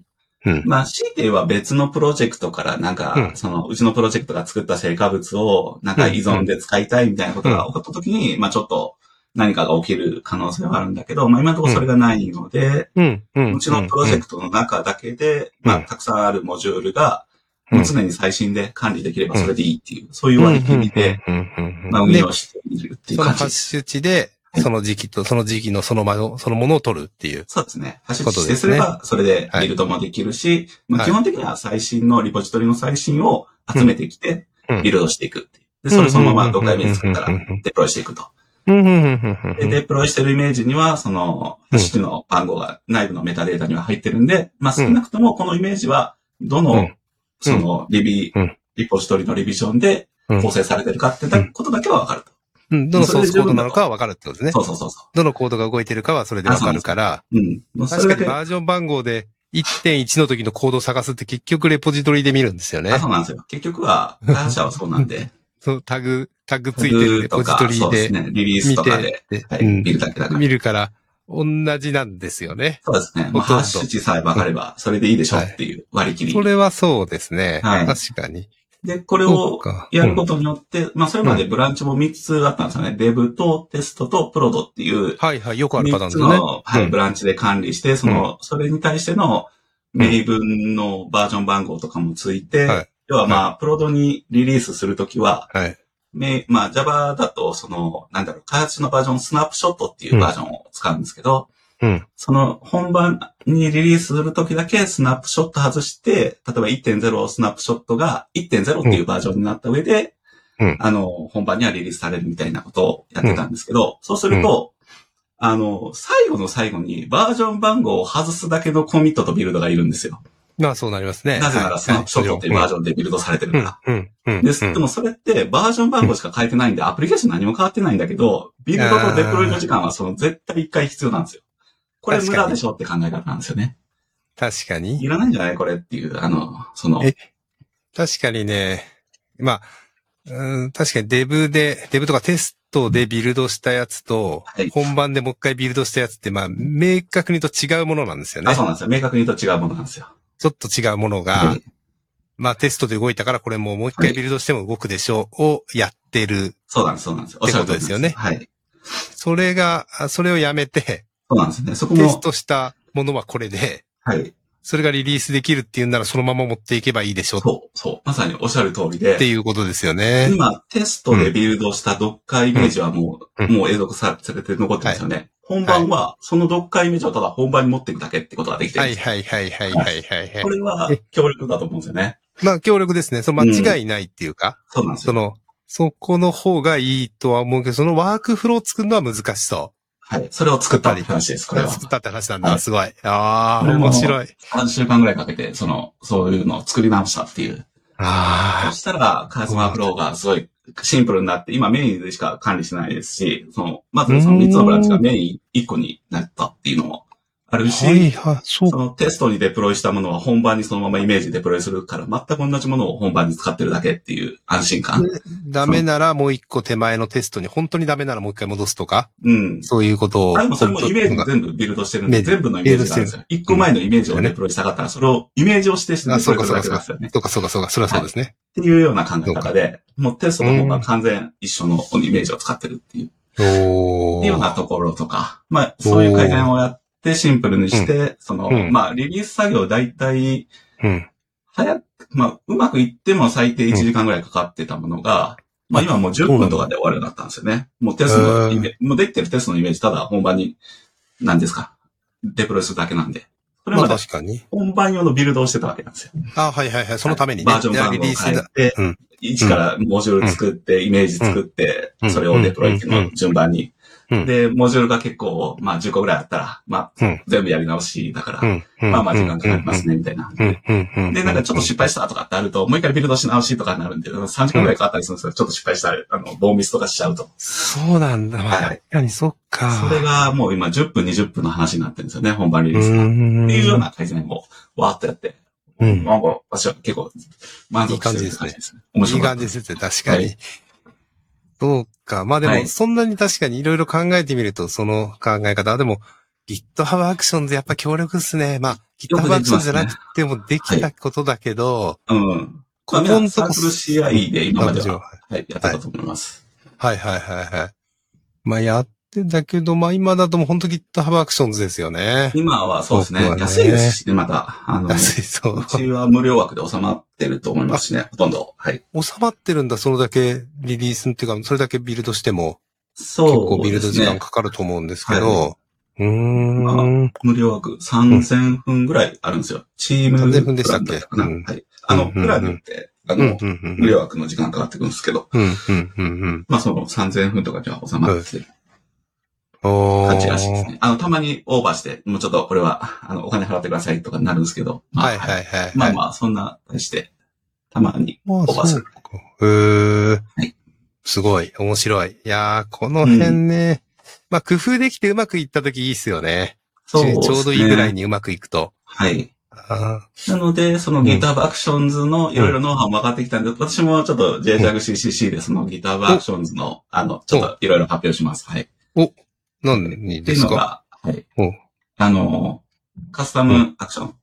Speaker 1: うん。
Speaker 2: まあ、強いて言えば別のプロジェクトからなんか、
Speaker 1: うん
Speaker 2: その、うちのプロジェクトが作った成果物を、なんか依存で使いたいみたいなことが起こった時に、まあちょっと何かが起きる可能性はあるんだけど、まあ今のところそれがないので、
Speaker 1: うん。うん。
Speaker 2: うちのプロジェクトの中だけで、まあたくさんあるモジュールが、もう常に最新で管理できればそれでいいっていう、そういう割り切りで、
Speaker 1: うんうんうんうん
Speaker 2: まあ運
Speaker 1: で、
Speaker 2: 用しているっていう
Speaker 1: その
Speaker 2: 感じ
Speaker 1: ハッ
Speaker 2: です。
Speaker 1: シュ値で、その時期と、その時期のそのまの、そのものを取るっていう。
Speaker 2: そうですね。走り
Speaker 1: こと
Speaker 2: し
Speaker 1: で
Speaker 2: て
Speaker 1: す
Speaker 2: す
Speaker 1: ね
Speaker 2: れば、それで
Speaker 1: はい
Speaker 2: ビルドもできるし、ま
Speaker 1: は
Speaker 2: あ、
Speaker 1: い
Speaker 2: 基本的には最新のリポジトリの最新を集めてきて
Speaker 1: うん、
Speaker 2: ビルドしていくっていう。で、それをそのままドッカーイメージ作った
Speaker 1: うんうんう
Speaker 2: ら
Speaker 1: んうん、
Speaker 2: デプロイしていくと。
Speaker 1: うんうんうんうんう
Speaker 2: で、
Speaker 1: ん
Speaker 2: デプロイしてるイメージには、その、
Speaker 1: うん
Speaker 2: 走りの番号が内部のメタデータには入ってるんで、まあ、
Speaker 1: うん
Speaker 2: 少なくともこのイメージは、ど
Speaker 1: う
Speaker 2: の
Speaker 1: ん、
Speaker 2: その、リビ
Speaker 1: うん、
Speaker 2: リポジトリのリビジョンで
Speaker 1: うん
Speaker 2: 構成されてるかってだことだけはわかると。
Speaker 1: うん。どのソースコードなのかはわかるってことですね。
Speaker 2: そうそうそうそ
Speaker 1: どのコードが動いてるかはそれでわかるから、
Speaker 2: う。うん。もうそ
Speaker 1: 確
Speaker 2: れ
Speaker 1: か
Speaker 2: だ
Speaker 1: に
Speaker 2: け、
Speaker 1: バージョン番号で1.1の時のコードを探すって結局レポジトリで見るんですよね
Speaker 2: あ、。そうなんですよ。結局は、開発者はそうなんで、
Speaker 1: そのタグ、タグついてるんで、ポ
Speaker 2: と
Speaker 1: ジ
Speaker 2: か
Speaker 1: ト、リ
Speaker 2: そうです
Speaker 1: で
Speaker 2: ね。リリース
Speaker 1: 見
Speaker 2: とかで、
Speaker 1: て、で
Speaker 2: は
Speaker 1: う
Speaker 2: い、
Speaker 1: ん
Speaker 2: 見るだけだから。
Speaker 1: 見るから、同じなんですよね。
Speaker 2: そうですね。まあ、
Speaker 1: ほとんど
Speaker 2: ハッシュ値さえ分かれば、それでいいでしょっていう割り切り。
Speaker 1: それはそうですね。
Speaker 2: はい
Speaker 1: 確かに。
Speaker 2: で、これ
Speaker 1: そう
Speaker 2: を
Speaker 1: か。
Speaker 2: やるこ
Speaker 1: うん
Speaker 2: とによって、まあ、それまでブランチも3つあったんですよね。デブとテストとプロドっていう、
Speaker 1: はいはい、よくあるパター
Speaker 2: 3
Speaker 1: ン
Speaker 2: つ
Speaker 1: ですね。
Speaker 2: の、は
Speaker 1: う
Speaker 2: い、
Speaker 1: ん
Speaker 2: ブランチで管理して、その、それに対しての名分のバージョン番号とかもついて、
Speaker 1: はい
Speaker 2: 要はまあ、プロドにリリースするときは、
Speaker 1: はい。
Speaker 2: めまあ、Java だと、その、なんだろう、開発のバージョン、スナップショットっていうバージョンを使うんですけど、
Speaker 1: うん。
Speaker 2: その本番にリリースするときだけスナップショット外して、例えば1.0スナップショットが1.0っていうバージョンになった上で、
Speaker 1: うん
Speaker 2: あの、本番にはリリースされるみたいなことをやってたんですけど、そうすると、あの、最後の最後にバージョン番号を外すだけのコミットとビルドがいるんですよ。
Speaker 1: まあそうなりますね。
Speaker 2: なぜならスナップショットっていうバー
Speaker 1: ジ
Speaker 2: ジョンでビルドされてる
Speaker 1: う
Speaker 2: か
Speaker 1: ん
Speaker 2: ら。
Speaker 1: うん。うん。
Speaker 2: です。
Speaker 1: うん
Speaker 2: でもそれってバージョン番号しか変えてないんで、アプリケーション何も変わってないんだけど、ビルドとデプロイの時間はその絶対一回必要なんですよ。これ無駄でしょって考え方なんですよね。
Speaker 1: 確か
Speaker 2: い
Speaker 1: に。
Speaker 2: らないんじゃないこれっていう、あの、その、
Speaker 1: え確かにね。まあ、うん、確かにデブで、デブとかテストでビルドしたやつと、
Speaker 2: はい
Speaker 1: 本番でもう一回ビルドしたやつって、まあ、明確に言うと違うものなんですよね
Speaker 2: あ、。そうなんですよ。明確に言うと違うものなんですよ。
Speaker 1: ちょっと違うものが
Speaker 2: はい、
Speaker 1: まあテストで動いたからこれもうもう一回ビルドしても動くでしょうをやってる。
Speaker 2: そうなんです、そうなんです。お
Speaker 1: っ
Speaker 2: ってしゃ
Speaker 1: こ
Speaker 2: る
Speaker 1: とで
Speaker 2: 通り
Speaker 1: す
Speaker 2: な
Speaker 1: よ
Speaker 2: ん
Speaker 1: ね
Speaker 2: はい。
Speaker 1: それが、あそれをやめて、
Speaker 2: そうなんですね。そこ
Speaker 1: テス
Speaker 2: も、
Speaker 1: トしたものはこれで、
Speaker 2: はい。
Speaker 1: それがリリースできるっていうんならそのまま持っていけばいいでしょう
Speaker 2: そう、そう。まさにおっしゃる通り
Speaker 1: って
Speaker 2: で、
Speaker 1: いうことですよね。
Speaker 2: 今、テストでビルドした Docker イメージはもう、
Speaker 1: うん
Speaker 2: もう永続されて残ってますよね。本番は、その Docker イメージをただ本番に持っていくだけってことができてる
Speaker 1: は
Speaker 2: んで
Speaker 1: い
Speaker 2: す。
Speaker 1: はいはいはいはいはい
Speaker 2: こ
Speaker 1: はい。
Speaker 2: れは協力だと思うんですよね。
Speaker 1: まあ強力ですね。その間違いないっていうか、
Speaker 2: そうなんです
Speaker 1: そ
Speaker 2: よ。
Speaker 1: の、そこの方がいいとは思うけど、そのワークフローを作るのは難しそ
Speaker 2: はい。それを作ったって話です、
Speaker 1: う。
Speaker 2: これは。
Speaker 1: 作ったって話なんだ。
Speaker 2: はい
Speaker 1: すごい。ああ、
Speaker 2: これも
Speaker 1: 面白い。
Speaker 2: 3週間ぐらいかけて、その、そういうのを作り直したっていう。そ
Speaker 1: あ
Speaker 2: したら、カズマフローがすごいシンプルになって、今メインでしか管理してないですし、その、まずその3つのブランチがメイン1個になったっていうのもある
Speaker 1: あ。
Speaker 2: し、
Speaker 1: はいはい、そう
Speaker 2: そのテストにデプロイしたものは本番にそのままイメージデプロイするから、全く同じものを本番に使ってるだけっていう安心感。
Speaker 1: ダメならもう一個手前のテストに、本当にダメならもう一回戻すとか、
Speaker 2: うん。
Speaker 1: そういうことを。
Speaker 2: あ、でもそれもイメージ全部ビルドしてるんで、
Speaker 1: イメージ
Speaker 2: 全部のイメージがあるんですよ。一個前のイメージをデプロイしたかったら、それをイメージを指定して
Speaker 1: あ
Speaker 2: デプ
Speaker 1: そ
Speaker 2: ロ
Speaker 1: う
Speaker 2: イ
Speaker 1: か
Speaker 2: す
Speaker 1: そう
Speaker 2: る
Speaker 1: か
Speaker 2: だけ
Speaker 1: そうか。そ
Speaker 2: なんですよね。
Speaker 1: うかそうかそうか、それはそうですね。
Speaker 2: っていうような考え方で、もうテストと本番完全一緒のイメージを使ってるっていう、
Speaker 1: お
Speaker 2: っていうようなところとか、まあ、そういう改善をやってシンプルにして、その、
Speaker 1: うん
Speaker 2: まあ、リリース作業大体、
Speaker 1: うん。
Speaker 2: 早く、まあ、うまくいっても最低1時間ぐらいかかってたものが、まあ今もう10分とかで終わるようになったんですよね。もうテストのイメージ、もうできてるテストのイメージ、ただ本番に、何ですか、デプロイするだけなんで。それ
Speaker 1: まあ
Speaker 2: まで
Speaker 1: 確かに。
Speaker 2: 本番用のビルドをしてたわけなんですよ。
Speaker 1: あはいはいはい。そのためにね。
Speaker 2: バージョン
Speaker 1: じゃあ
Speaker 2: 番
Speaker 1: リ
Speaker 2: 号を
Speaker 1: リース
Speaker 2: 変え
Speaker 1: だ。
Speaker 2: て
Speaker 1: うん、
Speaker 2: 1からモジュール作って、イメージ作って
Speaker 1: うん、
Speaker 2: それをデプロイっていうのを順番に
Speaker 1: うん。
Speaker 2: で、モジュールが結構、まあ10個ぐらいあったら、ま
Speaker 1: う
Speaker 2: あ
Speaker 1: ん
Speaker 2: 全部やり直しだから、
Speaker 1: ん。うん
Speaker 2: まあまあ時間かかります。ね、みたいな。
Speaker 1: うん。うん。うん。
Speaker 2: で、なんかちょっと失敗したとかってあると、もう一回ビルドし直しとかになるんで、3時間ぐらいかかったりするんですけど、ちょっと失敗したら、あの、棒ミスとかしちゃうと。
Speaker 1: そうなんだ。まあ
Speaker 2: はい
Speaker 1: 確かにそっか。
Speaker 2: それがもう今10分、20分の話になってるんですよね、本番リリ
Speaker 1: う
Speaker 2: ースが。
Speaker 1: ん。
Speaker 2: っていうような改善を、わーっとやって、
Speaker 1: うん
Speaker 2: なんか私は結構満足してるって感じですね。面
Speaker 1: い
Speaker 2: 白
Speaker 1: い
Speaker 2: かっ
Speaker 1: 感
Speaker 2: た
Speaker 1: じ
Speaker 2: で。
Speaker 1: ですすね、確か
Speaker 2: は
Speaker 1: に。そうか。まあで
Speaker 2: は
Speaker 1: も、
Speaker 2: い
Speaker 1: そんなに確かにいろいろ考えてみると、その考え方。でも、GitHub アクションズやっぱ強力ですね。まあ、
Speaker 2: よ
Speaker 1: GitHub
Speaker 2: く
Speaker 1: ア
Speaker 2: で
Speaker 1: ク
Speaker 2: き
Speaker 1: ションズ
Speaker 2: ま
Speaker 1: じゃ
Speaker 2: すね
Speaker 1: なくてもできたことだけど、
Speaker 2: うん。まあ、
Speaker 1: ここん
Speaker 2: サ
Speaker 1: と
Speaker 2: ー
Speaker 1: こ
Speaker 2: クル CI で今までは、
Speaker 1: はい
Speaker 2: はい、やってたと思います。
Speaker 1: はいはいはい。まあやってんだけど、まあ今だともう本当 GitHub アクションズですよね。
Speaker 2: 今はそうですね
Speaker 1: 僕はね
Speaker 2: 安いですしね、また。あの、
Speaker 1: 安いそう。
Speaker 2: うちは無料枠で収まってると思いますしね、ほとんど。はい。
Speaker 1: 収まってるんだ、それだけリリースっていうか、それだけビルドしても、
Speaker 2: そう
Speaker 1: 結構ビルド時
Speaker 2: です
Speaker 1: 間
Speaker 2: ね
Speaker 1: かかると思うんですけど、うーん。
Speaker 2: 無料枠3000分ぐらいあるんですよ。チーム
Speaker 1: 3000分でしたっけ
Speaker 2: プラ
Speaker 1: うん
Speaker 2: ンだったかなはい。あ
Speaker 1: うんう
Speaker 2: の、
Speaker 1: んうん
Speaker 2: プランによって、あ
Speaker 1: うん
Speaker 2: の、
Speaker 1: うんうん
Speaker 2: 無料枠の時間かかってくるんですけど、
Speaker 1: うん、うん、うん、
Speaker 2: まあその3000分とかには収まってる
Speaker 1: うん。おー
Speaker 2: 感じらしいですね。あの、たまにオーバーして、もうちょっとこれは、 あの、お金払ってくださいとかになるんですけど、まあ、
Speaker 1: はい、はい、はい。
Speaker 2: まあまあ、そんな、して、たまに
Speaker 1: まあ
Speaker 2: オーバーす
Speaker 1: そう
Speaker 2: る。
Speaker 1: か。へー
Speaker 2: はい
Speaker 1: すごい、面白い。いやー、この辺ね。まあ、工夫できてうまくいったときいいっすよね。
Speaker 2: そう
Speaker 1: ちょうどいいぐらいにうまくいくと。
Speaker 2: はい。
Speaker 1: あ
Speaker 2: なので、その GitHub Actions のいろいろノウハウも分かってきたんで、私もちょっと JJAGCCC でその GitHub Actions の、あの、ちょっといろいろ発表します。はい。
Speaker 1: ー何
Speaker 2: って
Speaker 1: で
Speaker 2: いう
Speaker 1: す
Speaker 2: の
Speaker 1: か
Speaker 2: が、はい
Speaker 1: うん。
Speaker 2: あの、カスタムアクション。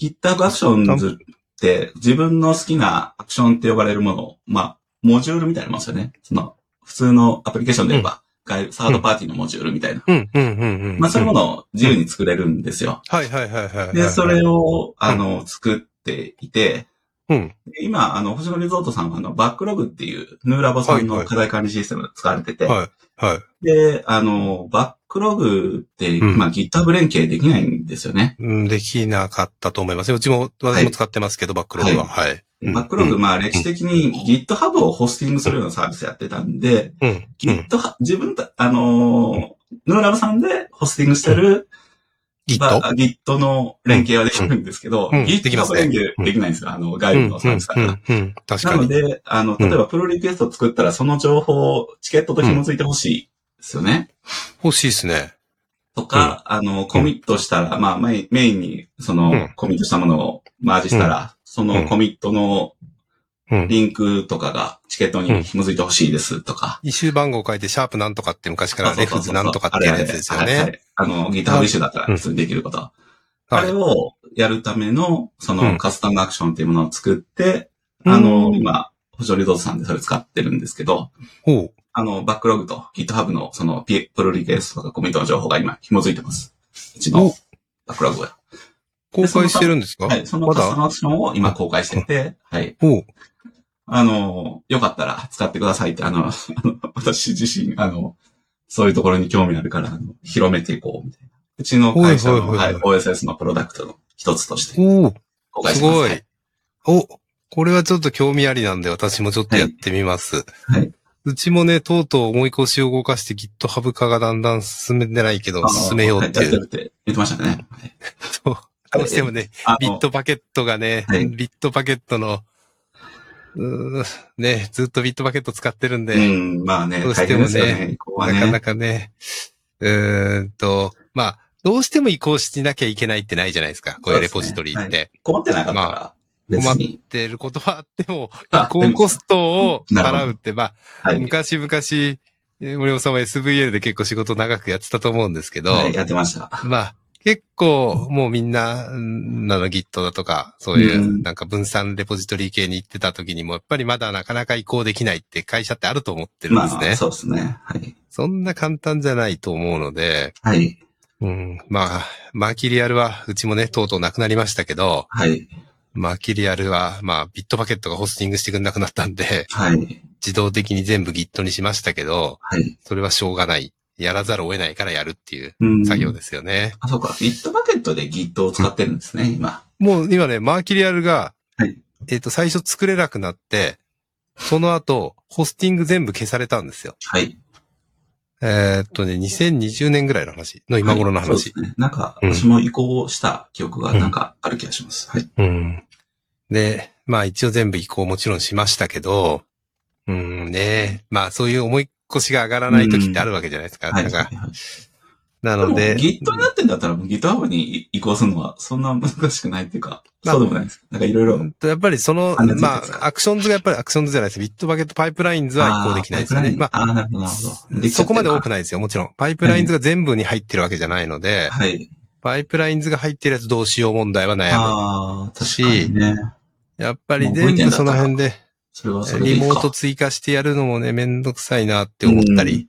Speaker 2: GitHub Actions って自分の好きなアクションって呼ばれるものを、まあ、モジュールみたいなもんですよね。その、普通のアプリケーションで言えば、外サードパーティーのモジュールみたいな。
Speaker 1: うん、うん、うん、うん。
Speaker 2: まあ、そういうものを自由に作れるんですよ。
Speaker 1: はいはいはいはいはい。
Speaker 2: で、それを、あの、作っていて、
Speaker 1: うん。
Speaker 2: で今、あの、星野リゾートさんは、あの、バックログっていう、ヌーラボさん
Speaker 1: は
Speaker 2: の
Speaker 1: いはい
Speaker 2: 課題管理システムが使われてて、
Speaker 1: はい、はい。
Speaker 2: で、あの、バックログって、
Speaker 1: うん
Speaker 2: まあ、GitHub 連携できないんですよね。
Speaker 1: うんできなかったと思います。うちも、私も使ってますけど、バックログは。はい。うん
Speaker 2: バックログ、
Speaker 1: うん
Speaker 2: まあ、歴史的に GitHub をホスティングするようなサービスやってたんで、
Speaker 1: うん。うん。
Speaker 2: GitHub、自分た、あのー、ヌーラブさんでホスティングしてる、
Speaker 1: ギッ
Speaker 2: ま
Speaker 1: ト
Speaker 2: あ Git の連携はできるんですけど、
Speaker 1: うんうんできます
Speaker 2: GitHub
Speaker 1: ね
Speaker 2: 連携できないんですよ。あの、外部のサービスだから。
Speaker 1: うんうんうん確
Speaker 2: な
Speaker 1: か
Speaker 2: の
Speaker 1: に。
Speaker 2: で、あの、例えばプロリクエストを作ったら、その情報をチケットと紐づいてほしいですよね。
Speaker 1: 欲しいですね。
Speaker 2: とか、あの、コミットしたら、まあ、メインメインに、その、
Speaker 1: うん
Speaker 2: コミットしたものをマージしたら、そのコミットの
Speaker 1: うん。
Speaker 2: リンクとかがチケットに紐づいてほしいですとか。
Speaker 1: 一周番号書いて、シャープなんとかって昔から
Speaker 2: そう
Speaker 1: レ
Speaker 2: そう
Speaker 1: フ
Speaker 2: そ
Speaker 1: ズ
Speaker 2: う
Speaker 1: なんとかってやるやつですよ
Speaker 2: あれあれ
Speaker 1: ね。
Speaker 2: あれあの、ギターの一種だったら
Speaker 1: うん
Speaker 2: 普通にできること。あ
Speaker 1: は
Speaker 2: れ
Speaker 1: い。
Speaker 2: をやるための、そうの
Speaker 1: ん
Speaker 2: カスタムアクションっていうものを作って、あ
Speaker 1: う
Speaker 2: の、
Speaker 1: ん
Speaker 2: 今、補助リゾートさんでそれ使ってるんですけど、
Speaker 1: ほう。
Speaker 2: あの、バックログと GitHub のそのピプロリクエストとかコミットの情報が今紐づいてます。うちの
Speaker 1: お
Speaker 2: バックログは。
Speaker 1: 公開してるんですか
Speaker 2: はい、その
Speaker 1: ま
Speaker 2: カスタ
Speaker 1: だ
Speaker 2: ムアクションを今公開してて、はい。
Speaker 1: ほう。
Speaker 2: あの、よかったら使ってくださいって、あの、あの私自身、あの、そういうところに興味あるから、あの広めていこう、みたいな。うちの会社の、
Speaker 1: はいは
Speaker 2: はいい、
Speaker 1: はい
Speaker 2: OSS のプロダクトの一つとして
Speaker 1: おお
Speaker 2: 公開し
Speaker 1: す
Speaker 2: てます。
Speaker 1: ごい。お、これはちょっと興味ありなんで、私もちょっとやってみます。
Speaker 2: はいはいう
Speaker 1: ちもね、とうとう思い越しを動かして GitHub 化がだんだん進めてないけど、
Speaker 2: あの
Speaker 1: 進めようって
Speaker 2: はいや
Speaker 1: う。
Speaker 2: ってるって言ってましたね。はい
Speaker 1: そうどうしてもね、
Speaker 2: あ
Speaker 1: ビッ
Speaker 2: の
Speaker 1: トパケットがね、
Speaker 2: はい
Speaker 1: ビットパケットの、うーね、ずっとビットパケット使ってるんで、
Speaker 2: うん、まあね、
Speaker 1: どうし
Speaker 2: 大
Speaker 1: て
Speaker 2: 変
Speaker 1: もね
Speaker 2: ですよね。ここは
Speaker 1: なかな
Speaker 2: ね。
Speaker 1: かね、うーんと、まあ、どうしても移行しなきゃいけないってないじゃないですか。こういうレポジトリって。
Speaker 2: そうです困ってなかったら、別
Speaker 1: 困っ
Speaker 2: に。
Speaker 1: てることはあっても、
Speaker 2: あ
Speaker 1: 移行コストを
Speaker 2: なるほど
Speaker 1: 払うって、ま
Speaker 2: は
Speaker 1: あ、
Speaker 2: い。
Speaker 1: 昔々、えー森尾さんは SVL で結構仕事長くやってたと思うんですけど、
Speaker 2: はい、やってました。
Speaker 1: まあ、結構、もうみんな、うんあの Git だとか、そういうう、
Speaker 2: ん
Speaker 1: なんか分散レポジトリ系に行ってた時にも、やっぱりまだなかなか移行できないって会社ってあると思ってるん
Speaker 2: ま
Speaker 1: ですね。
Speaker 2: あ、
Speaker 1: そ
Speaker 2: そうですね。はい。
Speaker 1: んな簡単じゃないと思うので、
Speaker 2: はい。
Speaker 1: うん、まあ、マーキリアルは、うちもね、とうとうなくなりましたけど、
Speaker 2: はい。
Speaker 1: マーキリアルは、まあ、ビットパケットがホスティングしてくれなくなったんで、
Speaker 2: はい。
Speaker 1: 自動的に全部 Git にしましたけど、
Speaker 2: はい。
Speaker 1: それはしょうがない。やらざるを得ないからやるっていう
Speaker 2: うん
Speaker 1: 作業ですよね。
Speaker 2: あ、そうか。ビットバケットで Git を使ってるんですね、今。
Speaker 1: もう今ね、マーキリアルが、
Speaker 2: はい
Speaker 1: えっ、と、最初作れなくなって、その後、ホスティング全部消されたんですよ。
Speaker 2: はい。
Speaker 1: えーっとね、2020年ぐらいの話、の今頃の
Speaker 2: はいそ
Speaker 1: 話。
Speaker 2: うですね。なんか、
Speaker 1: うん
Speaker 2: 私も移行した記憶が
Speaker 1: うん
Speaker 2: なんかある気がします。はい。
Speaker 1: うん。で、まあ一応全部移行もちろんしましたけど、うんね、まあそういう思い越しが上がらない時ってあるわけじゃないですか。
Speaker 2: はい。
Speaker 1: なん
Speaker 2: はい
Speaker 1: か、なので。
Speaker 2: でも Git になってんだったら、GitHub に移行するのはそんな難しくないっていうか、
Speaker 1: まあ
Speaker 2: そうでもないです。なんかいろいろ。
Speaker 1: やっぱりその、
Speaker 2: あなるほど
Speaker 1: まあ、アクションズがやっぱりアクションズじゃないです。ビットバケットパイプラインズは移行できないですよね。まあ、
Speaker 2: あー、なるほど、なるほど。
Speaker 1: そこまで多く
Speaker 2: な
Speaker 1: ないですよ、もちろん。パイプラインズが全部に入ってるわけじゃないので、
Speaker 2: はい。
Speaker 1: パイプラインズが入ってるやつどうしよう問題は悩む。
Speaker 2: ああ、確かにね。
Speaker 1: やっぱり全部その辺で、
Speaker 2: それはそれでい
Speaker 1: リ
Speaker 2: い
Speaker 1: モ
Speaker 2: か。
Speaker 1: ート追加してやるのもね、めんどくさいなって思ったり。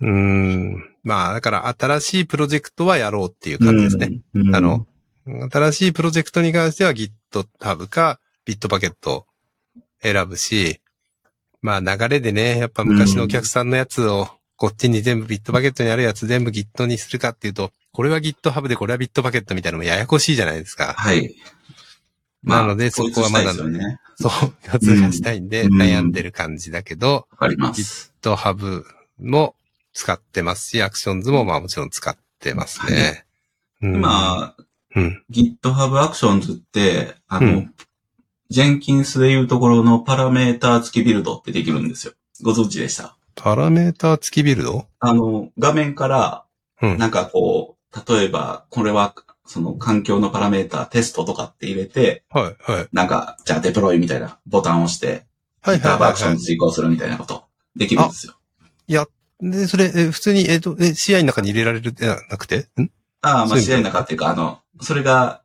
Speaker 1: うーん。まあ、だから新しいプロジェクトはやろうっていう感じですね。
Speaker 2: うん。うん
Speaker 1: あの、新しいプロジェクトに関しては GitHub か Bitbucket を選ぶし、まあ流れでね、やっぱ昔のお客さんのやつをこっちに全部 Bitbucket にあるやつ全部 Git にするかっていうと、これは GitHub でこれは Bitbucket みたいなのもややこしいじゃないですか。
Speaker 2: はい。
Speaker 1: なのでそこはまだ
Speaker 2: 統一したいですよね。
Speaker 1: そう、通過したいんで
Speaker 2: うん
Speaker 1: 悩んでる感じだけど、
Speaker 2: わかります。
Speaker 1: GitHub も使ってますし、Actions もまあもちろん使ってますね。うん、
Speaker 2: 今、
Speaker 1: うん。
Speaker 2: GitHub Actions って、あ
Speaker 1: う
Speaker 2: の
Speaker 1: ん、
Speaker 2: ジェンキンスでいうところのパラメーター付きビルドってできるんですよ。ご存知でした
Speaker 1: パラメーター付きビルド
Speaker 2: あの、画面から、
Speaker 1: うん
Speaker 2: なんかこう、例えば、これはその環境のパラメータ、テストとかって入れて、
Speaker 1: はい、はい。
Speaker 2: なんか、じゃあデプロイみたいなボタンを押して、
Speaker 1: は
Speaker 2: ギ
Speaker 1: い、
Speaker 2: ターバ
Speaker 1: は
Speaker 2: アクションに遂行するみたいなこと、できるんですよ。
Speaker 1: い。や、で、それ、え普通に、えっと、え、試合の中に入れられるじゃなくてん
Speaker 2: ああ、ま
Speaker 1: そう
Speaker 2: あ、
Speaker 1: いう
Speaker 2: 試合の中っていうか、あの、それが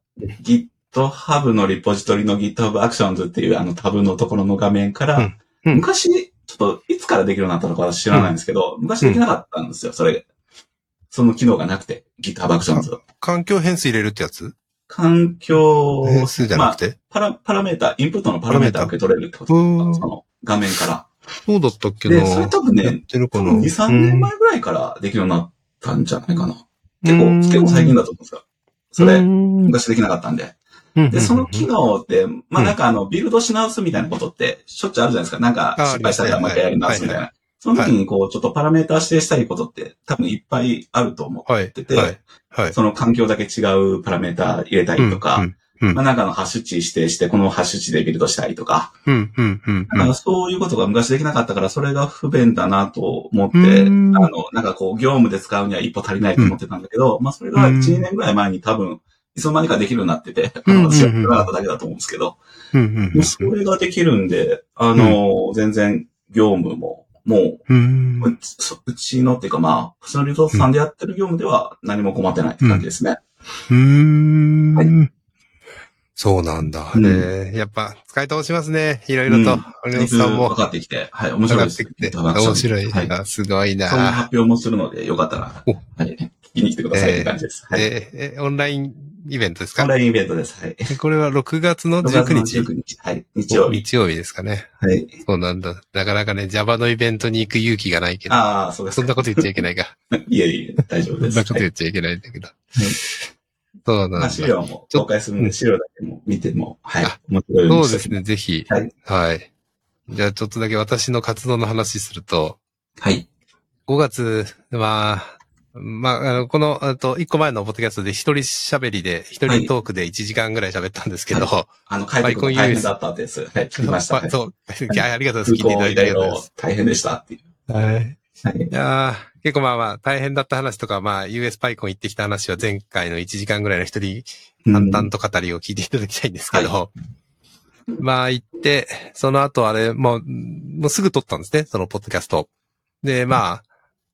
Speaker 2: GitHub のリポジトリの GitHub Actions っていうあのタブのところの画面から、
Speaker 1: うんうん
Speaker 2: 昔、ちょっといつからできるようになったのか私知らないんですけど、昔できなかったんですよ、それ。その機能がなくて、GitHub Actions。
Speaker 1: 環境変数入れるってやつ
Speaker 2: 環境、
Speaker 1: 変数じゃ
Speaker 2: ま
Speaker 1: な
Speaker 2: あ
Speaker 1: く、て、
Speaker 2: パラ、パラメータ、インプットのパラメータを受け取れるってこと
Speaker 1: う
Speaker 2: だったんです
Speaker 1: ー
Speaker 2: そ
Speaker 1: ん。
Speaker 2: の画面から。
Speaker 1: そうだったっけな
Speaker 2: で、それ多分
Speaker 1: やっ
Speaker 2: ね、
Speaker 1: てるか
Speaker 2: 多
Speaker 1: な
Speaker 2: 分2、3年前ぐらいからできるようになったんじゃないかな。結構、結構最近だと思うんですよ。それ、
Speaker 1: れ、
Speaker 2: 昔できなかったんで。で、その機能って、まあなんかあの、ビルドし直すみたいなことって、しょっちゅうあるじゃないですか。なんか
Speaker 1: あ
Speaker 2: 失敗した
Speaker 1: あり
Speaker 2: らも
Speaker 1: ま
Speaker 2: う
Speaker 1: す
Speaker 2: 一
Speaker 1: ね
Speaker 2: 回やり直すみたい
Speaker 1: は
Speaker 2: な。その時にこう、ちょっとパラメータ指定したいことって多分いっぱいあると思
Speaker 1: はい。
Speaker 2: ってて
Speaker 1: はい。はい。
Speaker 2: う。その環境だけ違うパラメータ入れたりと
Speaker 1: う
Speaker 2: か、
Speaker 1: ん。うん
Speaker 2: まあなんかのハッシュ値指定して、このハッシュ値でビルドしたりとか、
Speaker 1: うん。うん。うん。
Speaker 2: なんかそういうことが昔できなかったから、それが不便だなと思って、
Speaker 1: う
Speaker 2: あ
Speaker 1: ん
Speaker 2: の、なんかこう、業務で使うには一歩足りないと思ってたんだけど、まあそれが1、2年ぐらい前に多分、いつの間にかできるようになってて、あ
Speaker 1: うん
Speaker 2: の、私は知らなかっただけだと思うんですけど、
Speaker 1: うん。うん。
Speaker 2: もうそれができるんで、あの、全然業務も、も
Speaker 1: うん
Speaker 2: う、うちそうん、ちのっていうかまあ、普通のリゾートさんでやってる業務では何も困ってないって感じですね。
Speaker 1: うーん
Speaker 2: は
Speaker 1: そうなんだ。
Speaker 2: うん
Speaker 1: えーやっぱ使い倒しますね。いろいろ
Speaker 2: う
Speaker 1: と
Speaker 2: ん。
Speaker 1: ア
Speaker 2: だ
Speaker 1: リ
Speaker 2: い
Speaker 1: オ
Speaker 2: ぶ
Speaker 1: スさんも
Speaker 2: 分かってきて、はい、面
Speaker 1: 上
Speaker 2: 白い
Speaker 1: が
Speaker 2: で
Speaker 1: っ
Speaker 2: す。
Speaker 1: てきて、
Speaker 2: はい
Speaker 1: 面白い
Speaker 2: はい。
Speaker 1: な。すごい
Speaker 2: そういう
Speaker 1: な。
Speaker 2: 発表もするので、よかったら、
Speaker 1: お
Speaker 2: はい、聞きに来てくださいって感じです。はい。
Speaker 1: でえ、オンラインイベントです
Speaker 2: オ
Speaker 1: か
Speaker 2: ンラインイベントです。はい。
Speaker 1: これは6月の
Speaker 2: 6月
Speaker 1: 19
Speaker 2: の
Speaker 1: 日。
Speaker 2: 19日。はい。日曜日。
Speaker 1: 日曜日ですかね。
Speaker 2: はい。
Speaker 1: そうなんだ。なかなかね、Java のイベントに行く勇気がないけど。
Speaker 2: ああ、 そうです
Speaker 1: そん
Speaker 2: か。
Speaker 1: なこと言っちゃいけ ないか。
Speaker 2: いえいえ、大丈
Speaker 1: そ
Speaker 2: 夫
Speaker 1: んな
Speaker 2: です。
Speaker 1: こと
Speaker 2: はい
Speaker 1: 言っちゃいけないんだけど。そう
Speaker 2: ま
Speaker 1: な
Speaker 2: あ、
Speaker 1: ん
Speaker 2: 資
Speaker 1: だ。
Speaker 2: 料も公開するん
Speaker 1: うん
Speaker 2: で、資料だけも見ても、はい
Speaker 1: あ。
Speaker 2: 面白いよう
Speaker 1: そう
Speaker 2: にし
Speaker 1: で
Speaker 2: て
Speaker 1: す
Speaker 2: おきま
Speaker 1: ね、ぜひ。
Speaker 2: はい。
Speaker 1: はい。じゃあちょっとだけ私の活動の話すると、
Speaker 2: はい。
Speaker 1: 5月は、まあ、あの、この、あと、1個前のポッドキャストで一人喋りで、一人トークで1時間ぐらい喋ったんですけど、
Speaker 2: あの、帰ってくるの大変だったってやつ。 はい。聞きました。はい
Speaker 1: そう、あありがとうございま
Speaker 2: 空
Speaker 1: す。聞いていた
Speaker 2: 港
Speaker 1: だ
Speaker 2: い
Speaker 1: いてあ
Speaker 2: ろ
Speaker 1: りが
Speaker 2: い
Speaker 1: とうご
Speaker 2: ろ大変でしたっていう。
Speaker 1: ざいます。はい。
Speaker 2: はい。
Speaker 1: いやー結構まあまあ、大変だった話とか、まあ、US パイコン行ってきた話は前回の1時間ぐらいの一人淡々と語りを聞いていただきたいんですけど、まあ行って、その後あれ、もう、もうすぐ撮ったんですね、そのポッドキャスト。で、ま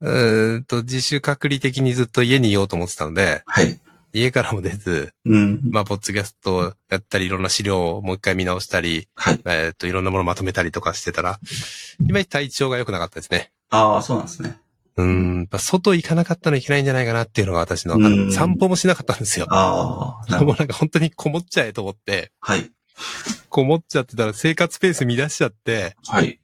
Speaker 1: あ、うーんと、自主隔離的にずっと家にいようと思ってたので、
Speaker 2: はい。
Speaker 1: 家からも出ず、
Speaker 2: うん。
Speaker 1: まあ、ポッドキャストをやったり、いろんな資料をもう一回見直したり、
Speaker 2: はい。
Speaker 1: えーっと、いろんなものをまとめたりとかしてたら、いまいち体調が良くなかったですね。
Speaker 2: ああ、そうなんですね。
Speaker 1: うーん、やっぱ外行かなかったのいけないんじゃないかなっていうのが私の、あ
Speaker 2: う
Speaker 1: の
Speaker 2: ん
Speaker 1: 散歩もしなかったんですよ。
Speaker 2: ああ、なる
Speaker 1: も
Speaker 2: ほ
Speaker 1: う
Speaker 2: ど。
Speaker 1: なんか本当にこもっちゃえと思って、
Speaker 2: はい。
Speaker 1: こもっちゃってたら生活ペース乱しちゃって、
Speaker 2: はい。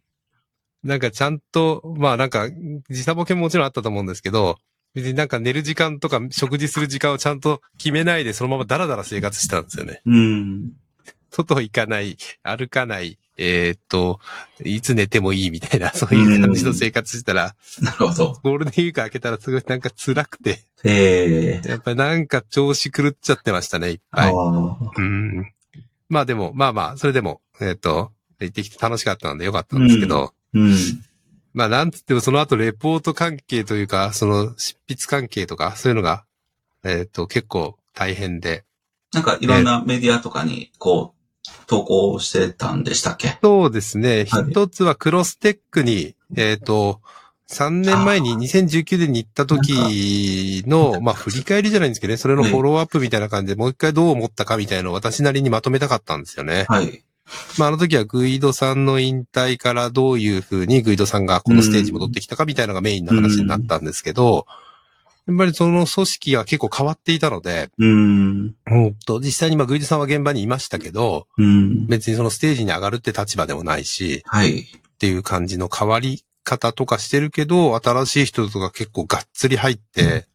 Speaker 1: なんかちゃんと、まあなんか時差ボケももちろんあったと思うんですけど、別になんか寝る時間とか食事する時間をちゃんと決めないでそのままダラダラ生活してたんですよね。
Speaker 2: うん。
Speaker 1: 外行かない、歩かない、えーっと、いつ寝てもいいみたいな、そういう感じの生活してたら、
Speaker 2: なるほど。
Speaker 1: ゴールデンウィーク明けたらすごいなんか辛くて、
Speaker 2: ええ。
Speaker 1: やっぱりなんか調子狂っちゃってましたね、いっぱ
Speaker 2: あ
Speaker 1: い。
Speaker 2: あ。
Speaker 1: うん。まあでも、まあまあ、それでも、えーっと、行ってきて楽しかったのでよかったんですけど、
Speaker 2: うん。
Speaker 1: まあなんつってもその後レポート関係というか、その執筆関係とか、そういうのが、えっ、と、結構大変で。
Speaker 2: なんかいろんなメディアとかに、こう、投稿してたんでしたっけ
Speaker 1: そうですね。
Speaker 2: はい
Speaker 1: 一つはクロステックに、えっ、と、3年前に2019年に行った時の、まあ振り返りじゃないんですけどね、それのフォローアップみたいな感じで、もう一回どう思ったかみたいなのを私なりにまとめたかったんですよね。
Speaker 2: はい。
Speaker 1: まあ、あの時はグイドさんの引退からどういうふうにグイドさんがこのステージ戻ってきたかみたいなのがメインの話になったんですけど、やっぱりその組織が結構変わっていたので、
Speaker 2: うん。
Speaker 1: うんと、実際にまあグイドさんは現場にいましたけど、
Speaker 2: うん。
Speaker 1: 別にそのステージに上がるって立場でもないし、
Speaker 2: はい。
Speaker 1: っていう感じの変わり方とかしてるけど、新しい人とか結構がっつり入って、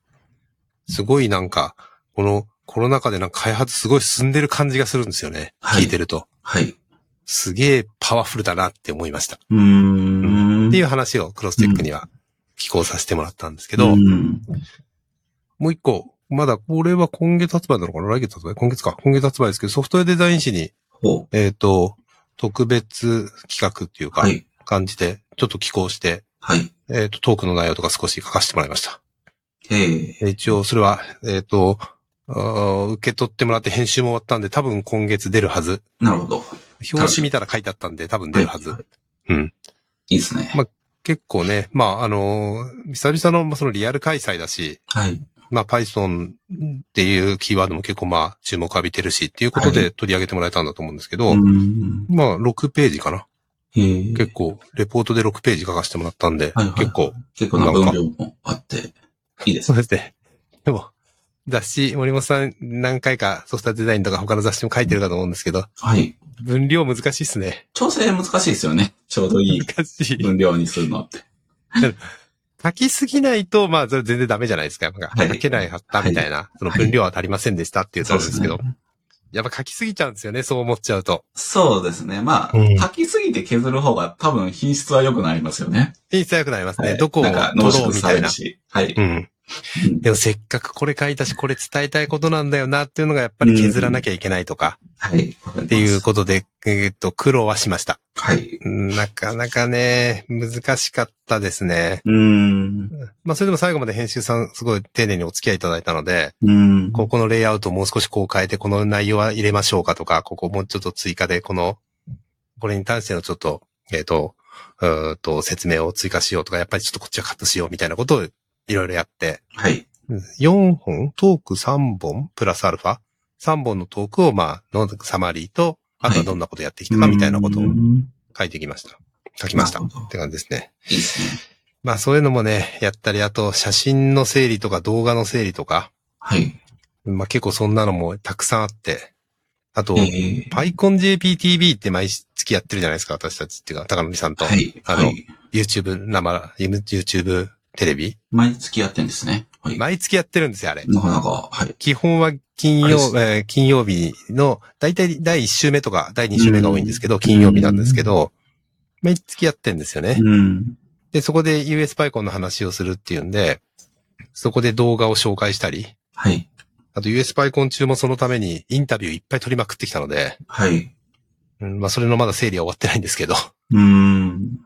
Speaker 1: すごいなんか、このコロナ禍でなんか開発すごい進んでる感じがするんですよね。
Speaker 2: はい
Speaker 1: 聞いてると。
Speaker 2: はい。
Speaker 1: すげえパワフルだなって思いました。
Speaker 2: うーん。
Speaker 1: っていうう話をクロステックには寄稿させてもらったんですけど、
Speaker 2: ん
Speaker 1: もう一個、まだこれは今月発売なのかな来月発売今月か。今月発売ですけど、ソフトウェアデザイン誌に、
Speaker 2: ほ
Speaker 1: えっ、と、特別企画っていう
Speaker 2: う。
Speaker 1: か
Speaker 2: は、い。
Speaker 1: 感じで、ちょっと寄稿して、
Speaker 2: はい。
Speaker 1: えっ、と、トークの内容とか少し書かせてもらいました。
Speaker 2: ええ。
Speaker 1: 一応、それは、えっ、と、あー受け取ってもらって編集も終わったんで、多分今月出るはず。
Speaker 2: なるほど。
Speaker 1: 表紙見たら書いてあったんで、多分出るはず。うん。
Speaker 2: いいですね。
Speaker 1: 結構ね、まあ、あのー久々の、まあそのリアル開催だし、
Speaker 2: はい。
Speaker 1: まあ、Python っていうキーワードも結構まあ、注目浴びてるし、っていうこと
Speaker 2: は
Speaker 1: で取り上げてもらえたんだと思うんですけど、
Speaker 2: うん。
Speaker 1: まあ、6ページかな。
Speaker 2: へえ
Speaker 1: 結構、レポートで6ページ書かせてもらったんで、
Speaker 2: はいはい
Speaker 1: 結構、
Speaker 2: 結構な分量もあって、いいです
Speaker 1: そ
Speaker 2: ね。
Speaker 1: うですね。でも、雑誌、森本さん何回かソフトウェアデザインとか他の雑誌も書いてるかと思うんですけど、
Speaker 2: はい。
Speaker 1: 分量難しいっすね。
Speaker 2: 調整難しいですよね。ちょうどいい
Speaker 1: 難しい。
Speaker 2: 分量にするのって。
Speaker 1: 書きすぎないと、まあ、それ全然ダメじゃないですか。なんか
Speaker 2: はい
Speaker 1: 書けないはったみたいな、その分量は足りませんでしたっていうところですけど、
Speaker 2: そうで
Speaker 1: やっぱ書きすぎちゃうんですよね、そう思っちゃうと。
Speaker 2: そうですね。まあ、
Speaker 1: うん
Speaker 2: 書きすぎて削る方が多分品質は良くなりますよね。
Speaker 1: 品質良くなりますね。
Speaker 2: はい
Speaker 1: どこを
Speaker 2: な
Speaker 1: 取
Speaker 2: んか濃
Speaker 1: ろ
Speaker 2: 縮
Speaker 1: うみ
Speaker 2: さ
Speaker 1: たい
Speaker 2: れる
Speaker 1: な。
Speaker 2: し。はい。
Speaker 1: うん。
Speaker 2: うん
Speaker 1: でもせっかくこれ書いたし、これ伝えたいことなんだよなっていうのがやっぱり削らなきゃいけないとか、
Speaker 2: はい。
Speaker 1: っていうことで、えーっと、苦労はしました。
Speaker 2: はい。
Speaker 1: うんなかなかね、難しかったですね。
Speaker 2: うーん。
Speaker 1: まあそれでも最後まで編集さんすごい丁寧にお付き合いいただいたので、
Speaker 2: うーん。
Speaker 1: ここのレイアウトをもう少しこう変えて、この内容は入れましょうかとか、ここもうちょっと追加で、この、これに対してのちょっと、えっ、と、うーっと、説明を追加しようとか、やっぱりちょっとこっちはカットしようみたいなことをいろいろやって、
Speaker 2: はい。
Speaker 1: 4本、トーク3本、プラスアルファ、3本のトークを、まあ、のサマリーと、あとはどんなことやってきたかみたいなことを
Speaker 2: うーん
Speaker 1: 書いてきました。書きました。
Speaker 2: な
Speaker 1: っ
Speaker 2: るほど
Speaker 1: て感じですね。
Speaker 2: いいですね。
Speaker 1: まあ、そういうのもね、やったり、あと、写真の整理とか動画の整理とか、
Speaker 2: はい。
Speaker 1: まあ結構そんなのもたくさんあって、あと、
Speaker 2: えー
Speaker 1: PyConJPTV って毎月やってるじゃないですか、私たちっていうか、高野美さんと、
Speaker 2: はい。
Speaker 1: あの
Speaker 2: はい。
Speaker 1: YouTube 生、YouTube テレビ
Speaker 2: 毎月やってんですね。はい。な
Speaker 1: 毎月やってるんですよ、あれ。
Speaker 2: かなか、はい。
Speaker 1: 基本は金
Speaker 2: あれ
Speaker 1: 曜
Speaker 2: です、
Speaker 1: えー金曜日の、だいたい第1週目とか第2週目が多いんですけど、金曜日なんですけど、毎月やってんですよね。
Speaker 2: うん。
Speaker 1: で、そこで US パイコンの話をするっていうんで、そこで動画を紹介したり、
Speaker 2: はい。
Speaker 1: あと US パイコン中もそのためにインタビューいっぱい取りまくってきたので、
Speaker 2: はい。
Speaker 1: うん、まあそれのまだ整理は終わってないんですけど、
Speaker 2: うーん。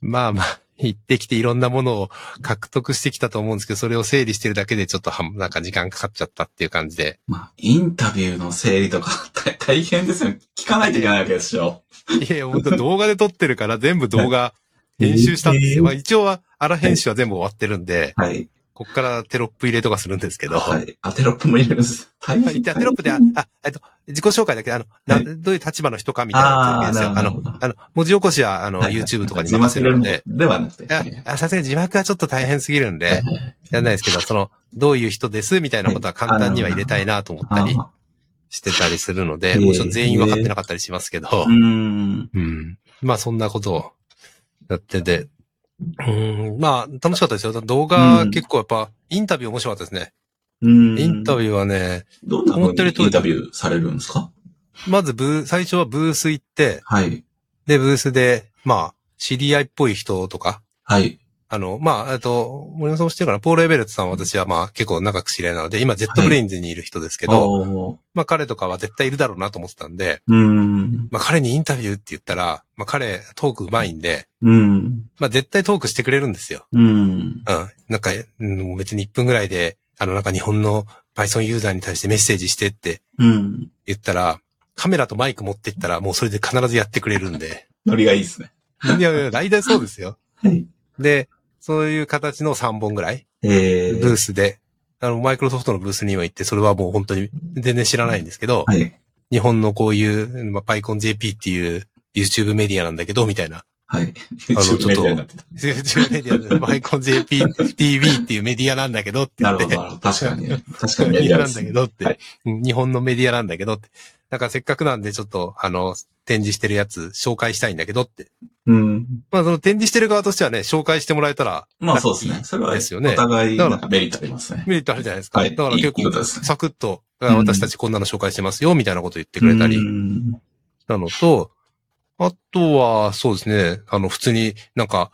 Speaker 1: まあまあ、行ってきていろんなものを獲得してきたと思うんですけど、それを整理してるだけでちょっとはん、なんか時間かかっちゃったっていう感じで、
Speaker 2: まあ、インタビューの整理とか、 大大変ですよね。聞かないといけないわけでしょ。
Speaker 1: いやいや、本当動画で撮ってるから全部動画編集したんですよ。まあ一応は、あら編集は全部終わってるんで、
Speaker 2: はい。
Speaker 1: こっからテロップ入れとかするんですけど。
Speaker 2: は。
Speaker 1: はい
Speaker 2: あ、テロップも入れるんです。大
Speaker 1: い。
Speaker 2: 変。
Speaker 1: じゃあテロップで、あ、あえっと、自己紹介だけで、あの、な
Speaker 2: はい
Speaker 1: どういう立場の人かみたいなやつですよ。
Speaker 2: あーな
Speaker 1: あ
Speaker 2: るほ
Speaker 1: の
Speaker 2: ど、
Speaker 1: あの、文字起こしは、あの、
Speaker 2: はい
Speaker 1: YouTube とかに
Speaker 2: 自慢
Speaker 1: 任
Speaker 2: す
Speaker 1: せる
Speaker 2: る
Speaker 1: の
Speaker 2: の
Speaker 1: で、
Speaker 2: ではなくて。
Speaker 1: いやあさすがに字幕はちょっと大変すぎるんで、やんないですけど、その、どういう人ですみたいなことは簡単には入れたいなと思ったり
Speaker 2: あ
Speaker 1: してたりするの
Speaker 2: あ
Speaker 1: で、
Speaker 2: ー
Speaker 1: もちろん全員分かってなかったりしますけど。
Speaker 2: うーん。
Speaker 1: うん。まあそんなことをやってて。うん、まあ楽しかったですよ。動画
Speaker 2: うん
Speaker 1: 結構やっぱインタビュー面白かったですね。
Speaker 2: うーん。
Speaker 1: インタビ
Speaker 2: ュー。
Speaker 1: ューはね、
Speaker 2: どんな
Speaker 1: 思ったよ
Speaker 2: 風
Speaker 1: り通
Speaker 2: に
Speaker 1: り
Speaker 2: インタビューされるんですか
Speaker 1: まずブー、最初はブース行って、
Speaker 2: はい。
Speaker 1: で、ブースで、まあ、知り合いっぽい人とか、
Speaker 2: はい。
Speaker 1: あの、まあ、えっと、森本さんも知ってるかな、ポール・エベレットさんは私はまあ結構長く知り合いなので、今、ジェットブレインズにいる人ですけど、
Speaker 2: おー
Speaker 1: まあ彼とかは絶対いるだろうなと思ってたんで、
Speaker 2: うーん。
Speaker 1: まあ彼にインタビューって言ったら、まあ彼トーク上手いんで、
Speaker 2: うん。
Speaker 1: まあ絶対トークしてくれるんですよ。
Speaker 2: うん。
Speaker 1: うん。なんか、うん、別に1分ぐらいで、あの、なんか日本の Python ユーザーに対してメッセージしてって
Speaker 2: うん。
Speaker 1: 言ったら、カメラとマイク持ってったら、もうそれで必ずやってくれるんで。
Speaker 2: ノリがいいですね。
Speaker 1: いやいや、 大体そうですよ。
Speaker 2: はい。
Speaker 1: で、そういう形の3本ぐらい、
Speaker 2: え
Speaker 1: ブ
Speaker 2: ー。
Speaker 1: ースで、あの、マイクロソフトのブースには行って、それはもう本当に全然知らないんですけど、
Speaker 2: はい。
Speaker 1: 日本のこういう、まあ、PyConJP っていう YouTube メディアなんだけど、みたいな。
Speaker 2: はい。
Speaker 1: の
Speaker 2: YouTube メディアになってた。
Speaker 1: YouTube メディアで PyConJPTV っていうメディアなんだけどって言
Speaker 2: な
Speaker 1: っ
Speaker 2: る
Speaker 1: て
Speaker 2: ほど。なるほど確かに。 確かに
Speaker 1: メ
Speaker 2: メ
Speaker 1: デ
Speaker 2: デ
Speaker 1: ィア
Speaker 2: ィア
Speaker 1: なん
Speaker 2: です
Speaker 1: だ
Speaker 2: ね
Speaker 1: けどって、
Speaker 2: は
Speaker 1: うん日本のメディアなんだけどって。だからせっかくなんでちょっと、あの、展示してるやつ紹介したいんだけどって。
Speaker 2: うん。
Speaker 1: まあその展示してる側としてはね、紹介してもらえたら、
Speaker 2: まあそうですね。それは、
Speaker 1: ですよね
Speaker 2: お互い、
Speaker 1: だか
Speaker 2: な
Speaker 1: ら
Speaker 2: んかメリットありますね。
Speaker 1: メリットあるじゃないですか。
Speaker 2: はい
Speaker 1: だから結
Speaker 2: いいこと
Speaker 1: 構、
Speaker 2: ですね
Speaker 1: サクッと、だから私たちこんなの紹介してますよ、みたいなこと言ってくれたり
Speaker 2: うーん
Speaker 1: なのと、あとは、そうですね、あの、普通になんか、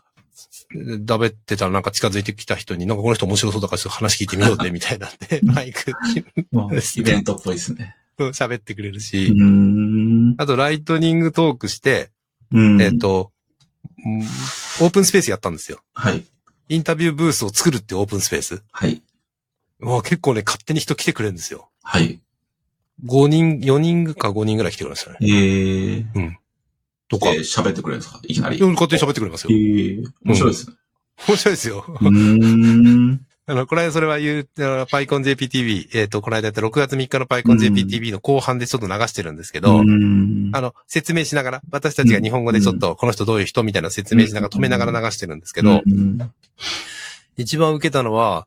Speaker 1: だべってたらなんか近づいてきた人に、なんかこの人面白そうだからちょっと話聞いてみようぜ、みたいなん で、マイク、
Speaker 2: まあ
Speaker 1: です
Speaker 2: イ
Speaker 1: ね
Speaker 2: ベントっぽいですね。
Speaker 1: 喋ってくれる
Speaker 2: う
Speaker 1: し、
Speaker 2: ーん。
Speaker 1: あと、ライトニングトークして、
Speaker 2: うん
Speaker 1: えっ、と、うんオープンスペースやったんですよ。
Speaker 2: はい。
Speaker 1: インタビューブースを作るっていうオープンスペース。
Speaker 2: はい。
Speaker 1: まあ結構ね、勝手に人来てくれるんですよ。
Speaker 2: はい。
Speaker 1: 5人、4人か5人ぐらい来てくれましたね。
Speaker 2: えー、
Speaker 1: とか。
Speaker 2: で喋ってくれるんですかいきなり。
Speaker 1: うん勝手に喋ってくれます
Speaker 2: え
Speaker 1: よ。
Speaker 2: ー、面白いですね。
Speaker 1: 面白いですよ。
Speaker 2: うーん。
Speaker 1: あの、この間それは言う、あの PyConJPTV、えっ、と、この間やった6月3日の PyConJPTV の後半でちょっと流してるんですけど、
Speaker 2: うん
Speaker 1: あの、説明しながら、私たちが日本語でちょっと、この人どういう人みたいな説明しながら止めながら流してるんですけど、
Speaker 2: うん
Speaker 1: 一番受けたのは、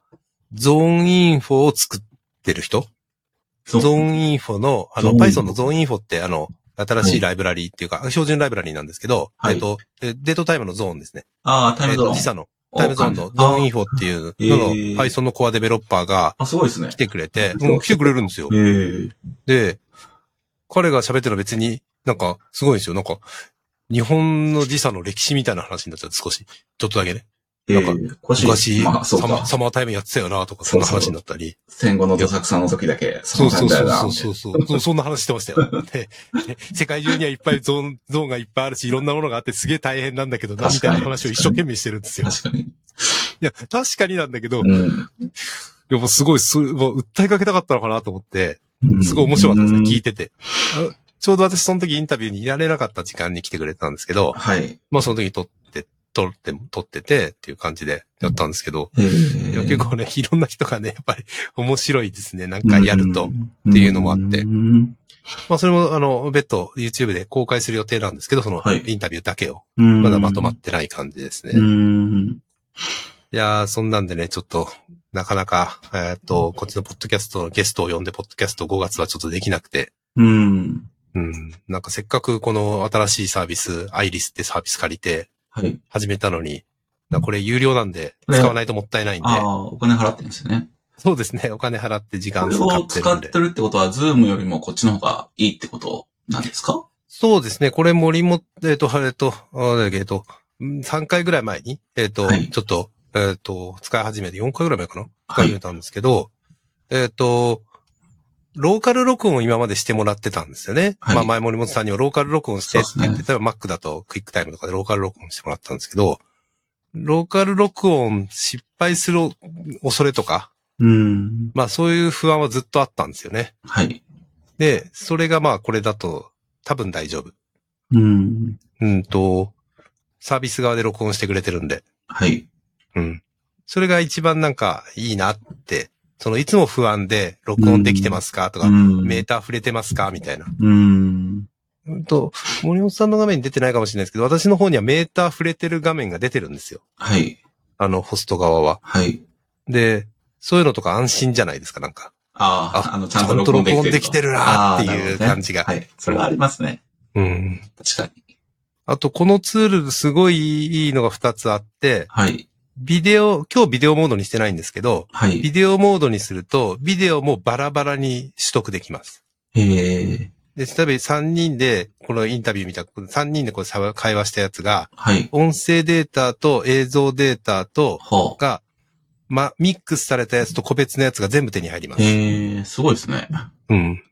Speaker 1: ゾーンインフォを作ってる人
Speaker 2: そ
Speaker 1: ゾ
Speaker 2: う
Speaker 1: ーンインフォの、あの、
Speaker 2: ゾーンインフォ
Speaker 1: Python のゾーンインフォって、あの、新しいライブラリっていうか、標準ライブラリなんですけど、
Speaker 2: はい
Speaker 1: えっと、えデートタイムのゾーンですね。
Speaker 2: ああ、タイ
Speaker 1: え
Speaker 2: ム
Speaker 1: っ
Speaker 2: ゾー
Speaker 1: と、
Speaker 2: ン。
Speaker 1: 時差のタイムゾーンのゾーンインフォっていうの
Speaker 2: あ
Speaker 1: の
Speaker 2: へー
Speaker 1: Python のコアデベロッパーが
Speaker 2: あ、すごいですね
Speaker 1: 来。てくれて、
Speaker 2: そう
Speaker 1: うん来てくれるんですよ
Speaker 2: え。ー、
Speaker 1: で、彼が喋ってるの別になんかすごいんですよ。なんか、日本の時差の歴史みたいな話になっちゃって少し、ちょっとだけね。
Speaker 2: え
Speaker 1: なん
Speaker 2: ー、昔
Speaker 1: 昔、
Speaker 2: まあ、そう
Speaker 1: サマー
Speaker 2: か。
Speaker 1: サマータイムやってたよなとか、そんな
Speaker 2: そう
Speaker 1: 話
Speaker 2: そう
Speaker 1: になったり。
Speaker 2: 戦後のどさくさの時だけ、
Speaker 1: そう
Speaker 2: の
Speaker 1: そう
Speaker 2: だ
Speaker 1: そ
Speaker 2: よ
Speaker 1: う
Speaker 2: な
Speaker 1: そうそうそう。そうそんな話してましたよ。で、で世界中にはいっぱいゾーン、ゾーンがいっぱいあるし、いろんなものがあってすげえ大変なんだけどな、み
Speaker 2: 確
Speaker 1: た
Speaker 2: か
Speaker 1: い
Speaker 2: に
Speaker 1: な話を一生懸命してるんですよ。
Speaker 2: 確かに。
Speaker 1: いや、確かになんだけど、い
Speaker 2: うん
Speaker 1: やもうすごい、そうもう訴えかけたかったのかなと思って、
Speaker 2: うん。
Speaker 1: すごい面白かったですね、聞い
Speaker 2: て。
Speaker 1: てて。あちょうど私その時インタビューにいられなかった時間に来てくれたんですけど、
Speaker 2: はい。
Speaker 1: まあその時撮って、撮って、撮っててっていう感じでやったんですけど、
Speaker 2: え
Speaker 1: いや
Speaker 2: ー
Speaker 1: 結構ね、いろんな人がね、やっぱり面白いですね、なんかやると。っていうのもあって
Speaker 2: うん
Speaker 1: まあそれもあの、別途 YouTube で公開する予定なんですけど、その
Speaker 2: はい
Speaker 1: インタビューだけを。
Speaker 2: うん
Speaker 1: まだまとまってない感じですね。
Speaker 2: う
Speaker 1: い
Speaker 2: ん。
Speaker 1: やー、そんなんでね、ちょっと、なかなか、えーっと、こっちのポッドキャストのゲストを呼んで、ポッドキャスト5月はちょっとできなくて、
Speaker 2: うん。
Speaker 1: うん。なんかせっかくこの新しいサービス、アイリスってサービス借りて
Speaker 2: はい。
Speaker 1: 始めたのに、なんかこれ有料なんで、
Speaker 2: ね
Speaker 1: 使わないともったいないんで、
Speaker 2: ああ、お金払ってるんですよね。
Speaker 1: そうですね、お金払って時
Speaker 2: こ
Speaker 1: 間
Speaker 2: れ
Speaker 1: 使
Speaker 2: を
Speaker 1: って
Speaker 2: 使
Speaker 1: るん
Speaker 2: っ
Speaker 1: で
Speaker 2: て。るってことは、ズームよりもこっちの方がいいってことなんですか
Speaker 1: そうですね、これ森も、えーっと、えーっと、あーだっけえーっと、うん3回ぐらい前に、えーっと、
Speaker 2: はい
Speaker 1: ちょっと、えーっと、使い始めて4回ぐらい前かな
Speaker 2: は
Speaker 1: 始
Speaker 2: い
Speaker 1: め。たんですけど、えっ、と、ローカル録音を今までしてもらってたんですよね。
Speaker 2: はい
Speaker 1: まあ前森本さんにもローカル録音してって言って、例えば Mac だとクイックタイムとかでローカル録音してもらったんですけど、ローカル録音失敗する恐れとか、
Speaker 2: うん。
Speaker 1: まあそういう不安はずっとあったんですよね。
Speaker 2: はい。
Speaker 1: で、それがまあこれだと多分大丈夫。
Speaker 2: うん。
Speaker 1: うんと、サービス側で録音してくれてるんで。
Speaker 2: はい。
Speaker 1: うん。それが一番なんかいいなって、そのいつも不安で録音できてますかとか、
Speaker 2: ん
Speaker 1: メーター触れてますかみたいな。
Speaker 2: うん。
Speaker 1: うんと、森本さんの画面に出てないかもしれないですけど、私の方にはメーター触れてる画面が出てるんですよ。
Speaker 2: はい。
Speaker 1: あの、ホスト側は。
Speaker 2: はい。
Speaker 1: で、そういうのとか安心じゃないですか、なんか。
Speaker 2: ああ、
Speaker 1: あ
Speaker 2: あの、ちゃんと録音できてると。
Speaker 1: ちゃんと録音できてるなっていう
Speaker 2: ああなるほどね
Speaker 1: 感じが
Speaker 2: はい。それはありますね。
Speaker 1: うん。
Speaker 2: 確かに。
Speaker 1: あと、このツールすごいいいのが2つあって、
Speaker 2: はい。
Speaker 1: ビデオ、今日ビデオモードにしてないんですけど、
Speaker 2: はい
Speaker 1: ビ。デオモードにすると、ビデオもバラバラに取得できます。
Speaker 2: ええ。
Speaker 1: で、例えば3人で、このインタビューみたいな、3人でこうさわ会話したやつが、
Speaker 2: はい。
Speaker 1: 音声データと映像データと、
Speaker 2: ほ
Speaker 1: が、ま、ミックスされたやつと個別のやつが全部手に入りま
Speaker 2: う。
Speaker 1: す。
Speaker 2: ええ、すごいですね。
Speaker 1: うん。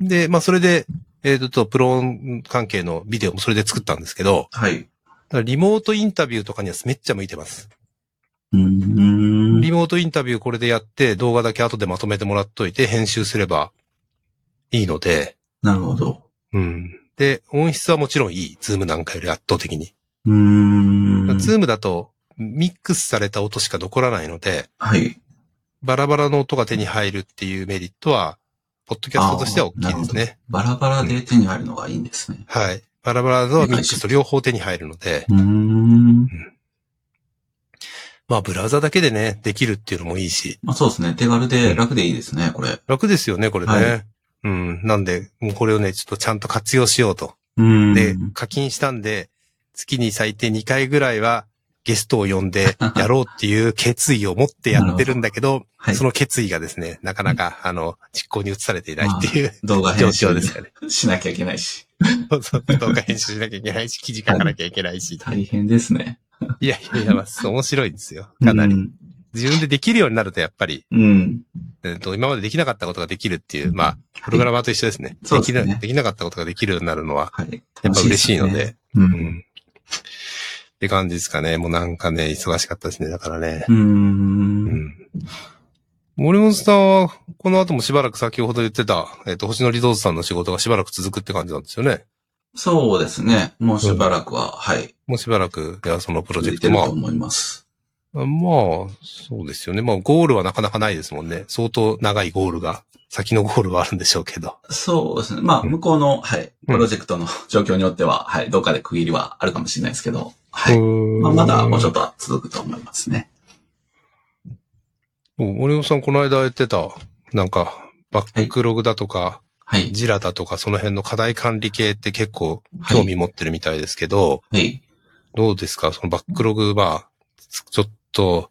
Speaker 1: で、まあ、それで、えっ、と、プロ関係のビデオもそれで作ったんですけど、
Speaker 2: は
Speaker 1: だ
Speaker 2: い。
Speaker 1: からリモートインタビューとかにはめっちゃ向いてます。
Speaker 2: うーん。
Speaker 1: リモートインタビューこれでやって、動画だけ後でまとめてもらっといて、編集すればいいので、
Speaker 2: なるほど。
Speaker 1: うん。で、音質はもちろんいい。ズームなんかより圧倒的に。
Speaker 2: うーん。
Speaker 1: ズームだと、ミックスされた音しか残らないので、
Speaker 2: はい。
Speaker 1: バラバラの音が手に入るっていうメリットは、ポッドキャストとしては大きいですね。
Speaker 2: バラバラで手に入るのがいいんですね。
Speaker 1: はい。バラバラのミックスと両方手に入るので、
Speaker 2: うーん。
Speaker 1: まあブラウザだけでね、できるっていうのもいいし、
Speaker 2: まあそうですね。手軽で楽でいいですね、これ。
Speaker 1: 楽ですよね、これね。
Speaker 2: は
Speaker 1: うん。なんで、もうこれをね、ちょっとちゃんと活用しようと。
Speaker 2: うーん。
Speaker 1: で、課金したんで、月に最低2回ぐらいはゲストを呼んでやろうっていう決意を持ってやってるんだけど、
Speaker 2: はい
Speaker 1: そ。の決意がですね、なかなか、あの、実行に移されていないっていう、
Speaker 2: 動画
Speaker 1: 状
Speaker 2: 編集
Speaker 1: 況ですよね。
Speaker 2: しなきゃいけないし。
Speaker 1: そうそう、動画編集しなきゃいけないし、記事書かなきゃいけないし。
Speaker 2: 大変ですね。
Speaker 1: いやいやいや、まあ面白いんですよ。かなり。
Speaker 2: うん。
Speaker 1: 自分でできるようになると、やっぱり、
Speaker 2: うん。
Speaker 1: えっと、今までできなかったことができるっていう、まあ、プログラマーと一緒ですね。
Speaker 2: そうですね
Speaker 1: できなできなかったことができるようになるのは、
Speaker 2: はい。
Speaker 1: やっぱ嬉しいので、
Speaker 2: 楽しいですね。うん。
Speaker 1: って感じですかね。もうなんかね、忙しかったですね。だからね
Speaker 2: う。ー。
Speaker 1: うんん。森本さんは、この後もしばらく先ほど言ってた、えっ、と、星野リゾートさんの仕事がしばらく続くって感じなんですよね。
Speaker 2: そうですね。もうしばらくは、はい。
Speaker 1: もうしばらく、いや、そのプロジ
Speaker 2: 続
Speaker 1: ェクト。
Speaker 2: いてる
Speaker 1: ま
Speaker 2: と
Speaker 1: あ、
Speaker 2: 思います。
Speaker 1: まあ、そうですよね。まあ、ゴールはなかなかないですもんね。相当長いゴールが、先のゴールはあるんでしょうけど。
Speaker 2: そうですね。まあ、
Speaker 1: うん
Speaker 2: 向こうの、はい。プロジェクトの 状況によっては、はい。どっかで区切りはあるかもしれないですけど、はい。まあ、まだもうちょっとは続くと思いますね。
Speaker 1: うん森本さん、この間言ってた、なんか、バックログだとか、
Speaker 2: はい。
Speaker 1: ジラだとか、その辺の課題管理系って結構
Speaker 2: はい
Speaker 1: 興味持ってるみたいですけど、
Speaker 2: はい。
Speaker 1: どうですかそのバックログ、まあ、ちょっと、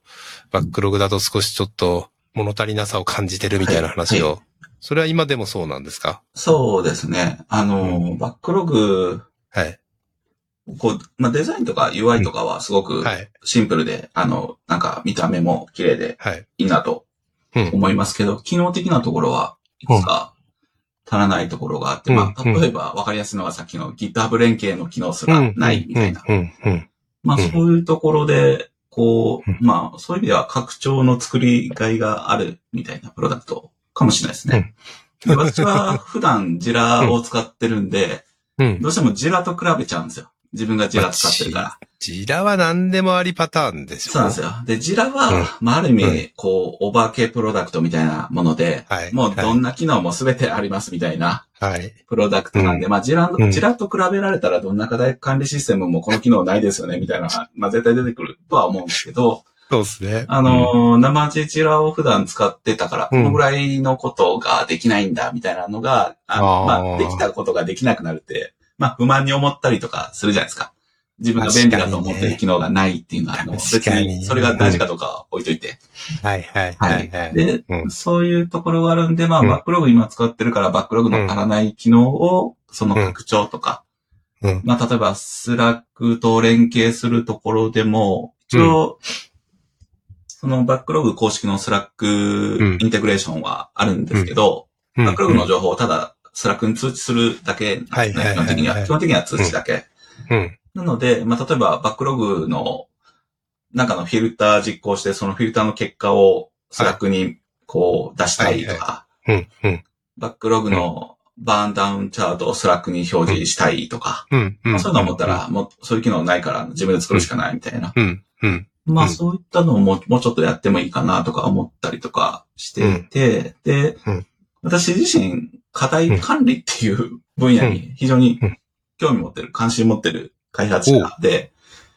Speaker 1: バックログだと少しちょっと物足りなさを感じてるみたいな話を。
Speaker 2: は
Speaker 1: それは今でもそうなんですか
Speaker 2: そうですね。あの、バックログ、
Speaker 1: はい。
Speaker 2: こう、まあ、デザインとか UI とかはすごく
Speaker 1: はい。
Speaker 2: シンプルで、あの、なんか見た目も綺麗で
Speaker 1: はい。
Speaker 2: いいなと
Speaker 1: うん。
Speaker 2: 思いますけど、機能的なところはいくつか足らないところがあって、まあ、
Speaker 1: うん
Speaker 2: 例えば分かりやすいのがさっきの GitHub 連携の機能す
Speaker 1: う
Speaker 2: ら
Speaker 1: ん
Speaker 2: ないみたいな。。
Speaker 1: うん。うん。
Speaker 2: まあ、
Speaker 1: うん
Speaker 2: そういうところで、こ
Speaker 1: うん
Speaker 2: う、まあ、そういう意味では拡張の作りがいがあるみたいなプロダクトかもしれないですね。で私は普段ジラを使ってるんで、
Speaker 1: うんうん。
Speaker 2: どうしてもジラと比べちゃうんですよ。自分がジラ使ってるから。
Speaker 1: ジラは何でもありパターンでしょ
Speaker 2: そうなんですよ。で、ジラ
Speaker 1: うん
Speaker 2: は、まあ、ある意
Speaker 1: うん
Speaker 2: 味、こう、お化けプロダクトみたいなもので、
Speaker 1: はい。
Speaker 2: もうど
Speaker 1: は。
Speaker 2: んな機能も全てありますみたいない
Speaker 1: はい。
Speaker 2: プロダクトなんで、まあ、ジラ
Speaker 1: うん、
Speaker 2: ジラと比べられたらどんな課題管理システムもこの機能ないですよね、みたいなのが、まあ、絶対出てくるとは思うんですけど、
Speaker 1: そうですね。
Speaker 2: あのー、生地ジラを普段使ってたから、このぐらいのことができないんだ、みたいなのが、あの
Speaker 1: あー
Speaker 2: まあ、できたことができなくなるって、まあ、不満に思ったりとかするじゃないですか。自分が便利だと思ってる機能がないっていうのは、あの別
Speaker 1: 確かにね
Speaker 2: にそれが大事かどうかは置いといて。
Speaker 1: うんはいはいは
Speaker 2: はいい
Speaker 1: はい。
Speaker 2: で、
Speaker 1: うん
Speaker 2: そういうところがあるんで、まあ、
Speaker 1: うん
Speaker 2: バックログ今使ってるから、バックログの足らない機能を、その拡張とか、
Speaker 1: うん
Speaker 2: まあ、例えば、スラックと連携するところでも、一応、そのバックログ公式のスラッ
Speaker 1: うん
Speaker 2: クインテグレーションはあるんですけど、
Speaker 1: うん
Speaker 2: バックログの情報をただスラックに通知するだけなんです
Speaker 1: はい
Speaker 2: ね、基本的に
Speaker 1: はいはいはい
Speaker 2: は。基本的には通知だけ。
Speaker 1: うん。
Speaker 2: なので、まあ、例えばバックログの中のフィルター実行して、そのフィルターの結果をスラックにこう出したいとか、
Speaker 1: うん。うん。
Speaker 2: バックログのバーンダウンチャートをスラックに表示したいとか、
Speaker 1: うん。う
Speaker 2: ま
Speaker 1: ん。
Speaker 2: あ、そういうのを思ったら、もうそういう機能ないから自分で作るしかないみたいな。
Speaker 1: うん。うん。
Speaker 2: ま
Speaker 1: う
Speaker 2: あ
Speaker 1: ん
Speaker 2: そういったのをもうもうちょっとやってもいいかなとか思ったりとかしていて、で、
Speaker 1: うん
Speaker 2: 私自身課題管理っていう分野に非常に
Speaker 1: うん
Speaker 2: 興味持ってる、関心持ってる開発者で、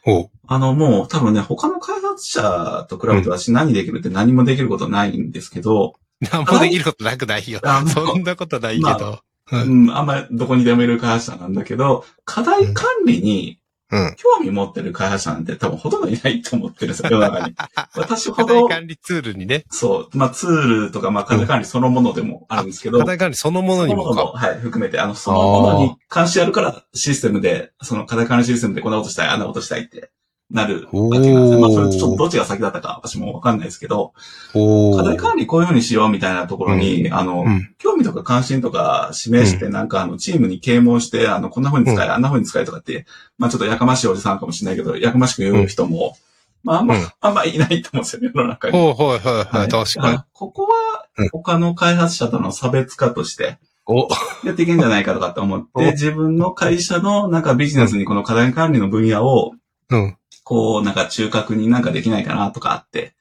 Speaker 1: おう。
Speaker 2: あの、もう多分ね、他の開発者と比べて私何できるって何もできることないんですけど、
Speaker 1: なんもできることなくないよ。
Speaker 2: あの
Speaker 1: そんなことないけど。う
Speaker 2: うん、あんまりどこにでもいる開発者なんだけど、課題管理に
Speaker 1: うん。
Speaker 2: 興味持ってる開発者なんて多分ほとんどいないと思ってるんですよ、世の 中に。私
Speaker 1: 課
Speaker 2: ほ
Speaker 1: 題
Speaker 2: ど、
Speaker 1: 管理ツールにね。
Speaker 2: そう、まあツールとか、まあ課題管理そのものでもあるんですけど、
Speaker 1: 課題管理そのものに
Speaker 2: その
Speaker 1: も
Speaker 2: ものも、
Speaker 1: か。
Speaker 2: はい、含めて、あの、そのものに関心あるからシステムで、その課題管理システムでこんなことしたい、あんなことしたいってなるわけなんですよ。まあそれちょっとどっちが先だったか私もわかんないですけど、
Speaker 1: お
Speaker 2: 課題管理こういうふうにしようみたいなところに、あの、
Speaker 1: うん
Speaker 2: 興味とか関心とか示して、なんかあの、チームに啓蒙して、あの、こんな風に使え、あんな風に使えとかって、まあちょっとやかましいおじさんかもしれないけど、やかましく言う人も、まああんま、
Speaker 1: うん
Speaker 2: あんまいないと思うんですよね、世の中に。
Speaker 1: ほうほうほうほ
Speaker 2: は
Speaker 1: う。確
Speaker 2: いだか
Speaker 1: かに。
Speaker 2: らここは
Speaker 1: うん、
Speaker 2: 他の開発者との差別化として、
Speaker 1: お、
Speaker 2: やっていけんじゃないかとかって思っ
Speaker 1: お
Speaker 2: て、自分の会社の、なんかビジネスにこの課題管理の分野を、
Speaker 1: うん。
Speaker 2: こう、なんか中核になんかできないかなとかあって、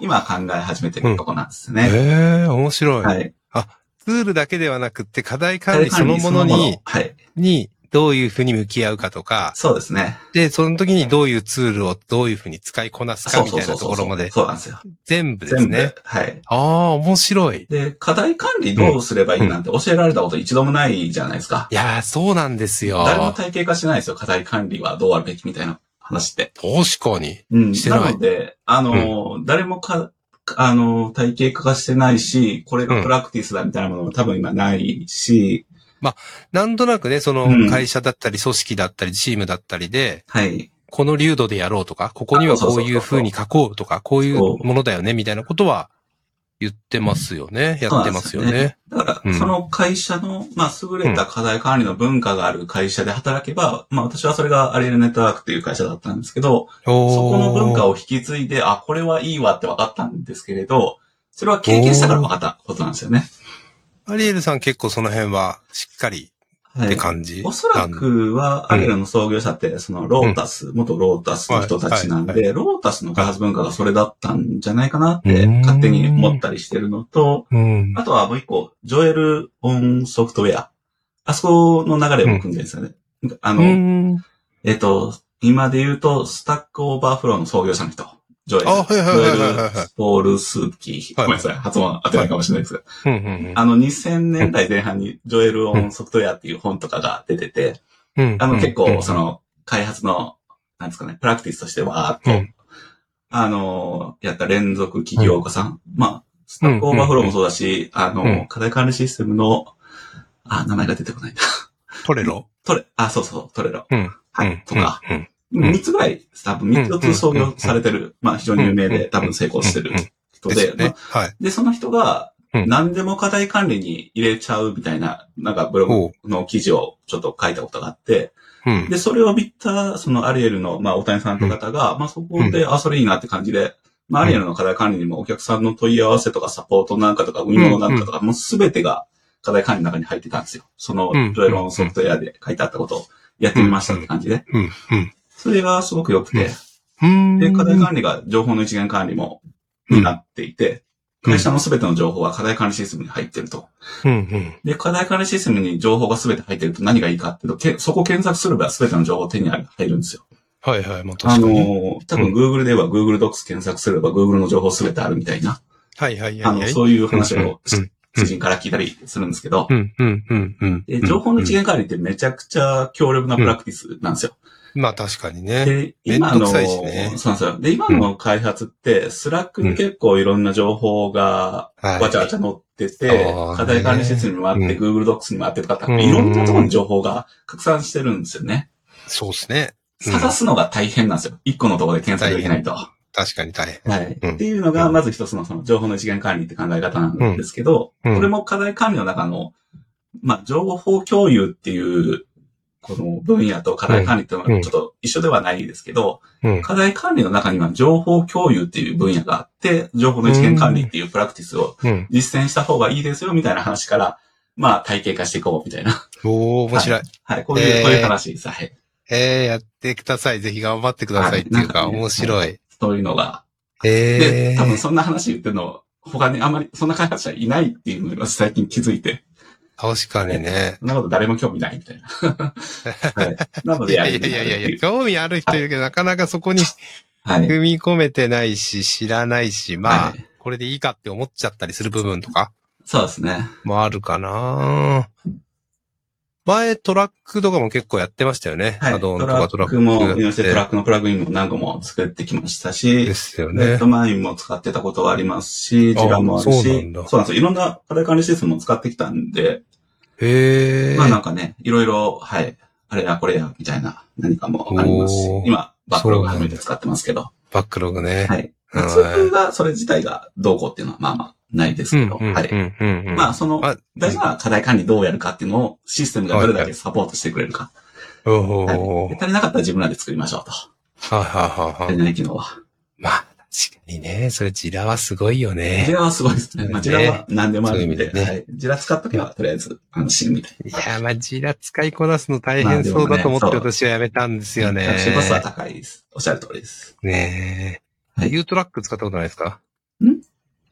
Speaker 2: 今考え始めてるとこなんです
Speaker 1: え
Speaker 2: ね。
Speaker 1: え、面白。
Speaker 2: はいい。
Speaker 1: ツールだけではなくって、課題管理そのものに、
Speaker 2: はい。
Speaker 1: に、どういうふうに向き合うかとか、
Speaker 2: そうですね。
Speaker 1: で、その時にどういうツールをどういうふうに使いこなすか
Speaker 2: そう
Speaker 1: み
Speaker 2: そう
Speaker 1: たい
Speaker 2: そ
Speaker 1: な
Speaker 2: う
Speaker 1: と
Speaker 2: そう。
Speaker 1: ころまで、
Speaker 2: そうなんですよ。
Speaker 1: 全部です
Speaker 2: 全部。
Speaker 1: ね。
Speaker 2: はい。
Speaker 1: ああ、面白い。
Speaker 2: で、課題管理どうすればいいなんて教えられたこと一度もないじゃないですか。
Speaker 1: いやー、そうなんですよ。
Speaker 2: 誰も
Speaker 1: 確
Speaker 2: 体系化してないですよ。課題管理はどうあるべきみたいな話って。
Speaker 1: かに。
Speaker 2: うん。
Speaker 1: してない
Speaker 2: ので、あのー、誰もか、あのー、体系化がしてないし、これがプラクティスだみたいなものも多分今ないし、
Speaker 1: なんとなくね、その
Speaker 2: うん
Speaker 1: 会社だったり、組織だったり、チームだったりで、
Speaker 2: はい。
Speaker 1: この流度でやろうとか、ここにはこういう風に書こうとか、こういうものだよね、みたいなことは言ってますよね。やってますよね。
Speaker 2: だか
Speaker 1: うん
Speaker 2: ら、その会社の、まあ、優れた課題管理の文化がある会社で働けば、まあ、私はそれがアリエルネットワークっていう会社だったんですけど、
Speaker 1: そ
Speaker 2: そこの文化
Speaker 1: を。
Speaker 2: を引き継いで、あ、これはいいわって分かったんですけれど、それは経験したから分かったことなんですよね。
Speaker 1: アリエルさん結構その辺はしっかり
Speaker 2: は
Speaker 1: って
Speaker 2: い。
Speaker 1: 感じ。
Speaker 2: おそらくは、アリエルの創業者って、そのロータス、元ロータスの人たちなん
Speaker 1: はいは
Speaker 2: で、ロータスの開発文化がそれだったんじゃないかなっ
Speaker 1: う
Speaker 2: て
Speaker 1: ん
Speaker 2: 勝手に思ったりしてるのと、
Speaker 1: あの。うん。
Speaker 2: あとはもう一個、ジョエル・オン・ソフトウェア。あそこの流れを組んでるんですよね。あの、
Speaker 1: うん
Speaker 2: えっと、今で言うと、スタックオーバーフローの創業者の人。ジョエル。
Speaker 1: あはいはいはいはいはい
Speaker 2: ジョエルポールスーキー。
Speaker 1: はい
Speaker 2: ごめんなさい。発音当てないかもしれないですが。
Speaker 1: うんうん
Speaker 2: あの、2000年代前半に、ジョエル・オン・ソフトウェアっていう本とかが出てて、
Speaker 1: うん。
Speaker 2: あの、結構、
Speaker 1: うん
Speaker 2: そ、の、開発の、なんですかね、プラクティスとしてわ
Speaker 1: う
Speaker 2: ーっと、
Speaker 1: ん
Speaker 2: あの、やった連続起業家さん。まあ、スタックオーバーフローもそうだし、あ
Speaker 1: うん
Speaker 2: の、課題管理システムの、あ、名前が出てこないな。
Speaker 1: トレロ
Speaker 2: トレ、あ、そうそう、トレロ。
Speaker 1: うん
Speaker 2: は
Speaker 1: うん
Speaker 2: い、とか。。
Speaker 1: うんうん
Speaker 2: 三つぐらい、多分三つ創業されてる、まあ非常に有名で多分成功してる
Speaker 1: うんうん
Speaker 2: 人
Speaker 1: です
Speaker 2: で
Speaker 1: よ、
Speaker 2: ま
Speaker 1: ね
Speaker 2: あ。
Speaker 1: はい。
Speaker 2: で、その人が
Speaker 1: うん
Speaker 2: 何でも課題管理に入れちゃうみたいな、なんかブログの記事をちょっと書いたことがあって、
Speaker 1: うん。
Speaker 2: で、それを見た、そのアリエルの、まあ大谷さんって方が、まあそこで、あ、それいいなって感じで、まあアリエルの課題管理にもお客さんの問い合わせとかサポートなんかとか、運用なんかとか、もうすべてが課題管理の中に入ってたんですよ。その、
Speaker 1: う
Speaker 2: ジ
Speaker 1: ん
Speaker 2: ョエロンソフトウェアで書いてあったことをやってみましたって感じで。
Speaker 1: うん。
Speaker 2: それがすごく良くて、
Speaker 1: うん。
Speaker 2: で、課題
Speaker 1: が
Speaker 2: 管理が情報の一元管理も、
Speaker 1: うん
Speaker 2: になっていて、
Speaker 1: うん
Speaker 2: 会社のすべての情報は課題管理システムに入ってると。
Speaker 1: うんうん。
Speaker 2: で、課題管理システムに情報がすべて入ってると何がいいかっていうと、けそこ検索すればすべての情報手に入るんですよ。
Speaker 1: はいはい、まあ
Speaker 2: あ
Speaker 1: 確か
Speaker 2: の
Speaker 1: に。
Speaker 2: ー、多分 Google では Google Docs 検索すれば Google の情報すべてあるみたいな、
Speaker 1: はいはい
Speaker 2: あ
Speaker 1: はい
Speaker 2: の、
Speaker 1: はい。
Speaker 2: そういう話を
Speaker 1: うん
Speaker 2: し知人から聞いたりするんですけど
Speaker 1: う、んうんうんうん。
Speaker 2: で情報の一元管理ってめちゃくちゃ強力なプラクティスなんですよ。
Speaker 1: まあ確かにね。
Speaker 2: で、
Speaker 1: めん
Speaker 2: 今
Speaker 1: ど
Speaker 2: の、
Speaker 1: く
Speaker 2: そう
Speaker 1: さ
Speaker 2: ないん
Speaker 1: しね
Speaker 2: ですよ。で、今の開発って、スラックに結構いろんな情報が、
Speaker 1: はい。
Speaker 2: わちゃわちゃ載ってて、
Speaker 1: あー
Speaker 2: 課題管理施設にもあっ
Speaker 1: ね
Speaker 2: て、Google Docs にもあってとかって、
Speaker 1: うん
Speaker 2: いろんなところに情報が拡散してるんですよね。
Speaker 1: そうですね。うん
Speaker 2: 探すのが大変なんですよ。一個のところで検索できないと。は
Speaker 1: 確かに大変。
Speaker 2: い。
Speaker 1: うん
Speaker 2: っていうのが、まず一つのその情報の一元管理って考え方なんですけど、
Speaker 1: うんうん
Speaker 2: これも課題管理の中の、まあ、情報共有っていう、この分野と課題管理っていうのはちょっと一緒ではないですけど、
Speaker 1: うん。
Speaker 2: 課題管理の中には情報共有っていう分野があって、情報の一元管理っていうプラクティスを
Speaker 1: うん。
Speaker 2: 実践した方がいいですよみたいな話から、まあ体系化していこうみたいな。
Speaker 1: おー、面白い。
Speaker 2: はい、こういう、
Speaker 1: えー
Speaker 2: こういう話です。はい。
Speaker 1: えー、やってください。ぜひ頑張ってくださいっていうか、
Speaker 2: はいなんかね
Speaker 1: 面白い。
Speaker 2: そういうのが。
Speaker 1: え
Speaker 2: で、多分
Speaker 1: ー、
Speaker 2: そんな話言ってるの、他にあんまりそんな開発者いないっていうのを最近気づいて、
Speaker 1: 確かにね。
Speaker 2: そんなこと誰も興味ないみたい な。はい、なの
Speaker 1: い
Speaker 2: でや
Speaker 1: や
Speaker 2: る
Speaker 1: い
Speaker 2: よう
Speaker 1: や
Speaker 2: に
Speaker 1: い
Speaker 2: な
Speaker 1: や
Speaker 2: るっていう
Speaker 1: いや、興味ある人いるけど、なかなかそこに
Speaker 2: はい。
Speaker 1: 踏み込めてないし、知らないし、まあ
Speaker 2: は、
Speaker 1: これでいいかって思っちゃったりする部分とか
Speaker 2: そうですね。
Speaker 1: もあるかな前、トラックとかも結構やってましたよね。
Speaker 2: はい。
Speaker 1: アドオン
Speaker 2: ト
Speaker 1: と
Speaker 2: ラ
Speaker 1: かトラ
Speaker 2: ッ
Speaker 1: ッ
Speaker 2: ク
Speaker 1: ク
Speaker 2: も、見直してト
Speaker 1: や
Speaker 2: ラ
Speaker 1: っ
Speaker 2: ックのプラグインも何個も作ってきました
Speaker 1: て
Speaker 2: し
Speaker 1: で、すよ
Speaker 2: レッ
Speaker 1: ね
Speaker 2: ド。マインも使ってたことはありますし、時間もある
Speaker 1: あ
Speaker 2: し、
Speaker 1: そ
Speaker 2: そうう
Speaker 1: な
Speaker 2: なんん
Speaker 1: だ
Speaker 2: ですよ。いろんな課題管理システムを使ってきたんで、
Speaker 1: へえ。
Speaker 2: まあなんかね、いろいろ、はい、あれやこれや、みたいな何かもありますし
Speaker 1: おー、
Speaker 2: 今、バックログ初めて使ってますけど、
Speaker 1: バックログね。
Speaker 2: はい。
Speaker 1: はい
Speaker 2: ツールが、それ自体がどうこうっていうのはまあまあないです
Speaker 1: うん
Speaker 2: けど、
Speaker 1: うん
Speaker 2: はい。
Speaker 1: うんうん
Speaker 2: まあその、
Speaker 1: あ
Speaker 2: 大事な課題管理どうやるかっていうのをシステムがどれだけサポートしてくれるか。
Speaker 1: お
Speaker 2: はい
Speaker 1: ー
Speaker 2: 足りなかったら自分らで作りましょうと。
Speaker 1: はいはいは
Speaker 2: 足
Speaker 1: いは
Speaker 2: り
Speaker 1: い。
Speaker 2: ない機能は。
Speaker 1: まあ、確かにね、それジラはすごいよ
Speaker 2: ジ
Speaker 1: ね。
Speaker 2: ラはすごいですね。まあ、
Speaker 1: そう
Speaker 2: ジ
Speaker 1: で
Speaker 2: ラ
Speaker 1: すね
Speaker 2: は何でもあるん
Speaker 1: そういう
Speaker 2: で、
Speaker 1: 意味でね
Speaker 2: はい。ジラ使っとけば、とりあえず安心みたい
Speaker 1: いや、まあジラ使いこなすの大変そうだと思って私はやめたんです
Speaker 2: な。
Speaker 1: よね。
Speaker 2: タクシーバスは高いです。おっしゃる通りです。
Speaker 1: ね
Speaker 2: は
Speaker 1: え。
Speaker 2: い
Speaker 1: ユートラック使ったことないですか
Speaker 2: ん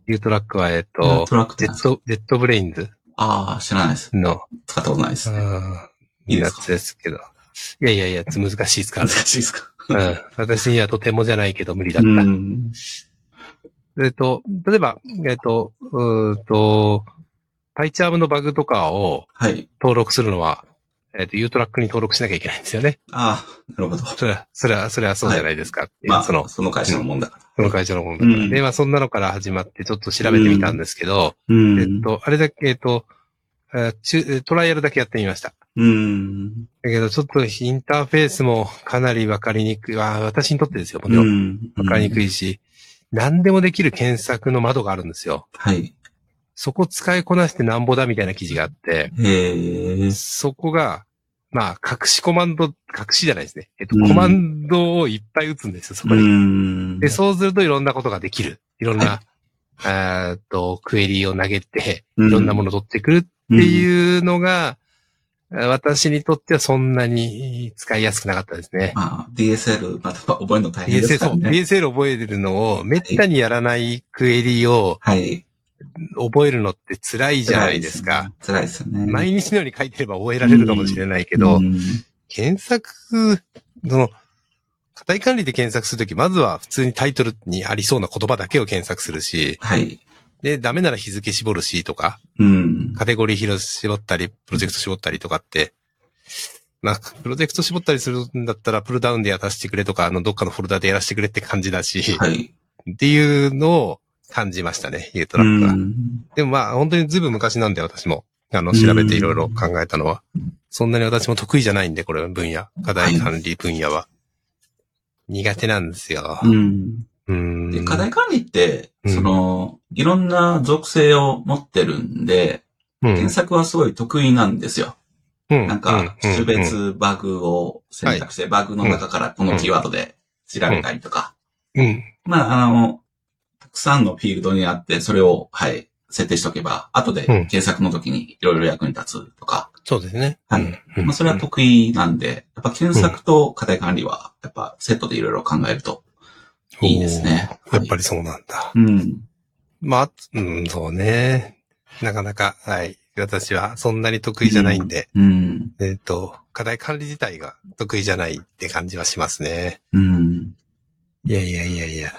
Speaker 1: ユートラックは、えっと
Speaker 2: ト、ラックって
Speaker 1: ジェ
Speaker 2: なんで
Speaker 1: ッ
Speaker 2: すか
Speaker 1: ト、ジェットブレインズ
Speaker 2: ああ、知らないです。
Speaker 1: の、
Speaker 2: 使ったことないです。
Speaker 1: あ
Speaker 2: い
Speaker 1: ー
Speaker 2: いで
Speaker 1: や
Speaker 2: すか
Speaker 1: つですけど。いやいやいや、難しいですから
Speaker 2: 難。しいですか
Speaker 1: うん。私にはとてもじゃないけど無理だ
Speaker 2: う
Speaker 1: っ
Speaker 2: ー
Speaker 1: た。
Speaker 2: ん。
Speaker 1: えっと、例えば、えっと、うーんと、タイチャームのバグとかを
Speaker 2: はい。
Speaker 1: 登録するのは、えっと、ユートラックに登録しなきゃいけないんですよね。
Speaker 2: ああ、なるほど。
Speaker 1: それは、それは、それはそうじゃないですかっていう、
Speaker 2: まあ、
Speaker 1: そ
Speaker 2: そ
Speaker 1: の
Speaker 2: の、、その会社のもんだから。
Speaker 1: その会社のものだから。
Speaker 2: うん
Speaker 1: で、まあ、そんなのから始まってちょっと調べてみたんですけど、
Speaker 2: う
Speaker 1: え
Speaker 2: ー
Speaker 1: っ
Speaker 2: ん。
Speaker 1: と、あれだけ、えっと、えー中えートライアルだけやってみました。
Speaker 2: うーん。
Speaker 1: だけど、ちょっとインターフェースもかなりわかりにくい。わあ私にとってですよ、もちろん。
Speaker 2: ん
Speaker 1: わかりにく
Speaker 2: い。
Speaker 1: いし、何でもできる検索の窓があるんですよ。
Speaker 2: はい。
Speaker 1: そこ使いこなしてなんぼだみたいな記事があって、
Speaker 2: ええ。
Speaker 1: そこが、まあ、隠しコマンド、隠しじゃないですね。えっと、
Speaker 2: うん
Speaker 1: コマンドをいっぱい打つんですよ、そこ
Speaker 2: うー
Speaker 1: に。
Speaker 2: ん
Speaker 1: で、そうするといろんなことができる。いろんなえーっと、クエリを投げて、
Speaker 2: い
Speaker 1: いろんなものを取ってくるっていうのが、私にとってはそんなに使いやすくなかったですね。
Speaker 2: まあ、DSL、また覚えるの大変です
Speaker 1: DSL
Speaker 2: か
Speaker 1: そ
Speaker 2: ら
Speaker 1: う
Speaker 2: ね。
Speaker 1: DSL 覚えるのを、めったにやらないクエリを
Speaker 2: はい。
Speaker 1: 覚えるのって辛いじゃないですか。。
Speaker 2: 辛いですよね。
Speaker 1: 毎日のように書いてれば覚えられるかもしれないけ
Speaker 2: け
Speaker 1: ど、
Speaker 2: うん、
Speaker 1: 検索、その、課題管理で検索するとき、まずは普通にタイトルにありそうな言葉だけを検索するし、
Speaker 2: はい。
Speaker 1: で、ダメなら日付絞るしとか、
Speaker 2: うん。
Speaker 1: カテゴリー広絞ったり、プロジェクト絞ったりとかって、まあ、プロジェクト絞ったりするんだったら、プルダウンでやらせてくれとか、あの、どっかのフォルダでやらせてくれって感じだし、
Speaker 2: はい。
Speaker 1: っていうのを感じましたね、ユート
Speaker 2: う
Speaker 1: ラックは。
Speaker 2: ん。
Speaker 1: でもまあ、本当にずいぶん昔なんで、私も。あの、調べていろいろ考えたのは。そんなに私も得意じゃないんで、これ、分野。課題管理分野は。苦手なんですよ。
Speaker 2: うん。
Speaker 1: うん。
Speaker 2: で、課題管理って、
Speaker 1: うん
Speaker 2: その、いろんな属性を持ってるんで、
Speaker 1: うん
Speaker 2: 検。索はすごい得意なんですよ。
Speaker 1: うん
Speaker 2: なんか、種。
Speaker 1: う
Speaker 2: 別バグを選択して、バグの中からこのキーワードで調べたりとか。
Speaker 1: うんうん。
Speaker 2: まあ、あの、たくさんのフィールドにあって、それを、はい、設定しておけば、後で検索の時にいろいろ役に立つとか。
Speaker 1: そうですね。
Speaker 2: はい
Speaker 1: い
Speaker 2: まあ、それは得意なんで、やっぱ検索と課題管理は、やっぱセットでいろいろ考えるといいです。ね。
Speaker 1: おーやっぱ
Speaker 2: り。
Speaker 1: りそうなんだ。
Speaker 2: うん。
Speaker 1: まあ、うん、そうね。なかなか、はい。私はそんなに得意じゃないんで、
Speaker 2: うん。
Speaker 1: えっと、課題管理自体が得意じゃないって感じはしますね。
Speaker 2: うん。
Speaker 1: いやいやいやいや。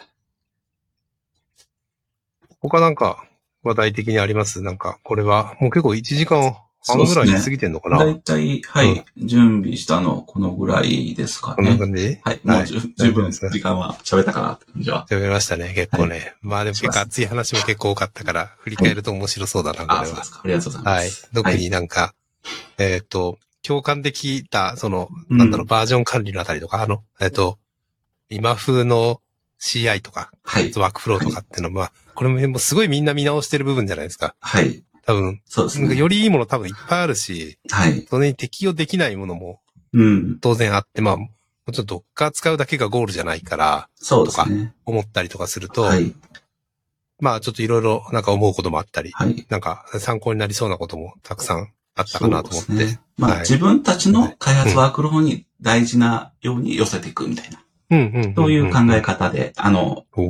Speaker 1: 他なんか話題的にありますなんか、これは、もう結構1時間半ぐら
Speaker 2: そうっす
Speaker 1: い
Speaker 2: ね
Speaker 1: 過ぎてんのかな、
Speaker 2: だいたい、は
Speaker 1: う
Speaker 2: い、準備したの、このぐらいですか
Speaker 1: こんな
Speaker 2: ね。
Speaker 1: 感じ
Speaker 2: はい、もうじゅ十
Speaker 1: 大丈夫
Speaker 2: 分
Speaker 1: ですか
Speaker 2: 時間は喋ったかなって感じは。
Speaker 1: 喋りましたね、結構ね。まあでも結構熱い話も結構多かったから、振り返ると面白そうだな、こ
Speaker 2: あ、
Speaker 1: れ
Speaker 2: そうで
Speaker 1: は。
Speaker 2: すか。ありがとうございま
Speaker 1: はい
Speaker 2: す。。
Speaker 1: 特になんか、えっと、共感できた、その、
Speaker 2: うん
Speaker 1: なんだろう、バージョン管理のあたりとか、あの、えっと、今風の CI とか、
Speaker 2: はい。
Speaker 1: ワークフローとかっていうのは、まあ、これもすごいみんな見直してる部分じゃないですか。
Speaker 2: はい。
Speaker 1: 多分、
Speaker 2: そうです
Speaker 1: なんか
Speaker 2: ね。
Speaker 1: よりいいもの多分いっぱいあるし、
Speaker 2: はい。
Speaker 1: それに適用できないものも
Speaker 2: うん。
Speaker 1: 当然あって、まあ、もちろんドッカー使うだけがゴールじゃないから、
Speaker 2: そうですね。
Speaker 1: 思ったりとかすると、
Speaker 2: はい。
Speaker 1: まあちょっといろいろなんか思うこともあったり、
Speaker 2: はい。
Speaker 1: なんか参考になりそうなこともたくさんあった
Speaker 2: そ
Speaker 1: か
Speaker 2: う
Speaker 1: なと
Speaker 2: で
Speaker 1: 思っ
Speaker 2: す
Speaker 1: て。
Speaker 2: ね。ま
Speaker 1: は
Speaker 2: あ
Speaker 1: い
Speaker 2: 自分たちの開発ワークの方に大事なように寄せていくみたいな。
Speaker 1: うんうんんんん
Speaker 2: そういう考え。方で、あの、
Speaker 1: おー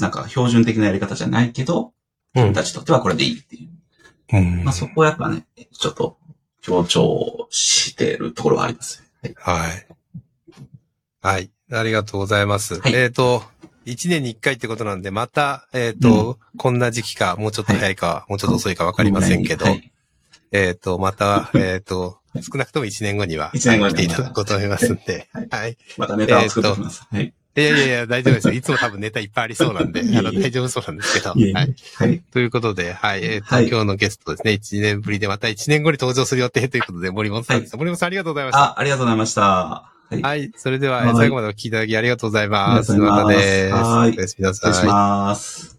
Speaker 2: なんか標準的なやり方じゃないけ
Speaker 1: う
Speaker 2: ど、自
Speaker 1: ん
Speaker 2: 分たちにとってはこれでいいっていう。
Speaker 1: うん
Speaker 2: まあそこはやっぱね、ちょっと強調してるところはあります。はい。
Speaker 1: はい。はい。ありがとうございます。
Speaker 2: はい
Speaker 1: えっ、と、一年に一回ってことなんで、また、えっ、と、こんな時期か、もうちょっと早いか、もうちょっと遅いかわかりませんけど、
Speaker 2: はい
Speaker 1: えっ、と、ま た、えっ、と、少なくとも1年後には、
Speaker 2: 一年後に
Speaker 1: 来
Speaker 2: は
Speaker 1: ていただこうと思いますんで。 はい。
Speaker 2: またネタを作っておきます。はい。
Speaker 1: いやいやいや、大丈夫ですよ。いつも多分ネタいっぱいありそうなんで、
Speaker 2: いえいえ
Speaker 1: あの、大丈夫そうなんですけど。
Speaker 2: いえいえ
Speaker 1: はい。
Speaker 2: はい。
Speaker 1: ということで、はい。えっ、と、
Speaker 2: はい
Speaker 1: 今日のゲストですね、1年ぶりで、また1年後に登場する予定ということで、森本さんです。森本さんありがとうございました。
Speaker 2: あ、ありがとうございました。はい。
Speaker 1: はい。それで
Speaker 2: は
Speaker 1: は、
Speaker 2: い
Speaker 1: 最後までお聞きいただきありがとうございます。
Speaker 2: ありがとうございます
Speaker 1: またです。
Speaker 2: はい
Speaker 1: おやすみなさ
Speaker 2: 失
Speaker 1: い
Speaker 2: 礼し。ます。